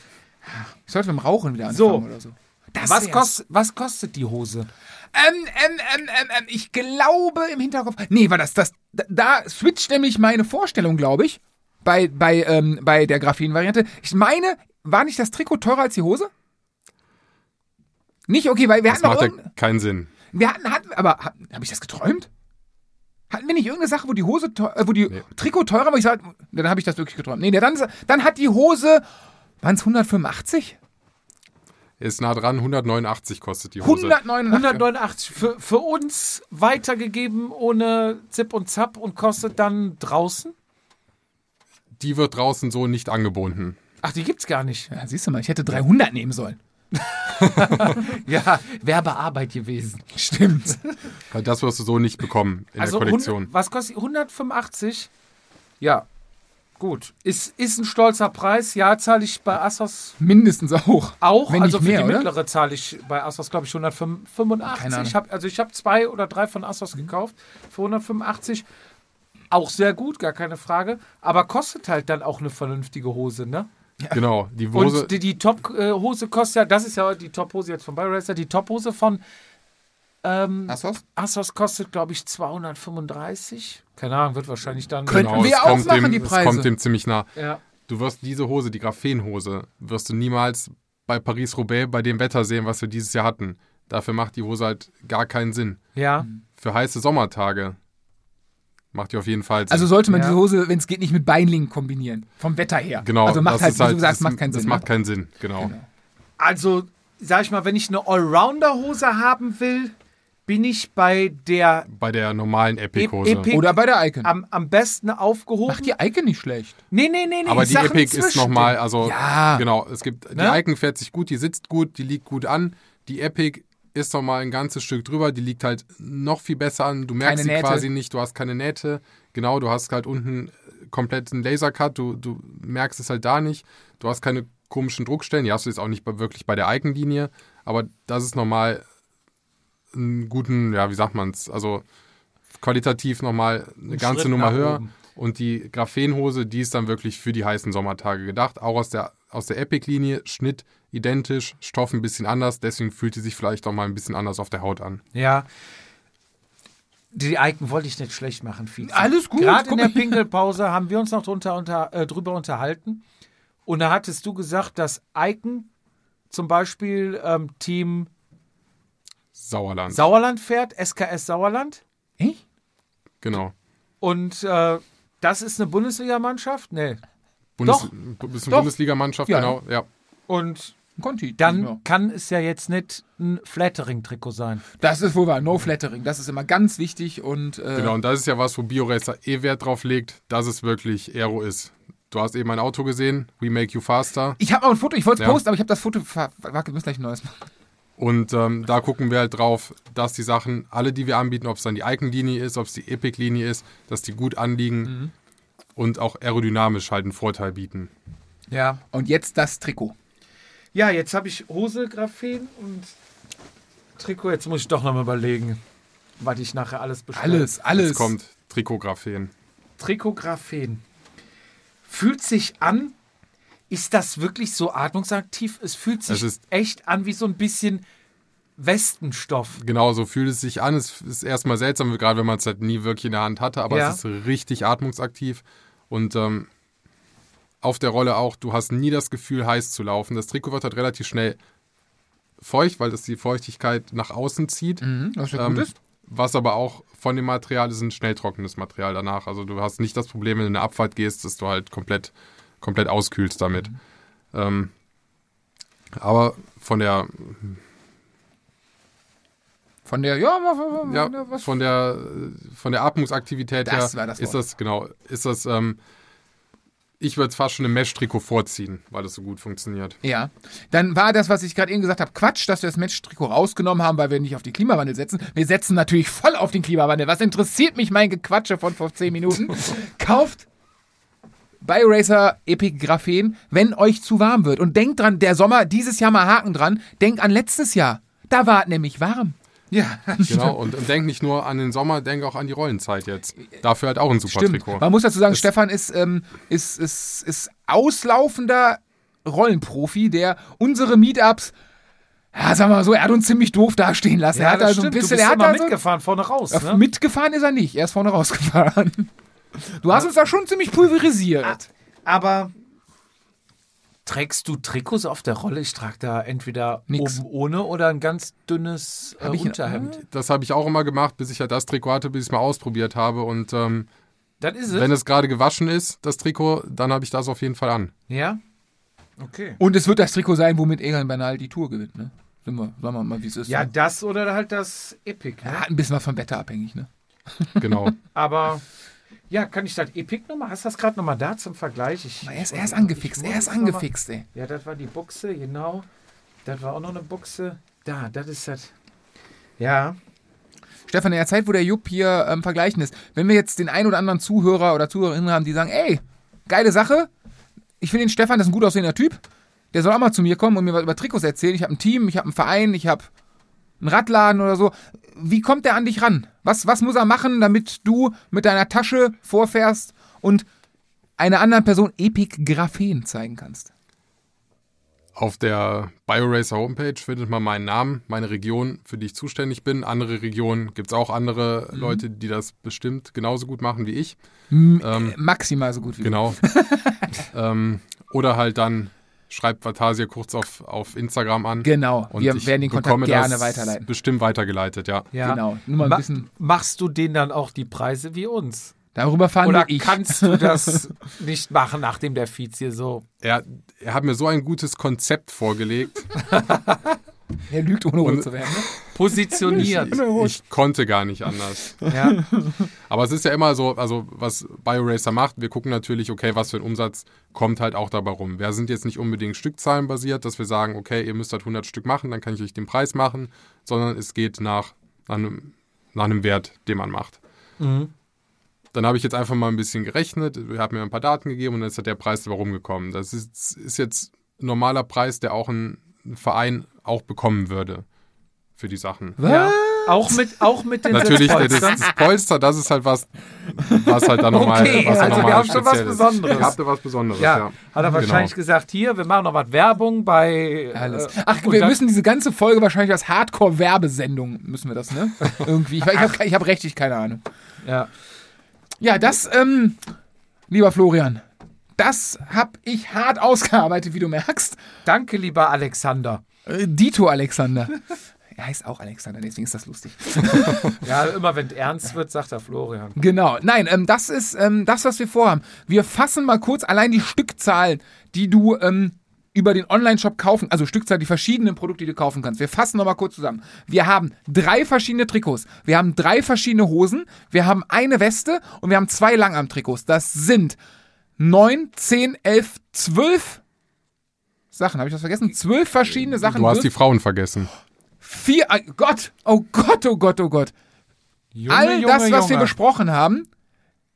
Speaker 2: Ich sollte mit dem Rauchen wieder
Speaker 5: So.
Speaker 2: anfangen oder so. Das
Speaker 5: was,
Speaker 2: wär's.
Speaker 5: kost, was kostet die Hose?
Speaker 2: Ähm, ähm, ähm, ähm, ähm, ich glaube im Hinterkopf. Nee, war das das. Da, da switcht nämlich meine Vorstellung, glaube ich. Bei, bei, ähm, bei der Graphen-Variante. Ich meine, war nicht das Trikot teurer als die Hose? Nicht? Okay, weil wir
Speaker 3: Das
Speaker 2: hatten noch
Speaker 3: macht ja
Speaker 2: irgendein,
Speaker 3: keinen Sinn.
Speaker 2: Wir hatten, hatten aber habe hab ich das geträumt? Hatten wir nicht irgendeine Sache, wo die Hose, teu- äh, wo die
Speaker 3: Nee.
Speaker 2: Trikot teurer war? wo Ich sag, dann habe ich das wirklich geträumt. Nee, dann, dann hat die Hose, waren es 185?
Speaker 3: Ist nah dran, 189 kostet die Hose.
Speaker 2: 189.
Speaker 5: 189 für, für uns weitergegeben ohne Zip und Zap und kostet dann draußen?
Speaker 3: Die wird draußen so nicht angeboten.
Speaker 5: Ach, die gibt's gar nicht.
Speaker 2: Ja, siehst du mal, ich hätte 300 nehmen sollen.
Speaker 5: Ja, Werbearbeit gewesen.
Speaker 2: Stimmt.
Speaker 3: Weil Das wirst du so nicht bekommen in
Speaker 2: Also
Speaker 3: der Kollektion.
Speaker 5: 100 Also was kostet die? 185? Ja, gut. Ist, ist ein stolzer Preis. Ja, zahle ich bei Assos
Speaker 2: Mindestens auch.
Speaker 5: auch.
Speaker 2: Wenn
Speaker 5: also
Speaker 2: nicht mehr,
Speaker 5: für die
Speaker 2: oder?
Speaker 5: mittlere zahle ich bei Assos, glaube ich, 185.
Speaker 2: Keine Ahnung. Mhm.
Speaker 5: ich hab, also ich habe zwei oder drei von Assos gekauft für 185. Auch sehr gut, gar keine Frage. Aber kostet halt dann auch eine vernünftige Hose, ne?
Speaker 3: Genau, die Hose.
Speaker 5: Und die, die Top-Hose kostet ja, das ist ja die Top-Hose jetzt von Bioracer, die Top-Hose von ähm,
Speaker 2: Assos?
Speaker 5: Assos kostet, glaube ich, 235. Keine Ahnung, wird wahrscheinlich dann.
Speaker 2: Könnten
Speaker 3: genau,
Speaker 2: wir
Speaker 3: es
Speaker 2: auch
Speaker 3: kommt
Speaker 2: machen,
Speaker 3: dem,
Speaker 2: die Preise.
Speaker 3: Es kommt dem ziemlich nah.
Speaker 5: Ja.
Speaker 3: Du wirst diese Hose, die Graphenhose, wirst du niemals bei Paris-Roubaix bei dem Wetter sehen, was wir dieses Jahr hatten. Dafür macht die Hose halt gar keinen Sinn.
Speaker 5: ja.
Speaker 3: Für heiße Sommertage macht die auf jeden Fall Sinn.
Speaker 2: Also sollte man
Speaker 5: Ja.
Speaker 2: diese Hose, wenn es geht, nicht mit Beinlingen kombinieren. Vom Wetter her.
Speaker 3: genau,
Speaker 2: Also macht
Speaker 3: das
Speaker 2: halt,
Speaker 3: ist
Speaker 2: wie du sagst,
Speaker 3: das,
Speaker 2: macht keinen
Speaker 3: das
Speaker 2: Sinn.
Speaker 3: macht
Speaker 2: ne?
Speaker 3: keinen Sinn, genau.
Speaker 5: Also, sag ich mal, wenn ich eine Allrounder-Hose haben will, bin ich bei der
Speaker 3: Bei der normalen Epic-Hose.
Speaker 5: Epic-
Speaker 2: Oder bei der Icon.
Speaker 5: am, am besten aufgehoben.
Speaker 2: Macht die Icon nicht schlecht.
Speaker 5: nee, nee, nee, nee.
Speaker 3: Aber die
Speaker 5: Sachen
Speaker 3: Epic ist
Speaker 5: zwischen
Speaker 3: nochmal,
Speaker 5: den-
Speaker 3: also
Speaker 2: Ja.
Speaker 3: genau, es gibt, die
Speaker 5: Ne?
Speaker 3: Icon fährt sich gut, die sitzt gut, die liegt gut an. Die Epic ist nochmal ein ganzes Stück drüber, die liegt halt noch viel besser an. Du merkst
Speaker 2: Keine
Speaker 3: sie
Speaker 2: Nähte.
Speaker 3: quasi nicht, du hast keine Nähte. Genau, du hast halt unten komplett einen Lasercut, du, du merkst es halt da nicht. Du hast keine komischen Druckstellen, die hast du jetzt auch nicht bei, wirklich bei der Icon-Linie. Aber das ist nochmal einen guten, ja, wie sagt man es, also qualitativ nochmal eine ganze
Speaker 5: Schritt
Speaker 3: Nummer
Speaker 5: nach
Speaker 3: höher.
Speaker 5: oben.
Speaker 3: Und die Graphenhose, die ist dann wirklich für die heißen Sommertage gedacht. Auch aus der, aus der Epic-Linie, Schnitt identisch, Stoff ein bisschen anders. Deswegen fühlt die sich vielleicht auch mal ein bisschen anders auf der Haut an.
Speaker 5: Ja. Die Icon wollte ich nicht schlecht machen, Fizi.
Speaker 2: Alles gut,
Speaker 5: Gerade in
Speaker 2: guck
Speaker 5: der
Speaker 2: mal hier.
Speaker 5: Pinkelpause haben wir uns noch drunter, unter, äh, drüber unterhalten. Und da hattest du gesagt, dass Icon zum Beispiel ähm, Team
Speaker 3: Sauerland.
Speaker 5: Sauerland fährt, SKS Sauerland.
Speaker 2: Echt?
Speaker 3: genau.
Speaker 5: Und äh, das ist eine Bundesligamannschaft? Nee.
Speaker 3: Bundes
Speaker 5: Doch.
Speaker 3: Bu- Ist eine
Speaker 5: Doch.
Speaker 3: Bundesligamannschaft,
Speaker 2: Ja.
Speaker 3: genau. Ja.
Speaker 5: Und
Speaker 2: Conti.
Speaker 5: dann
Speaker 2: Ja.
Speaker 5: kann es ja jetzt nicht ein Flattering-Trikot sein.
Speaker 2: Das ist wohl wahr. No Flattering. Das ist immer ganz wichtig und. Äh,
Speaker 3: Genau, und das ist ja was, wo BioRacer eh Wert drauf legt, dass es wirklich Aero ist. Du hast eben ein Auto gesehen, We Make You Faster.
Speaker 2: Ich habe auch ein Foto, ich wollte es
Speaker 3: Ja.
Speaker 2: posten, aber ich habe das Foto. ver- Warte, wir müssen gleich ein neues machen.
Speaker 3: Und ähm, da gucken wir halt drauf, dass die Sachen, alle, die wir anbieten, ob es dann die Icon-Linie ist, ob es die Epic-Linie ist, dass die gut anliegen und auch aerodynamisch halt einen Vorteil bieten.
Speaker 5: Ja.
Speaker 2: Und jetzt das Trikot.
Speaker 5: Ja, jetzt habe ich Hose, Graphen und Trikot. Jetzt muss ich doch nochmal überlegen, was ich nachher alles bestelle.
Speaker 2: Alles, alles.
Speaker 3: Jetzt kommt Trikographen.
Speaker 5: Trikot, Graphen. Fühlt sich an, ist das wirklich so atmungsaktiv? Es fühlt sich
Speaker 3: Es ist-
Speaker 5: echt an wie so ein bisschen Westenstoff.
Speaker 3: Genau, so fühlt es sich an. Es ist erstmal seltsam, gerade wenn man es halt nie wirklich in der Hand hatte, aber
Speaker 5: Ja.
Speaker 3: es ist richtig atmungsaktiv. Und ähm, auf der Rolle auch, du hast nie das Gefühl, heiß zu laufen. Das Trikot wird halt relativ schnell feucht, weil das die Feuchtigkeit nach außen zieht.
Speaker 5: Mhm,
Speaker 2: Was ja
Speaker 3: Ähm,
Speaker 2: Mhm. gut ist.
Speaker 3: Was aber auch von dem Material ist ein schnell trockenes Material danach. Also du hast nicht das Problem, wenn du in eine Abfahrt gehst, dass du halt komplett, komplett auskühlst damit.
Speaker 2: Mhm.
Speaker 3: Ähm, aber von der,
Speaker 2: Von der, ja, wa- wa- wa-
Speaker 3: ja,
Speaker 2: wa- was
Speaker 3: von der, äh, von der Atmungsaktivität
Speaker 2: Das
Speaker 3: her
Speaker 2: war das
Speaker 3: ist
Speaker 2: Wort.
Speaker 3: das, genau, ist das, ähm, ich würde es fast schon im Mesh-Trikot vorziehen, weil das so gut funktioniert.
Speaker 2: Ja, dann war das, was ich gerade eben gesagt habe, Quatsch, dass wir das Match-Trikot rausgenommen haben, weil wir nicht auf den Klimawandel setzen. Wir setzen natürlich voll auf den Klimawandel. Was interessiert mich mein Gequatsche von vor 10 Minuten? Kauft bei Racer Epic Graphen, wenn euch zu warm wird. Und denkt dran, der Sommer, dieses Jahr mal Haken dran, denkt an letztes Jahr. Da war es nämlich warm.
Speaker 5: Ja.
Speaker 3: Genau, und, und denk nicht nur an den Sommer, denk auch an die Rollenzeit jetzt. Dafür halt auch ein super
Speaker 2: Stimmt.
Speaker 3: Trikot.
Speaker 2: Man muss dazu sagen, Stefan ist, ähm, ist, ist, ist auslaufender Rollenprofi, der unsere Meetups, ja, sagen wir mal so, er hat uns ziemlich doof dastehen lassen. er hat da so ein bisschen,
Speaker 5: du
Speaker 2: er hat
Speaker 5: bist
Speaker 2: also
Speaker 5: immer
Speaker 2: da so,
Speaker 5: mitgefahren vorne raus.
Speaker 2: Ja,
Speaker 5: Ne?
Speaker 2: mitgefahren ist er nicht, er ist vorne rausgefahren. Du hast uns da schon ziemlich pulverisiert.
Speaker 5: Ah. Aber trägst du Trikots auf der Rolle? Ich trage da entweder
Speaker 2: Nix.
Speaker 5: oben ohne oder ein ganz dünnes äh,
Speaker 2: Hab ich-
Speaker 5: Unterhemd.
Speaker 3: Das habe ich auch immer gemacht, bis ich halt das Trikot hatte, bis ich es mal ausprobiert habe. Und ähm,
Speaker 5: Das ist es.
Speaker 3: wenn es gerade gewaschen ist, das Trikot, dann habe ich das auf jeden Fall an.
Speaker 5: Ja. Okay.
Speaker 2: Und es wird das Trikot sein, womit Egan Bernal die Tour gewinnt, ne? Sind wir, sagen wir mal, wie es ist.
Speaker 5: Ja,
Speaker 2: ne?
Speaker 5: das oder halt das Epic. Ne?
Speaker 2: ja ein bisschen was vom Wetter abhängig, ne?
Speaker 3: Genau.
Speaker 5: Aber ja, kann ich das Epic nochmal? Hast du das gerade nochmal da zum Vergleich? Ich,
Speaker 2: Er ist, er ist angefixt,
Speaker 5: ich muss
Speaker 2: er ist
Speaker 5: das noch mal-
Speaker 2: angefixt, ey.
Speaker 5: Ja, das war die Buchse, genau. Das war auch noch eine Buchse. Da, das ist das. Ja.
Speaker 2: Stefan, in der Zeit, wo der Jupp hier ähm, vergleichen ist, wenn wir jetzt den ein oder anderen Zuhörer oder Zuhörerin haben, die sagen, ey, geile Sache, ich finde den Stefan, das ist ein gut aussehender Typ, der soll auch mal zu mir kommen und mir was über Trikots erzählen. Ich habe ein Team, ich habe einen Verein, ich habe einen Radladen oder so. Wie kommt der an dich ran? Was, was muss er machen, damit du mit deiner Tasche vorfährst und einer anderen Person Epic Graphen zeigen kannst?
Speaker 3: Auf der BioRacer Homepage findet man meinen Namen, meine Region, für die ich zuständig bin. Andere Regionen gibt es auch andere
Speaker 2: Mhm.
Speaker 3: Leute, die das bestimmt genauso gut machen wie ich. Ähm,
Speaker 2: Maximal so gut wie du.
Speaker 3: genau. ähm, oder halt dann schreibt Vatasia kurz auf, auf Instagram an.
Speaker 2: Genau,
Speaker 3: Und
Speaker 2: wir
Speaker 3: ich
Speaker 2: werden den
Speaker 3: bekomme
Speaker 2: Kontakt gerne
Speaker 3: das
Speaker 2: weiterleiten.
Speaker 3: Bestimmt weitergeleitet, ja.
Speaker 5: ja.
Speaker 2: Genau, nur mal ein bisschen-
Speaker 5: Machst du denen dann auch die Preise wie uns?
Speaker 2: Darüber fahren
Speaker 5: Oder
Speaker 2: wir ich.
Speaker 5: kannst du das nicht machen, nachdem der Fietz hier so.
Speaker 3: Er, er hat mir so ein gutes Konzept vorgelegt.
Speaker 2: Er lügt, ohne rot zu werden. Ne?
Speaker 5: positioniert.
Speaker 3: Ich konnte gar nicht anders.
Speaker 5: ja.
Speaker 3: Aber es ist ja immer so, also was BioRacer macht, wir gucken natürlich, okay, was für ein Umsatz kommt halt auch dabei rum. Wir sind jetzt nicht unbedingt Stückzahlenbasiert, dass wir sagen, okay, ihr müsst halt 100 Stück machen, dann kann ich euch den Preis machen, sondern es geht nach, nach, einem, nach einem Wert, den man macht. Dann habe ich jetzt einfach mal ein bisschen gerechnet, ihr habt mir ein paar Daten gegeben und dann ist halt der Preis dabei rumgekommen. Das ist, ist jetzt ein normaler Preis, der auch ein, ein Verein auch bekommen würde für die Sachen.
Speaker 5: ja. Auch mit, auch mit den
Speaker 3: Natürlich, das,
Speaker 5: Sitzpolstern.
Speaker 3: das Polster, das ist halt was, was halt dann nochmal.
Speaker 5: Okay,
Speaker 3: was dann
Speaker 5: also
Speaker 3: noch
Speaker 5: wir
Speaker 3: mal
Speaker 5: haben schon was
Speaker 3: speziell ist.
Speaker 5: Besonderes.
Speaker 3: Ihr habt da was Besonderes,
Speaker 5: Ja,
Speaker 3: ja. Genau.
Speaker 5: hat er wahrscheinlich gesagt, hier, wir machen noch was Werbung bei.
Speaker 2: Alles.
Speaker 5: äh,
Speaker 2: Ach,
Speaker 5: und
Speaker 2: wir
Speaker 5: dann-
Speaker 2: müssen diese ganze Folge wahrscheinlich als Hardcore-Werbesendung, müssen wir das, ne? Irgendwie. Ich, ich habe ich hab rechtlich keine Ahnung.
Speaker 5: Ja.
Speaker 2: Ja, das, ähm, lieber Florian, das habe ich hart ausgearbeitet, wie du merkst.
Speaker 5: Danke, lieber Alexander.
Speaker 2: Äh, Dito Alexander. Er heißt auch Alexander, deswegen ist das lustig.
Speaker 5: Ja, Äh, immer wenn ernst wird, sagt er Florian.
Speaker 2: Genau. Nein, ähm, das ist ähm, das, was wir vorhaben. Wir fassen mal kurz allein die Stückzahlen, die du ähm, über den Online-Shop kaufen, also Stückzahl, die verschiedenen Produkte, die du kaufen kannst. Wir fassen nochmal kurz zusammen. Wir haben drei verschiedene Trikots, wir haben drei verschiedene Hosen, wir haben eine Weste und wir haben zwei Langarm-Trikots. Das sind neun, zehn, elf, zwölf Sachen. Habe ich was vergessen? Zwölf verschiedene Sachen.
Speaker 3: Du hast die
Speaker 2: wirst-
Speaker 3: Frauen vergessen.
Speaker 2: vier, oh Gott, oh Gott, oh Gott, oh Gott
Speaker 5: Junge,
Speaker 2: all das, was wir
Speaker 5: Junge.
Speaker 2: besprochen haben,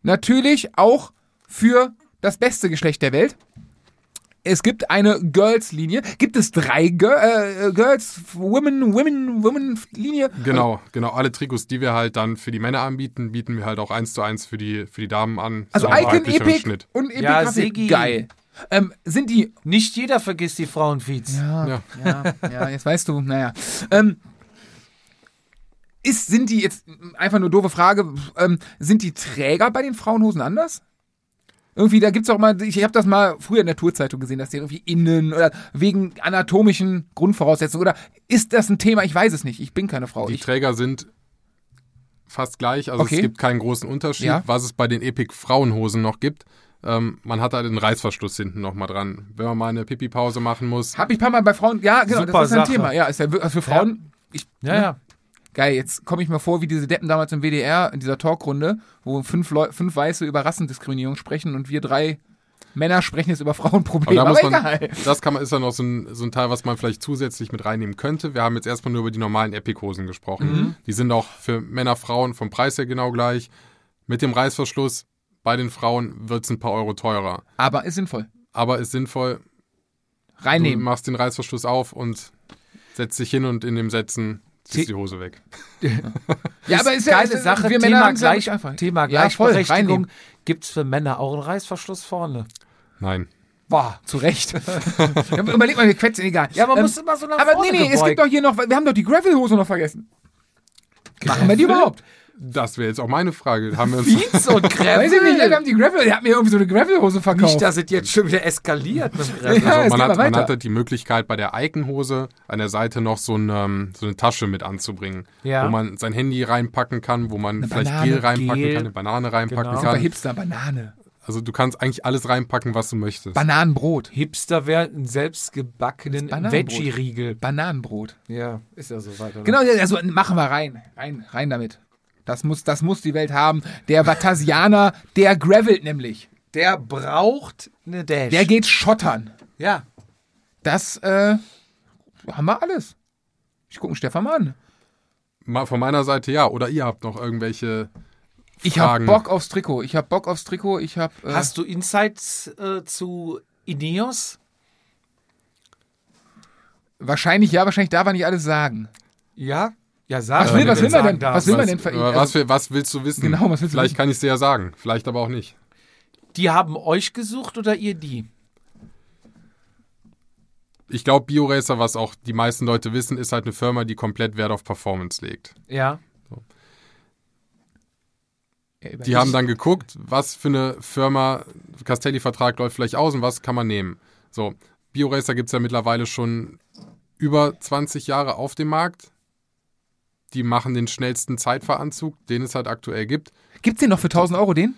Speaker 2: natürlich auch für das beste Geschlecht der Welt. Es gibt eine Girls-Linie. Gibt es drei Gir äh, Girls, Women, Women, Women-Linie?
Speaker 3: Genau, genau. Alle Trikots, die wir halt dann für die Männer anbieten, bieten wir halt auch eins zu eins für die, für die Damen an.
Speaker 2: Also
Speaker 3: Sagen wir
Speaker 2: Icon,
Speaker 3: weiblich und
Speaker 2: Epic
Speaker 3: Schnitt.
Speaker 2: und Epic
Speaker 5: Ja,
Speaker 2: Graphic.
Speaker 5: Siggi.
Speaker 2: Geil. Ähm, sind die
Speaker 5: Nicht jeder vergisst die Frauenfiets.
Speaker 2: Ja,
Speaker 3: Ja.
Speaker 2: ja, ja, jetzt weißt du, naja. Ähm, Ist, sind die jetzt einfach nur doofe Frage, ähm, sind die Träger bei den Frauenhosen anders? Irgendwie, da gibt's auch mal, ich habe das mal früher in der Tourzeitung gesehen, dass die irgendwie innen oder wegen anatomischen Grundvoraussetzungen oder ist das ein Thema? Ich weiß es nicht. Ich bin keine
Speaker 5: Oh,
Speaker 2: Frau.
Speaker 3: Die
Speaker 2: Ich,
Speaker 3: Träger sind fast gleich, also
Speaker 2: Okay.
Speaker 3: es gibt keinen großen Unterschied.
Speaker 2: Ja.
Speaker 3: Was es bei den Epic Frauenhosen noch gibt, ähm, man hat halt den Reißverschluss hinten nochmal dran. Wenn man mal eine Pipi-Pause machen muss,
Speaker 2: hab ich ein paar Mal bei Frauen, ja, genau,
Speaker 5: Super
Speaker 2: das ist ein
Speaker 5: Sache.
Speaker 2: Thema. Ja, ist ja wir- also für Frauen, ich,
Speaker 5: Ja, ja.
Speaker 2: Geil, jetzt komme ich mir vor, wie diese Deppen damals im WDR in dieser Talkrunde, wo fünf, Leu fünf Weiße über Rassendiskriminierung sprechen und wir drei Männer sprechen jetzt über
Speaker 3: Aber
Speaker 2: Frauenprobleme.
Speaker 3: da
Speaker 2: Aber,
Speaker 3: muss man,
Speaker 2: egal.
Speaker 3: das kann man, ist dann noch so ein, so ein Teil, was man vielleicht zusätzlich mit reinnehmen könnte. Wir haben jetzt erstmal nur über die normalen Epic-Hosen gesprochen.
Speaker 2: Mhm.
Speaker 3: Die sind auch für Männer, Frauen vom Preis her genau gleich. Mit dem Reißverschluss bei den Frauen wird es ein paar Euro teurer.
Speaker 2: Aber ist sinnvoll.
Speaker 3: Aber ist sinnvoll, du
Speaker 2: Reinnehmen.
Speaker 3: machst den Reißverschluss auf und setzt dich hin und in dem Setzen ziehst die Hose weg.
Speaker 2: Ja, aber ist ja
Speaker 5: Geile
Speaker 2: ist-
Speaker 5: Sache,
Speaker 2: also, wir Männer
Speaker 5: Thema,
Speaker 2: haben's ja
Speaker 5: Gleich,
Speaker 2: nicht einfach.
Speaker 5: Thema
Speaker 2: Ja, voll,
Speaker 5: Gleichberechtigung.
Speaker 2: reinnehmen.
Speaker 5: Gibt es für Männer auch einen Reißverschluss vorne?
Speaker 3: Nein.
Speaker 5: Boah.
Speaker 2: Zu Recht. Ja, Überleg mal, wir quetschen, egal.
Speaker 5: Ja, man
Speaker 2: Ähm,
Speaker 5: muss immer so nach
Speaker 2: aber
Speaker 5: vorne
Speaker 2: nee, nee, es gibt
Speaker 5: gebeugt.
Speaker 2: doch hier noch, wir haben doch die Gravelhose noch vergessen. Machen wir die überhaupt?
Speaker 3: Das wäre jetzt auch meine Frage. Haben wir uns,
Speaker 5: Beats und
Speaker 2: Weiß ich nicht,
Speaker 5: Gravel.
Speaker 2: wir haben die Gravel, der hat mir irgendwie so eine Gravelhose verkauft.
Speaker 5: Nicht, Also dass es jetzt schon wieder eskaliert mit dem Gravel.
Speaker 2: Ja,
Speaker 3: Also man,
Speaker 2: es geht
Speaker 3: hat,
Speaker 2: mal
Speaker 3: man
Speaker 2: weiter.
Speaker 3: hatte die Möglichkeit, bei der Icon-Hose an der Seite noch so eine, so eine Tasche mit anzubringen,
Speaker 5: Ja.
Speaker 3: wo man sein Handy reinpacken kann, wo man vielleicht
Speaker 2: Banane,
Speaker 3: Gel reinpacken
Speaker 5: Gel.
Speaker 3: kann, eine Banane reinpacken
Speaker 5: Genau.
Speaker 2: Super
Speaker 3: kann.
Speaker 2: Hipster, Banane.
Speaker 3: Also du kannst eigentlich alles reinpacken, was du möchtest.
Speaker 2: Bananenbrot.
Speaker 5: Hipster wäre einen selbstgebackenen
Speaker 2: Das Bananenbrot.
Speaker 5: Veggie-Riegel.
Speaker 2: Bananenbrot.
Speaker 5: Ja, ist ja so weiter.
Speaker 2: Genau, ja, also machen wir rein. Rein, rein damit. Das muss, das muss die Welt haben. Der Vatasianer, der gravelt nämlich.
Speaker 5: Der braucht eine Dash.
Speaker 2: Der geht schottern.
Speaker 5: ja.
Speaker 2: Das, äh, haben wir alles. Ich gucke Stefan mal an.
Speaker 3: Mal von meiner Seite ja. Oder ihr habt noch irgendwelche
Speaker 2: Ich hab
Speaker 3: Fragen.
Speaker 2: Bock aufs Trikot. Ich hab Bock aufs Trikot. Ich hab. Äh,
Speaker 5: Hast du Insights äh, zu Ineos?
Speaker 2: wahrscheinlich ja, wahrscheinlich darf er nicht alles sagen.
Speaker 5: Ja. Ja, sag
Speaker 2: Was
Speaker 5: mal,
Speaker 2: will- was
Speaker 5: wenn
Speaker 2: will man
Speaker 5: sagen
Speaker 2: denn?
Speaker 5: darfst.
Speaker 2: Was will man
Speaker 3: was,
Speaker 2: denn von ihm?
Speaker 3: äh, was,
Speaker 2: Also-
Speaker 3: will- was willst du wissen?
Speaker 2: Genau, was willst du
Speaker 3: vielleicht
Speaker 2: wissen?
Speaker 3: kann ich es dir ja sagen, vielleicht aber auch nicht.
Speaker 5: Die haben euch gesucht oder ihr die?
Speaker 3: Ich glaube, BioRacer, was auch die meisten Leute wissen, ist halt eine Firma, die komplett Wert auf Performance legt.
Speaker 5: Ja.
Speaker 3: Die haben dann geguckt, was für eine Firma, Castelli-Vertrag läuft vielleicht aus und was kann man nehmen. So, BioRacer gibt es ja mittlerweile schon über 20 Jahre auf dem Markt. Die machen den schnellsten Zeitfahranzug, den es halt aktuell gibt.
Speaker 2: Gibt's den noch für 1000 Euro den?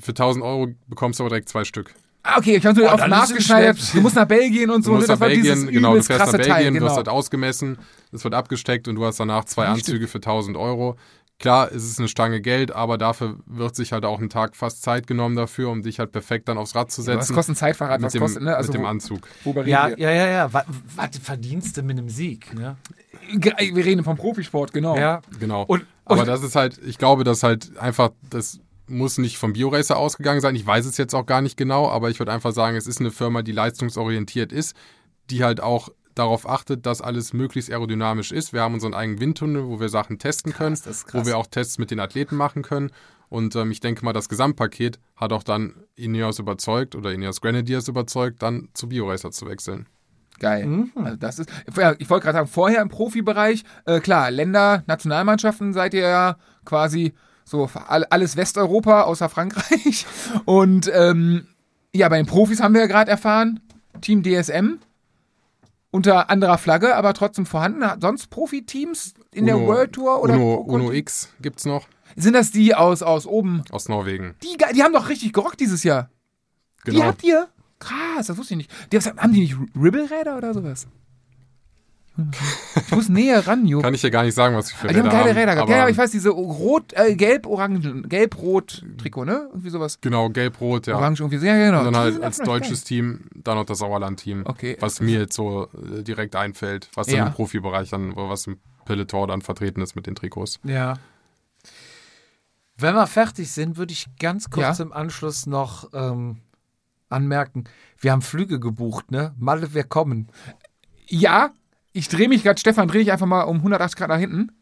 Speaker 3: Für 1000 Euro bekommst du aber direkt zwei Stück.
Speaker 2: Ah, okay, ich habe nur auf
Speaker 5: dann ist es
Speaker 2: nachgeschneidet.
Speaker 5: schnell.
Speaker 2: Du musst nach Belgien und
Speaker 3: Du
Speaker 2: so. ne?
Speaker 3: musst nach
Speaker 2: war dieses
Speaker 3: Belgien, genau, du
Speaker 2: übelst
Speaker 3: fährst nach
Speaker 2: krasse
Speaker 3: Belgien,
Speaker 2: Teil,
Speaker 3: du wirst
Speaker 2: genau.
Speaker 3: halt ausgemessen, es wird abgesteckt und du hast danach zwei Anzüge für 1000 Euro. Klar, es ist eine Stange Geld, aber dafür wird sich halt auch ein Tag fast Zeit genommen dafür, um dich halt perfekt dann aufs Rad zu
Speaker 2: Aber Was
Speaker 3: setzen.
Speaker 2: kostet ein Zeitfahrrad?
Speaker 3: mit
Speaker 2: Was
Speaker 3: dem,
Speaker 2: kostet, ne? Also,
Speaker 3: mit dem
Speaker 2: wo-
Speaker 3: Anzug.
Speaker 2: worüber reden
Speaker 5: Ja,
Speaker 2: wir?
Speaker 5: ja, ja, ja. Was, was verdienst du mit einem Sieg? Ne?
Speaker 2: Ge- Wir reden vom Profisport, genau.
Speaker 5: Ja.
Speaker 3: Genau.
Speaker 5: Und-
Speaker 3: Aber
Speaker 5: und-
Speaker 3: das ist halt, ich glaube, dass halt einfach, das muss nicht vom BioRacer ausgegangen sein. Ich weiß es jetzt auch gar nicht genau, aber ich würde einfach sagen, es ist eine Firma, die leistungsorientiert ist, die halt auch darauf achtet, dass alles möglichst aerodynamisch ist. Wir haben unseren eigenen Windtunnel, wo wir Sachen testen können, wo wir auch Tests mit den Athleten machen können. Und ähm, ich denke mal, das Gesamtpaket hat auch dann Ineos überzeugt oder Ineos Grenadiers überzeugt, dann zu BioRacer zu wechseln.
Speaker 2: Geil.
Speaker 3: Mhm.
Speaker 2: Also das ist, ja, ich wollte gerade sagen, vorher im Profibereich, äh, klar, Länder, Nationalmannschaften seid ihr ja quasi so all- alles Westeuropa außer Frankreich. Und ähm, ja, bei den Profis haben wir ja gerade erfahren, Team DSM unter anderer Flagge, aber trotzdem vorhanden. Sonst Profiteams in der
Speaker 3: Uno-
Speaker 2: World Tour oder
Speaker 3: Uno, Uno X gibt es noch
Speaker 2: sind das die aus, aus oben?
Speaker 3: aus Norwegen.
Speaker 2: Die, ge- die haben doch richtig gerockt dieses Jahr.
Speaker 3: Genau.
Speaker 2: Die habt ihr? Krass, das wusste ich nicht. Die, haben die nicht Ribbelräder oder sowas? Ich muss näher ran, Jo.
Speaker 3: Kann ich ja gar nicht sagen, was ich für
Speaker 2: Ah, die haben
Speaker 3: Räder
Speaker 2: geile Räder gehabt.
Speaker 3: aber
Speaker 2: Ja, aber ich weiß, diese rot, äh, gelb, orangen, gelb-rot Trikot, ne? Irgendwie sowas.
Speaker 3: Genau, gelb-rot, ja.
Speaker 2: Orange irgendwie. so. Ja, genau.
Speaker 3: Und dann
Speaker 2: Die
Speaker 3: halt
Speaker 2: sind
Speaker 3: als
Speaker 2: auch noch
Speaker 3: deutsches Team dann noch das Sauerland-Team.
Speaker 2: Okay. also
Speaker 3: Was mir jetzt so äh, direkt einfällt, was
Speaker 2: Ja.
Speaker 3: dann im Profibereich dann, oder was im Peloton dann vertreten ist mit den Trikots.
Speaker 5: Ja. Wenn wir fertig sind, würde ich ganz kurz
Speaker 2: Ja.
Speaker 5: im Anschluss noch ähm, anmerken, wir haben Flüge gebucht, ne? Malle, wir kommen.
Speaker 2: geil. Ja, ich drehe mich gerade, Stefan, drehe ich einfach mal um 180 Grad nach hinten.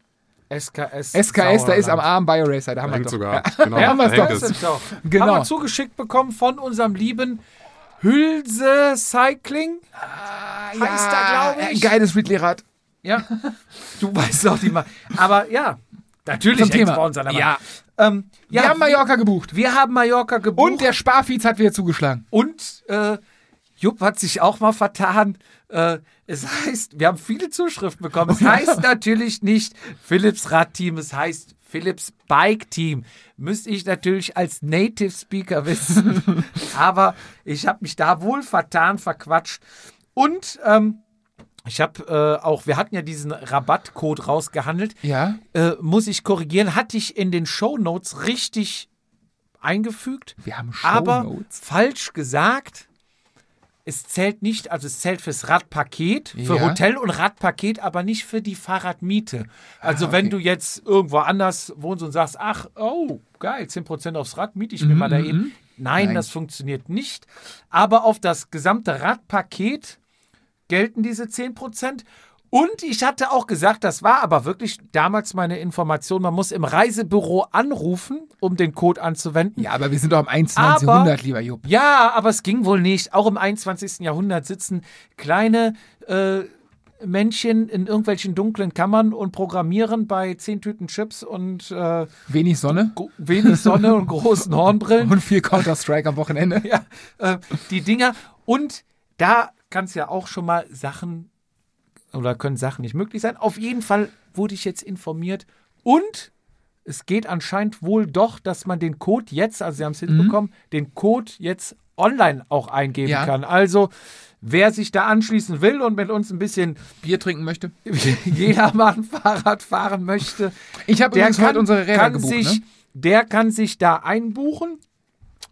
Speaker 5: SKS.
Speaker 2: SKS, da ist am Arm Bioracer, da haben wir
Speaker 3: Hängt
Speaker 2: doch.
Speaker 3: sogar. Genau,
Speaker 2: Ja, haben wir's
Speaker 3: da hängt
Speaker 2: doch.
Speaker 3: es.
Speaker 5: Ist doch.
Speaker 2: Genau.
Speaker 5: Haben wir zugeschickt bekommen von unserem lieben Hülse Cycling.
Speaker 2: Ah,
Speaker 5: Heißt da, glaub ich.
Speaker 2: Äh,
Speaker 5: Äh,
Speaker 2: Geiles Ridley-Rad.
Speaker 5: Ja. Du weißt doch die Ma Aber ja, natürlich
Speaker 2: Zum
Speaker 5: hängt's
Speaker 2: Thema.
Speaker 5: bei uns an der Wand.
Speaker 2: Ja.
Speaker 5: Ähm, ja,
Speaker 2: Wir haben Mallorca gebucht.
Speaker 5: wir haben Mallorca gebucht.
Speaker 2: Und der Sparfiez hat wieder zugeschlagen.
Speaker 5: Und äh, Jupp hat sich auch mal vertan. Äh, es heißt, wir haben viele Zuschriften bekommen. Es heißt natürlich nicht Philips Radteam, es heißt Philips Bike Team. Müsste ich natürlich als Native Speaker wissen. Aber ich habe mich da wohl vertan, verquatscht. Und ähm, ich habe äh, auch, wir hatten ja diesen Rabattcode rausgehandelt
Speaker 2: Ja.
Speaker 5: äh, muss ich korrigieren, hatte ich in den Shownotes richtig eingefügt.
Speaker 2: Wir haben
Speaker 5: Aber
Speaker 2: Shownotes.
Speaker 5: falsch gesagt, es zählt nicht, also es zählt fürs Radpaket, für
Speaker 2: Ja.
Speaker 5: Hotel und Radpaket, aber nicht für die Fahrradmiete. Also
Speaker 2: Ah,
Speaker 5: wenn du jetzt irgendwo anders wohnst und sagst, ach, oh, geil, 10% aufs Rad, miete ich mir
Speaker 2: Mhm.
Speaker 5: mal da eben. Nein,
Speaker 2: Nein.
Speaker 5: das funktioniert nicht. Aber auf das gesamte Radpaket gelten diese 10%. Und ich hatte auch gesagt, das war aber wirklich damals meine Information, man muss im Reisebüro anrufen, um den Code anzuwenden.
Speaker 2: Ja, aber wir sind doch im 21.
Speaker 5: Aber-
Speaker 2: Jahrhundert, lieber Jupp.
Speaker 5: Ja, aber es ging wohl nicht. Auch im 21. Jahrhundert sitzen kleine äh, Männchen in irgendwelchen dunklen Kammern und programmieren bei 10 Tüten Chips und äh,
Speaker 2: Wenig Sonne
Speaker 5: gro- wenig Sonne und großen Hornbrillen.
Speaker 2: und viel Counter-Strike am Wochenende.
Speaker 5: ja, äh, die Dinger. Und da kann es ja auch schon mal Sachen oder können Sachen nicht möglich sein. Auf jeden Fall wurde ich jetzt informiert und es geht anscheinend wohl doch, dass man den Code jetzt, also Sie haben es hinbekommen, den Code jetzt online auch eingeben
Speaker 2: Ja.
Speaker 5: kann. Also wer sich da anschließen will und mit uns ein bisschen
Speaker 2: Bier trinken möchte.
Speaker 5: jedermann Fahrrad fahren möchte,
Speaker 2: Ich habe
Speaker 5: der
Speaker 2: übrigens
Speaker 5: kann,
Speaker 2: heute unsere Räder
Speaker 5: kann
Speaker 2: gebucht.
Speaker 5: sich,
Speaker 2: ne?
Speaker 5: Der kann sich da einbuchen.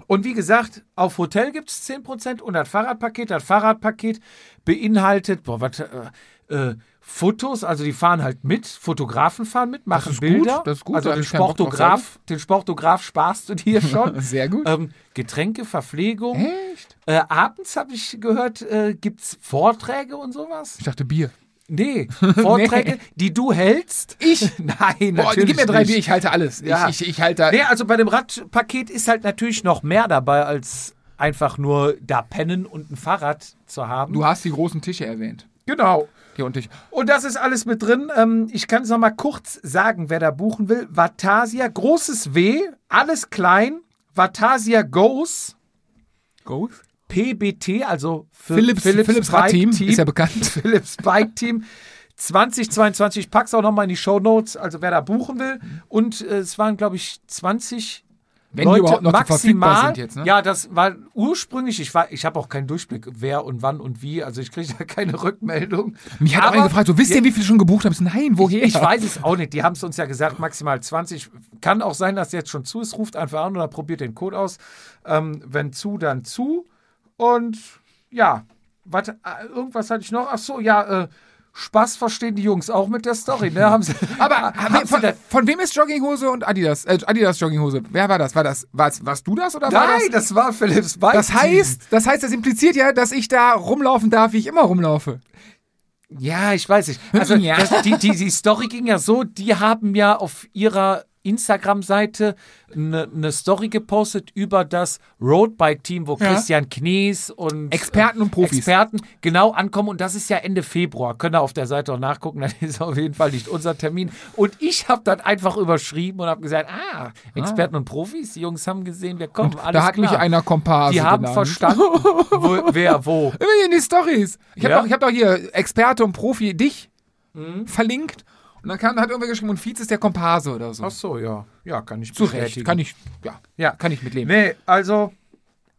Speaker 5: Und wie gesagt, auf Hotel gibt es 10% und das Fahrradpaket. Das Fahrradpaket beinhaltet boah, was, äh, äh, Fotos, also die fahren halt mit, Fotografen fahren mit, machen
Speaker 2: ist gut,
Speaker 5: Bilder.
Speaker 2: das ist gut,
Speaker 5: also
Speaker 2: da
Speaker 5: den
Speaker 2: hab ich keinen Bock drauf
Speaker 5: Sportograf, den Sportograf sparst du dir schon.
Speaker 2: Sehr gut.
Speaker 5: Ähm, Getränke, Verpflegung.
Speaker 2: Echt?
Speaker 5: Äh, abends habe ich gehört, äh, gibt es Vorträge und sowas?
Speaker 2: Ich dachte Bier.
Speaker 5: Nee, Vorträge, die du hältst.
Speaker 2: Ich?
Speaker 5: Nein,
Speaker 2: Boah,
Speaker 5: natürlich
Speaker 2: gib mir drei
Speaker 5: nicht.
Speaker 2: Bier, ich halte alles.
Speaker 5: Ja.
Speaker 2: Ich, ich, ich halte da.
Speaker 5: Nee, also bei dem Radpaket ist halt natürlich noch mehr dabei, als einfach nur da pennen und ein Fahrrad zu haben.
Speaker 2: Du hast die großen Tische erwähnt.
Speaker 5: genau.
Speaker 2: Hier und ich.
Speaker 5: Und das ist alles mit drin. Ähm, ich kann es nochmal kurz sagen, wer da buchen will. Vatasia, großes W, alles klein. Vatasia Goes,
Speaker 2: Goes?
Speaker 5: PBT, also für
Speaker 2: Philips, Philips, Radteam
Speaker 5: Bike Team.
Speaker 2: ist ja bekannt.
Speaker 5: Philips Bike Team 2022. Ich pack's auch nochmal in die Show Notes, also wer da buchen will. Und äh, es waren, glaube ich, 20
Speaker 2: Wenn
Speaker 5: Leute
Speaker 2: die überhaupt noch
Speaker 5: maximal,
Speaker 2: verfügbar sind jetzt, ne?
Speaker 5: Ja, das war ursprünglich, ich, war- ich habe auch keinen Durchblick, wer und wann und wie, also ich kriege da keine Rückmeldung.
Speaker 2: Mich hat auch
Speaker 5: Aber-
Speaker 2: einer gefragt, so wisst ihr, wie viele schon gebucht haben? Ich so, Nein, woher?
Speaker 5: Ich weiß es auch nicht, die haben es uns ja gesagt, maximal 20. Kann auch sein, dass jetzt schon zu ist, ruft einfach an oder probiert den Code aus. Ähm, wenn zu, dann zu. Und ja, wat, äh, irgendwas hatte ich noch. Ach so, ja, äh, Spaß verstehen die Jungs auch mit der Story, ne? Haben sie,
Speaker 2: Aber
Speaker 5: haben
Speaker 2: von,
Speaker 5: sie das,
Speaker 2: von wem ist Jogginghose und Adidas? Äh, Adidas Jogginghose. Wer war das? War das war's, warst du das oder war
Speaker 5: nein,
Speaker 2: das?
Speaker 5: das war Philips Bike.
Speaker 2: Das heißt, das heißt, das impliziert ja, dass ich da rumlaufen darf, wie ich immer rumlaufe.
Speaker 5: Ja, ich weiß nicht. Also
Speaker 2: Ja.
Speaker 5: das, die, die, die Story ging ja so, die haben ja auf ihrer Instagram-Seite eine ne Story gepostet über das Roadbike-Team, wo
Speaker 2: Ja.
Speaker 5: Christian Knies und
Speaker 2: Experten und Profis.
Speaker 5: Experten genau ankommen und das ist ja Ende Februar. Könnt ihr auf der Seite auch nachgucken, das ist auf jeden Fall nicht unser Termin. Und ich habe dann einfach überschrieben und habe gesagt, ah, Experten und Profis, die Jungs haben gesehen, wir kommen, alles
Speaker 2: da hat
Speaker 5: klar.
Speaker 2: mich einer Komparse
Speaker 5: die haben
Speaker 2: genannt.
Speaker 5: verstanden, wo, wer wo.
Speaker 2: Immer hier in die Stories. Ich habe
Speaker 5: Ja. Mhm.
Speaker 2: doch, ich hab doch hier Experte und Profi dich verlinkt. Und dann kam, hat irgendwer geschrieben, und Fietz ist der Komparse oder so.
Speaker 5: Ach so, ja. Ja, kann ich
Speaker 2: Zu Recht.
Speaker 5: bestätigen.
Speaker 2: Kann ich, ja,
Speaker 5: Ja.
Speaker 2: kann ich mitleben.
Speaker 5: Nee, also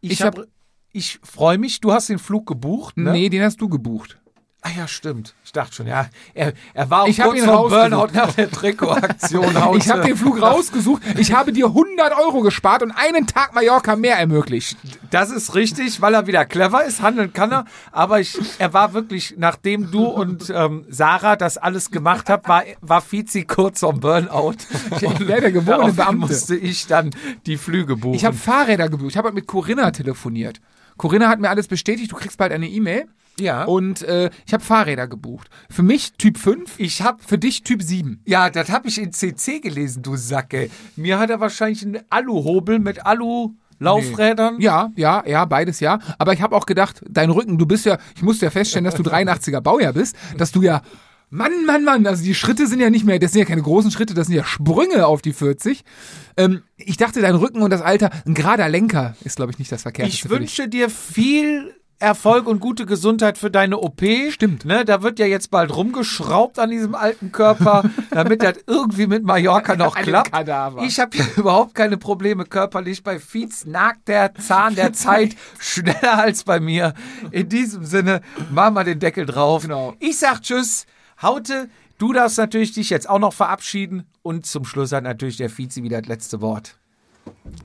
Speaker 5: ich,
Speaker 2: Ich
Speaker 5: hab,
Speaker 2: hab-
Speaker 5: ich freue mich, du hast den Flug gebucht, ne?
Speaker 2: Nee, den hast du gebucht.
Speaker 5: Ah ja, stimmt. Ich dachte schon, ja, er, er war auch
Speaker 2: Ich hab
Speaker 5: kurz
Speaker 2: ihn
Speaker 5: vor Burnout
Speaker 2: rausgesucht.
Speaker 5: nach der Trikotaktion.
Speaker 2: Ich habe den Flug rausgesucht. Ich habe dir 100 Euro gespart und einen Tag Mallorca mehr ermöglicht.
Speaker 5: Das ist richtig, weil er wieder clever ist, handeln kann er. Aber ich, er war wirklich, nachdem du und ähm, Sarah das alles gemacht habt, war, war Fizi kurz am Burnout. Und
Speaker 2: wär der geborene
Speaker 5: daraufhin
Speaker 2: Beamte.
Speaker 5: musste ich dann die Flüge buchen.
Speaker 2: Ich habe Fahrräder gebucht. Ich habe mit Corinna telefoniert. Corinna hat mir alles bestätigt. Du kriegst bald eine E-Mail.
Speaker 5: ja.
Speaker 2: Und äh, ich habe Fahrräder gebucht. Für mich Typ 5,
Speaker 5: ich habe
Speaker 2: für dich Typ 7.
Speaker 5: Ja, das habe ich in CC gelesen, du Sacke. Mir hat er wahrscheinlich einen Aluhobel mit Alu-Laufrädern.
Speaker 2: Ja, ja, ja, beides ja. Aber ich habe auch gedacht, dein Rücken, du bist ja, ich musste ja feststellen, dass du 83er Baujahr bist, dass du ja Mann, Mann, Mann, also die Schritte sind ja nicht mehr, das sind ja keine großen Schritte, das sind ja Sprünge auf die 40. Ähm, ich dachte, dein Rücken und das Alter, ein gerader Lenker ist, glaube ich, nicht das Verkehrteste
Speaker 5: Ich
Speaker 2: für dich.
Speaker 5: wünsche dir viel Erfolg und gute Gesundheit für deine OP.
Speaker 2: Stimmt.
Speaker 5: Ne, da wird ja jetzt bald rumgeschraubt an diesem alten Körper, damit das irgendwie mit Mallorca noch
Speaker 2: An dem
Speaker 5: klappt.
Speaker 2: Kadaver.
Speaker 5: Ich habe ja überhaupt keine Probleme körperlich. Bei Fietz nagt der Zahn der Zeit schneller als bei mir. In diesem Sinne, mach mal den Deckel drauf.
Speaker 2: Genau.
Speaker 5: Ich sag Tschüss. Haute, du darfst natürlich dich jetzt auch noch verabschieden. Und zum Schluss hat natürlich der Vizi wieder das letzte Wort.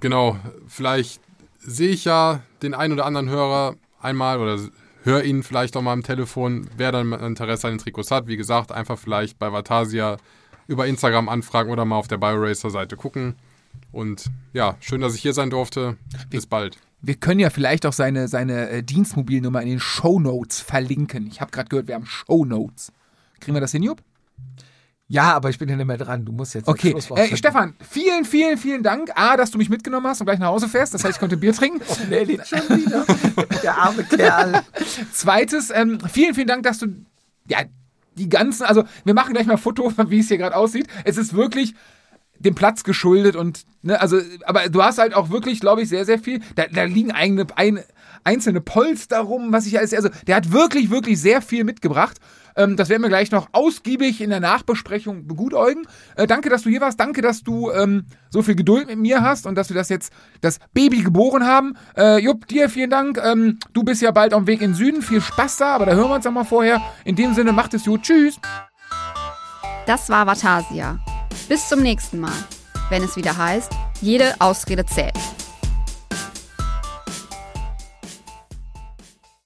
Speaker 3: Genau, vielleicht sehe ich ja den einen oder anderen Hörer einmal oder höre ihn vielleicht auch mal am Telefon, wer dann Interesse an den Trikots hat. Wie gesagt, einfach vielleicht bei Vatasia über Instagram anfragen oder mal auf der BioRacer-Seite gucken. Und ja, schön, dass ich hier sein durfte. Bis bald.
Speaker 2: Wir können ja vielleicht auch seine, seine äh, Dienstmobilnummer in den Shownotes verlinken. Ich habe gerade gehört, wir haben Shownotes. Kriegen wir das hin, Jupp?
Speaker 5: Ja, aber ich bin ja nicht mehr dran. Du musst jetzt das
Speaker 2: Okay,
Speaker 5: Schlusswort
Speaker 2: äh,
Speaker 5: finden.
Speaker 2: Stefan, vielen, vielen, vielen Dank. A, dass du mich mitgenommen hast und gleich nach Hause fährst. Das heißt, ich konnte Bier trinken.
Speaker 5: Der lädt Oh, schon wieder. Der arme Kerl.
Speaker 2: Zweites, ähm, vielen, vielen Dank, dass du. Ja, die ganzen. Also, wir machen gleich mal ein Foto, wie es hier gerade aussieht. Es ist wirklich dem Platz geschuldet und. Ne, also, aber du hast halt auch wirklich, glaube ich, sehr, sehr viel. Da, da liegen eigene, ein, einzelne Polster rum, was ich alles. Also, der hat wirklich, wirklich sehr viel mitgebracht. Ähm, das werden wir gleich noch ausgiebig in der Nachbesprechung begutäugen. Äh, danke, dass du hier warst. Danke, dass du ähm, so viel Geduld mit mir hast und dass wir das jetzt, das Baby geboren haben. Äh, Jupp, dir vielen Dank. Ähm, du bist ja bald auf dem Weg in den Süden. Viel Spaß da, aber da hören wir uns nochmal vorher. In dem Sinne, macht es gut. Tschüss.
Speaker 4: Das war Vatasia. Bis zum nächsten Mal, wenn es wieder heißt, jede Ausrede zählt.